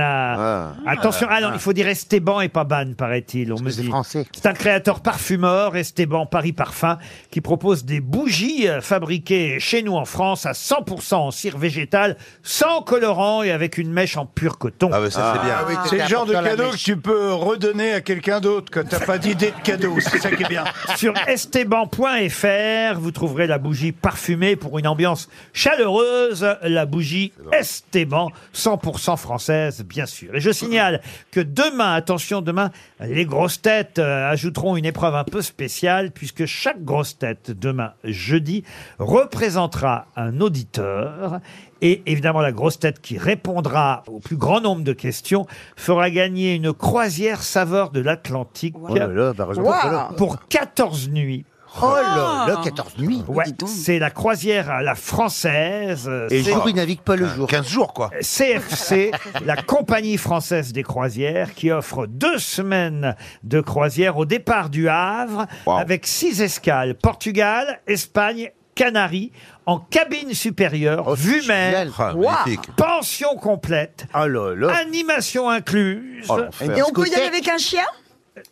Attention, Ah. ah non, il faut dire Esteban et pas Ban, paraît-il. On me dit. C'est un créateur parfumeur, Esteban Paris Parfum, qui propose des bougies euh, fabriquées chez nous en France à 100% en cire végétale, sans colorant et avec une mèche en pur coton. Ah, Ah, oui, c'est le genre de cadeau que tu peux redonner à quelqu'un d'autre quand t'as pas d'idée de cadeau. C'est ça qui est bien. Sur esteban.fr, fr. Vous trouverez la bougie parfumée pour une ambiance chaleureuse, la bougie Estéban, 100% française, bien sûr. Et je signale que demain, attention, demain, les grosses têtes euh, ajouteront une épreuve un peu spéciale puisque chaque grosse tête, demain, jeudi, représentera un auditeur et évidemment, la grosse tête qui répondra au plus grand nombre de questions fera gagner une croisière saveur de l'Atlantique Oh là là, bah, heureusement que là. pour 14 nuits. Oh là là, 14 nuits ouais, C'est la croisière à la française. euh, Et le c'est- jour, il navigue pas le jour. 15 jours, quoi. CFC, la compagnie française des croisières, qui offre deux semaines de croisière au départ du Havre, avec six escales, Portugal, Espagne, Canaries, en cabine supérieure, Oh, vue mer, Ah, magnifique. pension complète, animation incluse. Oh, l'enfer. Et Eh on peut y aller avec un chien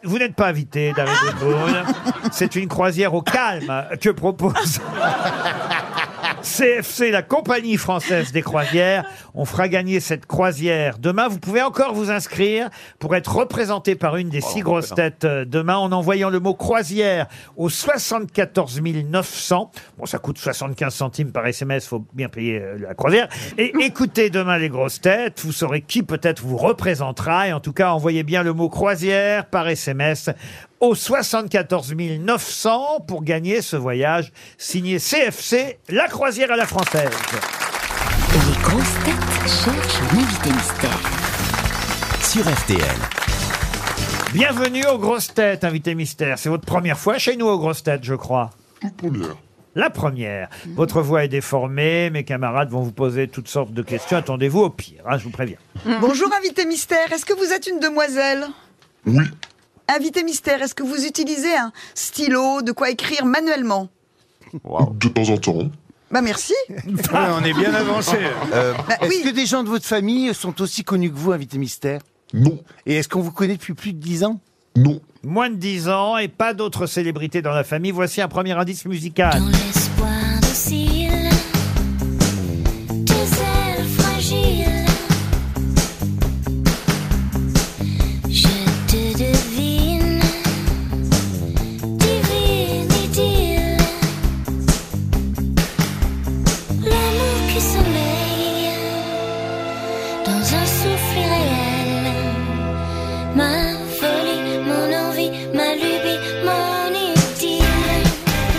Vous n'êtes pas invité, David Lebon. C'est une croisière au calme que propose CFC, la compagnie française des croisières. On fera gagner cette croisière demain. Vous pouvez encore vous inscrire pour être représenté par une des six grosses têtes euh, demain en envoyant le mot croisière au 74 900. Bon, ça coûte 75 centimes par SMS, faut bien payer euh, la croisière. Et écoutez demain les grosses têtes, vous saurez qui peut-être vous représentera. Et en tout cas, envoyez bien le mot croisière par SMS au 74 900 pour gagner ce voyage signé CFC, la croisière à la française. Les grosses têtes cherchent un invité mystère. Sur RTL. Bienvenue aux grosses têtes, invité mystère. C'est votre première fois chez nous aux grosses têtes, je crois. La première. Votre voix est déformée, mes camarades vont vous poser toutes sortes de questions. Attendez-vous au pire, hein, je vous préviens. Bonjour invité mystère, est-ce que vous êtes une demoiselle Oui. Invité mystère, est-ce que vous utilisez un stylo, de quoi écrire manuellement De temps en temps. Bah merci on est bien avancé. Euh, Bah est-ce oui. que des gens de votre famille sont aussi connus que vous, invité mystère Non. Et est-ce qu'on vous connaît depuis plus de 10 ans Non. Moins de 10 ans et pas d'autres célébrités dans la famille. Voici un premier indice musical. L'espoir docile, tes ailes fragiles, je te devine, divine idylle, l'amour qui sommeille dans un souffle réel, ma folie, mon envie, ma lubie, mon idylle.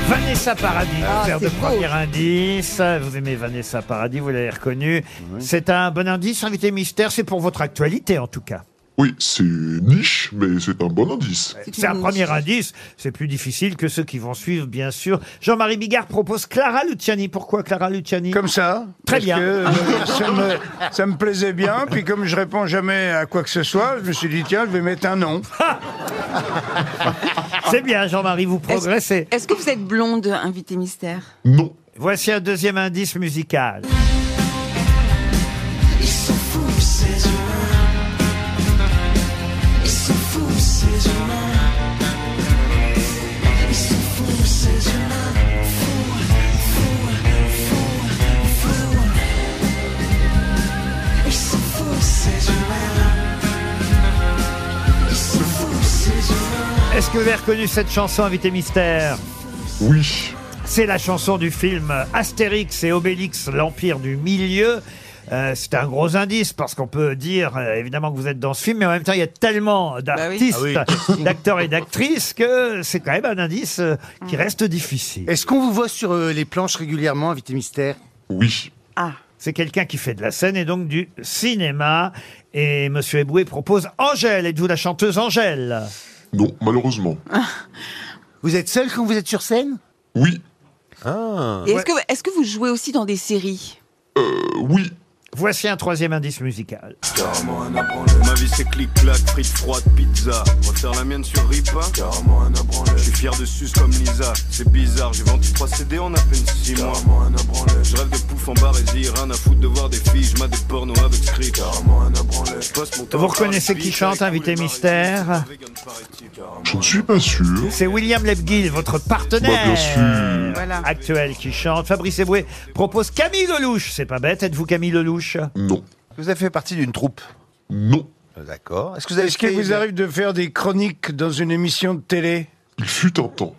Vanessa Paradis, faire de premier indice. Vous aimez Vanessa Paradis, vous l'avez reconnue. C'est un bon indice, invité mystère. C'est pour votre actualité, en tout cas. Oui, c'est niche, mais c'est un bon indice. C'est un premier indice. C'est plus difficile que ceux qui vont suivre, bien sûr. Jean-Marie Bigard propose Clara Luciani. Pourquoi Clara Luciani Comme ça. Très Parce bien. que, euh, ça, me, ça me plaisait bien, puis comme je réponds jamais à quoi que ce soit, je me suis dit, tiens, je vais mettre un nom. C'est bien, Ah, Jean-Marie, vous progressez. Est-ce que vous êtes blonde, invité mystère Non. Voici un deuxième indice musical. Ils sont fous ces humains. Ils sont fous ces humains. Ils sont fous ces humains. Fous, fous, fous, fous. Ils sont fous ces humains. Ils sont fous ces humains. Est-ce que vous avez reconnu cette chanson, invité mystère Oui. C'est la chanson du film Astérix et Obélix, l'Empire du Milieu. Euh, c'est un gros indice parce qu'on peut dire euh, évidemment que vous êtes dans ce film, mais en même temps il y a tellement d'artistes, oui. Ah d'acteurs et d'actrices que c'est quand même un indice euh, qui reste difficile. Est-ce qu'on vous voit sur euh, les planches régulièrement, invité mystère Oui. C'est quelqu'un qui fait de la scène et donc du cinéma. Et Monsieur Eboué propose Angèle. Êtes-vous la chanteuse Angèle Non, malheureusement. Vous êtes seul quand vous êtes sur scène Oui. Ah. Et Est-ce que, est-ce que vous jouez aussi dans des séries Oui. Voici un troisième indice musical. Carrément un abranlé. Ma vie c'est clic-clac, frites froides, pizza. Refaire la mienne sur Ripa. Carrément un abranlé. Je suis fier de sus comme Lisa. C'est bizarre, j'ai vendu 3 CD en à peine 6 mois. Carrément un abranlé. Je rêve de pouf en barésie, rien à foutre de voir des filles. Je mets des pornos avec script. Carrément un abranlé. Je passe mon temps Vous à faire reconnaissez le qui speak chante, invité mystère Je ne suis pas sûr. C'est William Lebguil, votre partenaire Bah, bien sûr. euh, actuel qui chante. Fabrice Eboué propose Camille Lelouch. C'est pas bête, êtes-vous Camille Lelouch Non. Vous avez fait partie d'une troupe Non. D'accord. Est-ce que vous avez Est-ce qu'il fait- vous arrive de faire des chroniques dans une émission de télé Il fut un temps.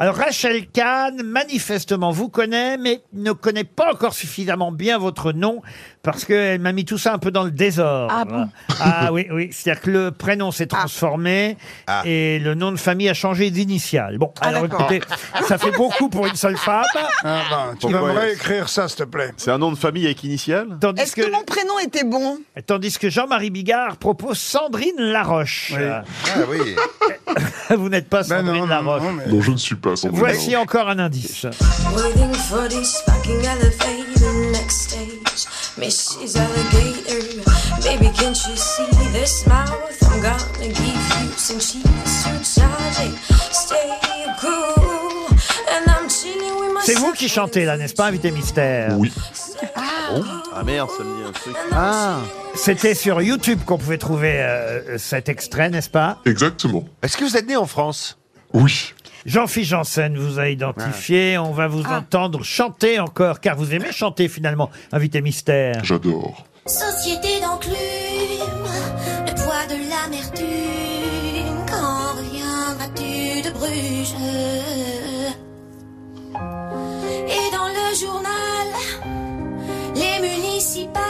Alors Rachel Kahn, manifestement, vous connaît, mais ne connaît pas encore suffisamment bien votre nom, parce qu'elle m'a mis tout ça un peu dans le désordre. Ah bon Ah oui, oui. C'est-à-dire que le prénom s'est transformé Ah. et le nom de famille a changé d'initiale. Bon, Ah, alors d'accord. écoutez, ça fait beaucoup pour une seule femme. Ah, ben, tu vas me réécrire ça, s'il te plaît. C'est un nom de famille avec initiale Est-ce que... mon prénom était bon Tandis que Jean-Marie Bigard propose Sandrine Laroche. Ah oui. Vous n'êtes pas Ben Sandrine Laroche. Non, je ne suis pas sans Voici encore un indice. Waiting for the sparking elevator next stage. Mrs. Alligator, baby, can't you see this mouth? I'm gonna give you some cheese to charge it. Stay cool, and I'm chilling with my. C'est vous qui chantez là, n'est-ce pas, invité mystère Oui. Oh. Ah merde, ça me dit un truc. Ah. C'était sur YouTube qu'on pouvait trouver euh, cet extrait, n'est-ce pas Exactement. Est-ce que vous êtes né en France Oui. Jean-Philippe Janssen vous a identifié. On va vous entendre chanter encore, car vous aimez chanter finalement, invité mystère. J'adore. Société d'enclume, le poids de l'amertume, quand reviendras-tu de Bruges Et dans le journal, les municipales,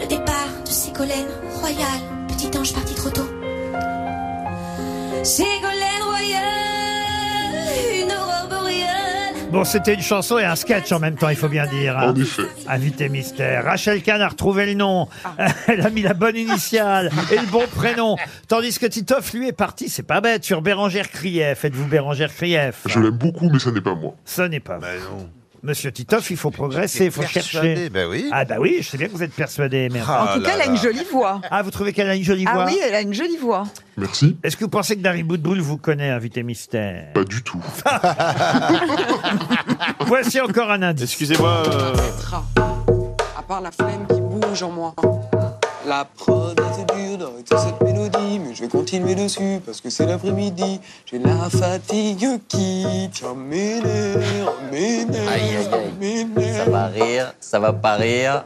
le départ de Ségolène Royal, petit ange parti trop tôt. Ségolène Royal, une aurore boréale, Bon, c'était une chanson et un sketch en même temps, il faut bien dire. hein. Invité mystère. Rachel Kahn a retrouvé le nom. Elle a mis la bonne initiale et le bon prénom. Tandis que Titoff, lui, est parti, c'est pas bête, sur Bérangère Krief. Êtes-vous Bérangère Krief Je l'aime beaucoup, mais ça n'est pas moi. Ce n'est pas Bah vrai. Monsieur Titoff, il faut progresser, il faut Ah, Persuadé, chercher. ben oui. Ah Ah bah oui, je sais bien que vous êtes persuadé, mais... En tout cas, elle a une jolie voix. Ah, vous trouvez qu'elle a une jolie Ah voix oui, elle a une jolie voix. Merci. Est-ce que vous pensez que Dari Boudboul vous connaît, invité mystère Pas du tout. Voici encore un indice. Excusez-moi. à part la flemme qui bouge en moi. La prod c'est dur d'arrêter cette mélodie, mais je vais continuer dessus parce que c'est l'après-midi. J'ai la fatigue qui tient mes nerfs, mes nerfs, Aïe, aïe, aïe. mes nerfs. Ça va rire, ça va pas rire.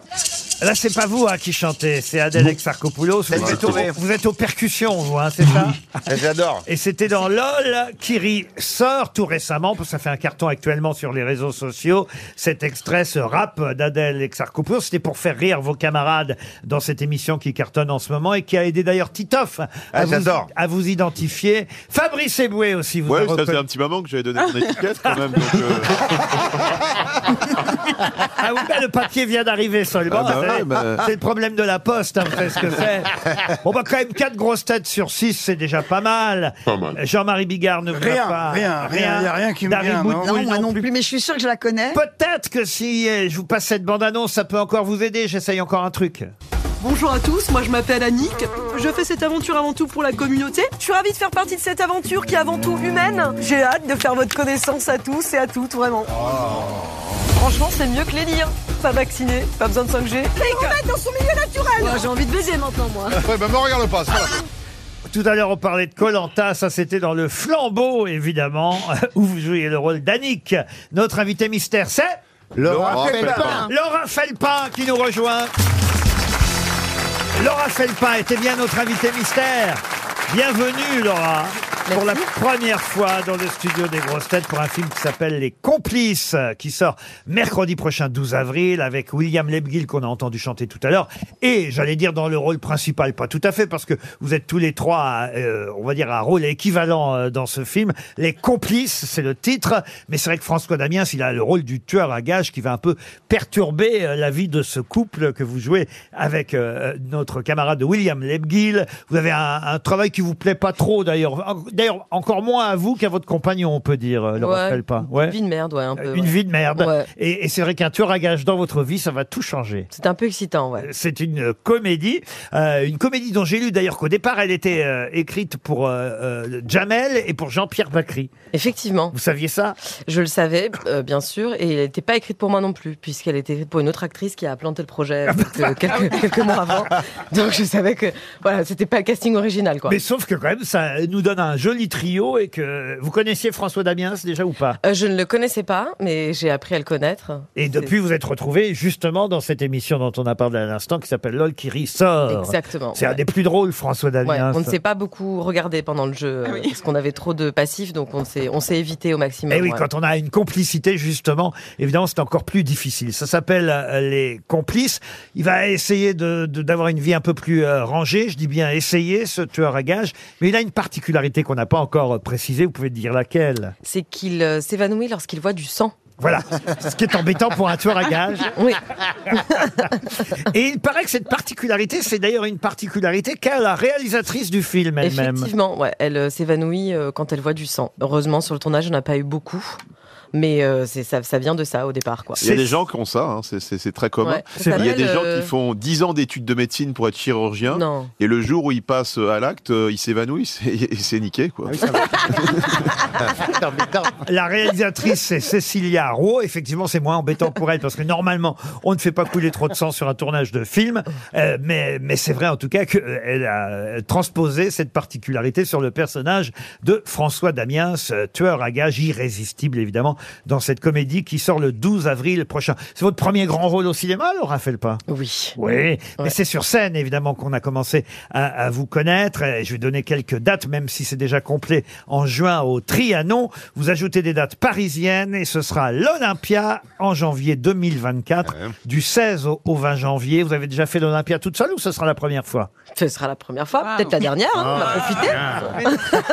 Là, c'est pas vous hein, qui chantez, c'est Adèle Exarchopoulos. Vous, êtes au- Exactement. vous êtes aux percussions, vous, hein, c'est ça J'adore. Et c'était dans LOL, Kiri sort tout récemment, parce que ça fait un carton actuellement sur les réseaux sociaux. Cet extrait, ce rap d'Adèle Exarchopoulos, c'était pour faire rire vos camarades dans cette émission qui cartonne en ce moment et qui a aidé d'ailleurs Titoff à, Ah, vous, j'adore. à vous identifier. Fabrice Eboué aussi, vous Ouais, a ça faisait reconnu. un petit moment que j'avais donné mon étiquette quand même. donc, euh, Ah oui, bah, le papier vient d'arriver seulement. Ah bah vous savez. ouais, bah- C'est le problème de la poste, hein, vous savez ce que c'est. Bon, bah, quand même, 4 grosses têtes sur 6, c'est déjà pas mal. Jean-Marie Bigard ne vient Rien, pas. rien, rien, y a rien qui me Dari vient, Boudboul non. Non, moi non plus. Mais je suis sûr que je la connais. Peut-être que si euh, je vous passe cette bande-annonce, ça peut encore vous aider. J'essaye encore un truc. Bonjour à tous, moi je m'appelle Annick. Je fais cette aventure avant tout pour la communauté. Je suis ravie de faire partie de cette aventure qui est avant tout humaine. J'ai hâte de faire votre connaissance à tous et à toutes, vraiment. Franchement, c'est mieux que les liens. Pas vacciné, pas besoin de 5G. dans son milieu naturel J'ai envie de baiser maintenant, moi. Ouais, bah, me regarde pas, Tout à l'heure, on parlait de Colanta. Ça, c'était dans le flambeau, évidemment, où vous jouiez le rôle d'Annick. Notre invité mystère, c'est Laura Laura Felpin. Felpin. Laura Felpin qui nous rejoint. Laura Felpin était bien notre invitée mystère. Bienvenue, Laura. Pour la première fois dans le studio des grosses têtes pour un film qui s'appelle Les Complices, euh, qui sort mercredi prochain 12 avril avec William Lebguil qu'on a entendu chanter tout à l'heure et j'allais dire dans le rôle principal, pas tout à fait parce que vous êtes tous les trois, à, euh, on va dire à rôle équivalent euh, dans ce film. Les Complices, c'est le titre, mais c'est vrai que François Damiens, il a le rôle du tueur à gages qui va un peu perturber euh, la vie de ce couple que vous jouez avec euh, notre camarade William Lebguil. Vous avez un, un travail qui vous plaît pas trop d'ailleurs. En- D'ailleurs, encore moins à vous qu'à votre compagnon, on peut dire, euh, Laura Ouais, Felpin. une vie de merde, ouais, un peu, Euh, Une ouais. vie de merde. Ouais. Et, et c'est vrai qu'un tueur à gages dans votre vie, ça va tout changer. Euh, C'est un peu excitant, ouais. C'est une comédie, euh, une comédie dont j'ai lu d'ailleurs qu'au départ elle était euh, écrite pour euh, euh, Jamel et pour Jean-Pierre Bacry. Effectivement. Vous saviez ça Ah, Je le savais, euh, bien sûr, et elle n'était pas écrite pour moi non plus, puisqu'elle était écrite pour une autre actrice qui a planté le projet euh, quelques, quelques mois avant. Donc je savais que voilà, c'était pas le casting original, quoi. Mais sauf que quand même, ça nous donne un jeu joli trio et que euh, vous connaissiez François Damiens déjà ou pas Euh, je ne le connaissais pas, mais j'ai appris à le connaître. Et depuis, vous êtes retrouvé justement dans cette émission dont on a parlé à l'instant qui s'appelle LOL qui rit sort. Exactement, C'est un ouais. des plus drôles, François Ouais, Damiens. on ne s'est pas beaucoup regardé pendant le jeu euh, parce qu'on avait trop de passifs, donc on s'est on s'est évité au maximum. Eh oui, ouais. quand on a une complicité, justement, évidemment, c'est encore plus difficile. Ça s'appelle euh, les complices. Il va essayer de- de- d'avoir une vie un peu plus euh, rangée. Je dis bien essayer, ce tueur à gages. Mais il a une particularité qu'on n'a pas encore euh, précisée. Vous pouvez dire laquelle C'est qu'il euh, s'évanouit lorsqu'il voit du sang. Voilà, ce qui est embêtant pour un tueur à gages. Oui. Et il paraît que cette particularité, c'est d'ailleurs une particularité qu'a la réalisatrice du film elle-même. Effectivement, ouais, elle euh, s'évanouit euh, quand elle voit du sang. Heureusement, sur le tournage, on n'a pas eu beaucoup, mais euh, c'est- ça, ça vient de ça au départ. Quoi. Il y a des gens qui ont ça, hein, c'est- c'est c'est très commun. Ouais, ça Il y a des s'appelle, gens euh, qui font 10 ans d'études de médecine pour être chirurgien, Non. et le jour où ils passent à l'acte, euh, ils s'évanouissent et et c'est niqué. Ah Quoi. La réalisatrice, c'est Cécilia Rowe. Effectivement, c'est moins embêtant pour elle parce que normalement, on ne fait pas couler trop de sang sur un tournage de film. Euh, mais mais c'est vrai en tout cas qu'elle a transposé cette particularité sur le personnage de François Damiens, euh, tueur à gages irrésistible évidemment, dans cette comédie qui sort le 12 avril prochain. C'est votre premier grand rôle au cinéma, Laura Felpin Oui. Oui, mais c'est sur scène évidemment qu'on a commencé à, à vous connaître. Et je vais donner quelques dates, même si c'est déjà complet en juin au Trianon. Vous ajoutez des dates parisiennes et ce sera l'Olympia en janvier 2024, du 16 au, au 20 janvier. Vous avez déjà fait l'Olympia toute seule ou ce sera la première fois Ce sera la première fois, peut-être la dernière. hein, on va profiter.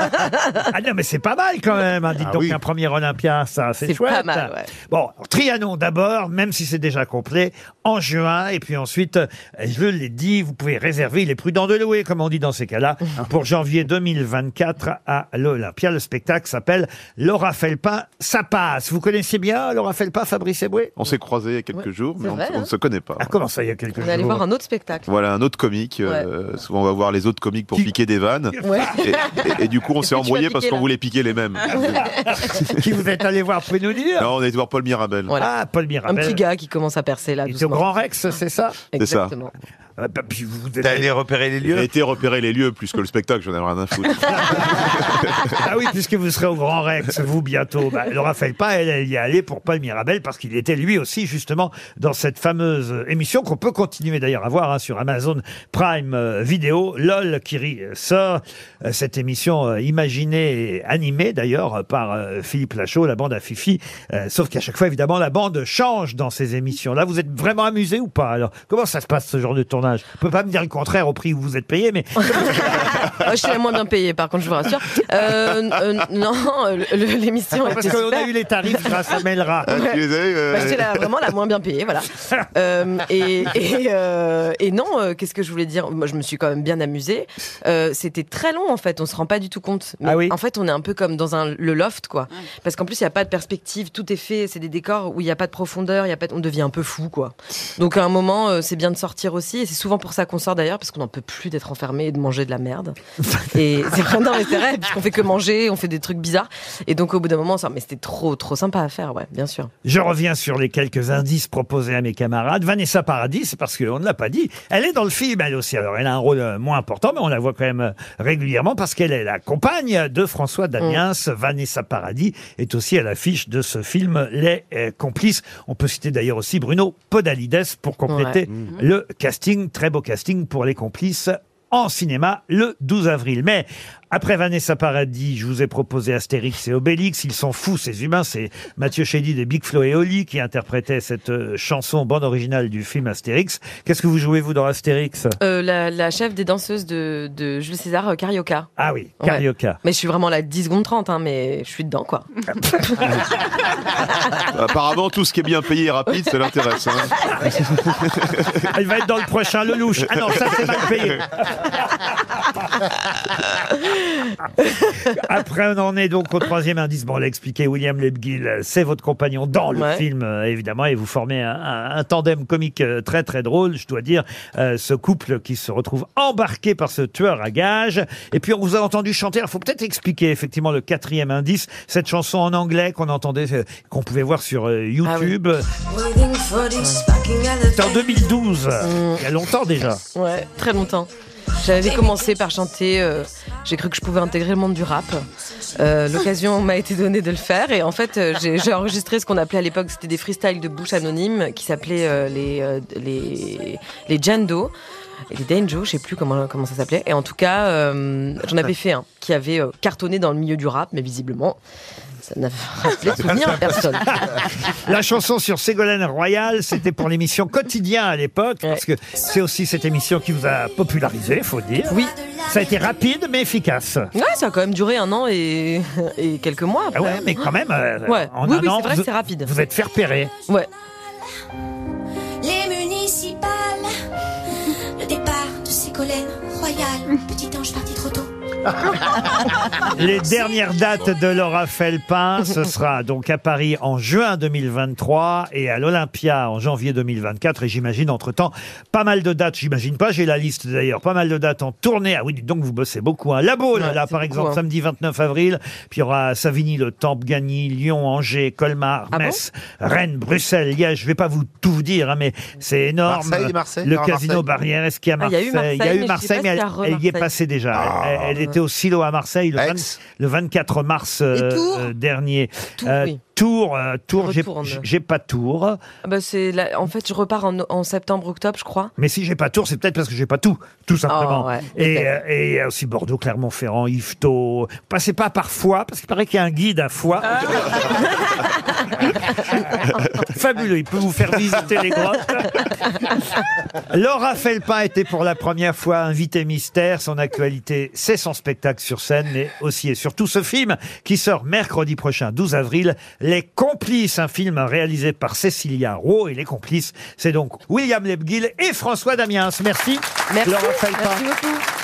Ah non, mais c'est pas mal quand même. hein. Dites donc un premier Olympia, ça, c'est C'est chouette. pas mal, ouais. Bon, Trianon d'abord, même si c'est déjà complet, en juin. Et puis ensuite, euh, je l'ai dit, vous pouvez réserver. Il est prudent de louer, comme on dit dans ces cas-là, pour janvier 2024 à l'Olympia. Le spectacle s'appelle Laura Felpin, ça passe. Vous connaissez bien Laura Felpin, Fabrice Eboué On s'est croisés il y a quelques Ouais, jours, mais c'est on, vrai, on ne hein. se connaît pas. Ah, comment ça, il y a quelques On est allé voir un autre spectacle. Voilà, un autre comique. euh, souvent, on va voir les autres comiques pour piquer des vannes. Ouais. Et, et- et du coup, on s'est vas embrouillé piquer, parce qu'on là voulait piquer les mêmes. Qui vous êtes allé voir, pouvez nous dire Non, on est allé voir Paul Mirabel. Voilà. Paul Mirabel. Un petit gars qui commence à percer là. C'est au Grand Rex, c'est ça C'est ça. Exactement. Ah, bah, puis vous T'as allé repérer les lieux J'ai été repérer les lieux plus que le spectacle, j'en avais rien à foutre. Ah oui, puisque vous serez au Grand Rex, vous, bientôt. Bah, Laura Felpin, elle, elle y est allée pour Paul Mirabel, parce qu'il était lui aussi, justement, dans cette fameuse euh, émission qu'on peut continuer d'ailleurs à voir hein, sur Amazon Prime euh, Vidéo. LOL qui rit euh, sort. Euh, cette émission euh, imaginée et animée, d'ailleurs, euh, par euh, Philippe Lachaud, la bande à Fifi. Euh, sauf qu'à chaque fois, évidemment, la bande change dans ces émissions-là. Vous êtes vraiment amusé ou pas Alors, comment ça se passe, ce genre de tournage On peut pas me dire le contraire au prix où vous êtes payé, mais... Ah, je suis la moins bien payée, par contre, je vous rassure. Euh, euh, non, le- le- l'émission Parce était qu'on a super. eu les tarifs grâce à Melra. Ouais. Bah, j'étais la- vraiment la moins bien payée, voilà. Euh, et, et, euh, et non, euh, qu'est-ce que je voulais dire Moi, je me suis quand même bien amusée. Euh, C'était très long, en fait. On se rend pas du tout compte. Mais En fait, on est un peu comme dans un, le loft, quoi. Parce qu'en plus, il n'y a pas de perspective. Tout est fait. C'est des décors où il n'y a pas de profondeur. Il Y a pas de- On devient un peu fou, quoi. Donc, à un moment, euh, c'est bien de sortir aussi. Et c'est souvent pour ça qu'on sort, d'ailleurs, parce qu'on n'en peut plus d'être enfermé et de manger de la merde. Et c'est vrai, non, mais c'est vrai, puisqu'on fait que manger, on fait des trucs bizarres. Et donc, au bout d'un moment, on sort. Mais c'était trop, trop sympa à faire, ouais, bien sûr. Je reviens sur les quelques indices proposés à mes camarades. Vanessa Paradis, c'est parce qu'on ne l'a pas dit, elle est dans le film, elle aussi. Alors, elle a un rôle euh, moins important, mais on la voit quand même euh, régulièrement parce qu'elle est la compagne de François Damiens. Vanessa Paradis est aussi à l'affiche de ce film Les euh, Complices. On peut citer d'ailleurs aussi Bruno Podalides pour compléter Ouais. Mhm. le casting. Très beau casting pour Les Complices en cinéma le 12 avril. Mais après Vanessa Paradis, je vous ai proposé Astérix et Obélix. Ils sont fous, ces humains. C'est Mathieu Chédid des Big Flo et Oli qui interprétaient cette euh, chanson, bande originale du film Astérix. Qu'est-ce que vous jouez, vous, dans Astérix Euh, la, la chef des danseuses de, de Jules César, euh, Carioca. Ah oui, Ouais. Carioca. Mais je suis vraiment là 10 secondes 30, hein, mais je suis dedans, quoi. Apparemment, tout ce qui est bien payé et rapide, ça l'intéresse. hein. Elle va être dans le prochain Lelouch. Ah non, ça, c'est mal payé. Après, on en est donc au troisième indice. Bon, on l'a expliqué, William Lebguil, c'est votre compagnon dans le Ouais. film, euh, évidemment, et vous formez un, un- un tandem comique euh, très, très drôle, je dois dire. Euh, ce couple qui se retrouve embarqué par ce tueur à gages. Et puis, on vous a entendu chanter. Il faut peut-être expliquer, effectivement, le quatrième indice, cette chanson en anglais qu'on entendait, euh, qu'on pouvait voir sur euh, YouTube. Waiting for these fucking C'était en elephants. 2012, il y a longtemps déjà. Ouais, très longtemps. J'avais commencé par chanter, euh, j'ai cru que je pouvais intégrer le monde du rap. Euh, L'occasion m'a été donnée de le faire et en fait euh, j'ai j'ai enregistré ce qu'on appelait à l'époque, c'était des freestyles de bouche anonyme qui s'appelaient euh, les, euh, les, les Jando. Et Les Danjo, je sais plus comment, comment ça s'appelait. Et en tout cas, euh, j'en avais fait un qui avait euh, cartonné dans le milieu du rap, mais visiblement, ça n'a rappelé de souvenir à personne. La chanson sur Ségolène Royal, c'était pour l'émission Quotidien à l'époque, parce que c'est aussi cette émission qui vous a popularisé, faut dire. Oui. Ça a été rapide mais efficace. Ouais, ça a quand même duré un an et, et quelques mois. Ah ouais, après. mais quand même, euh, ouais. en oui, un oui, an, c'est vrai vous- que c'est rapide. vous êtes fait repérer. Ouais. Les municipales, le départ de Ségolène Royal, petit ange parti trop tôt. Les dernières dates de Laura Felpin, ce sera donc à Paris en juin 2023 et à l'Olympia en janvier 2024. Et j'imagine entre-temps, pas mal de dates, j'imagine pas, j'ai la liste d'ailleurs, pas mal de dates en tournée. Ah oui, dites donc, vous bossez beaucoup. Hein. La Baule, Ouais, là, c'est par beaucoup, exemple, hein. samedi 29 avril. Puis il y aura Savigny, Le Temple, Gagny, Lyon, Angers, Colmar, Ah bon Metz, Rennes, Bruxelles, Liège. Je vais pas vous tout vous dire, hein, mais c'est énorme. Marseille, Marseille, Le non, casino Marseille. Barrière, est-ce qu'il y a Ah, il y a eu Marseille Il y a Marseille, mais je eu Marseille, mais sais pas s'il y elle, a elle y est re-Marseille. passée déjà. Elle- elle était au Silo à Marseille le, 20 le 24 mars euh, euh, dernier. Tour, oui. Tour, euh, Tour, j'ai- Retourne. j'ai pas Tour. Ah bah, c'est la- En fait, je repars en, en septembre, octobre, je crois. Mais si j'ai pas Tours, c'est peut-être parce que j'ai pas tout, tout simplement. Oh, ouais, et, euh, peut-être. et il y a aussi Bordeaux, Clermont-Ferrand, Yvetot. Passez pas par Foix, parce qu'il paraît qu'il y a un guide à Foix. Ah. Fabuleux, il peut vous faire visiter les grottes. Laura Felpin était pour la première fois invitée mystère. Son actualité, c'est son spectacle sur scène, mais aussi et surtout ce film qui sort mercredi prochain, 12 avril, Les Complices, un film réalisé par Cécilia Rowe. Et Les Complices, c'est donc William Lebguil et François Damiens. Merci, Merci. Laura Felpin. Merci beaucoup.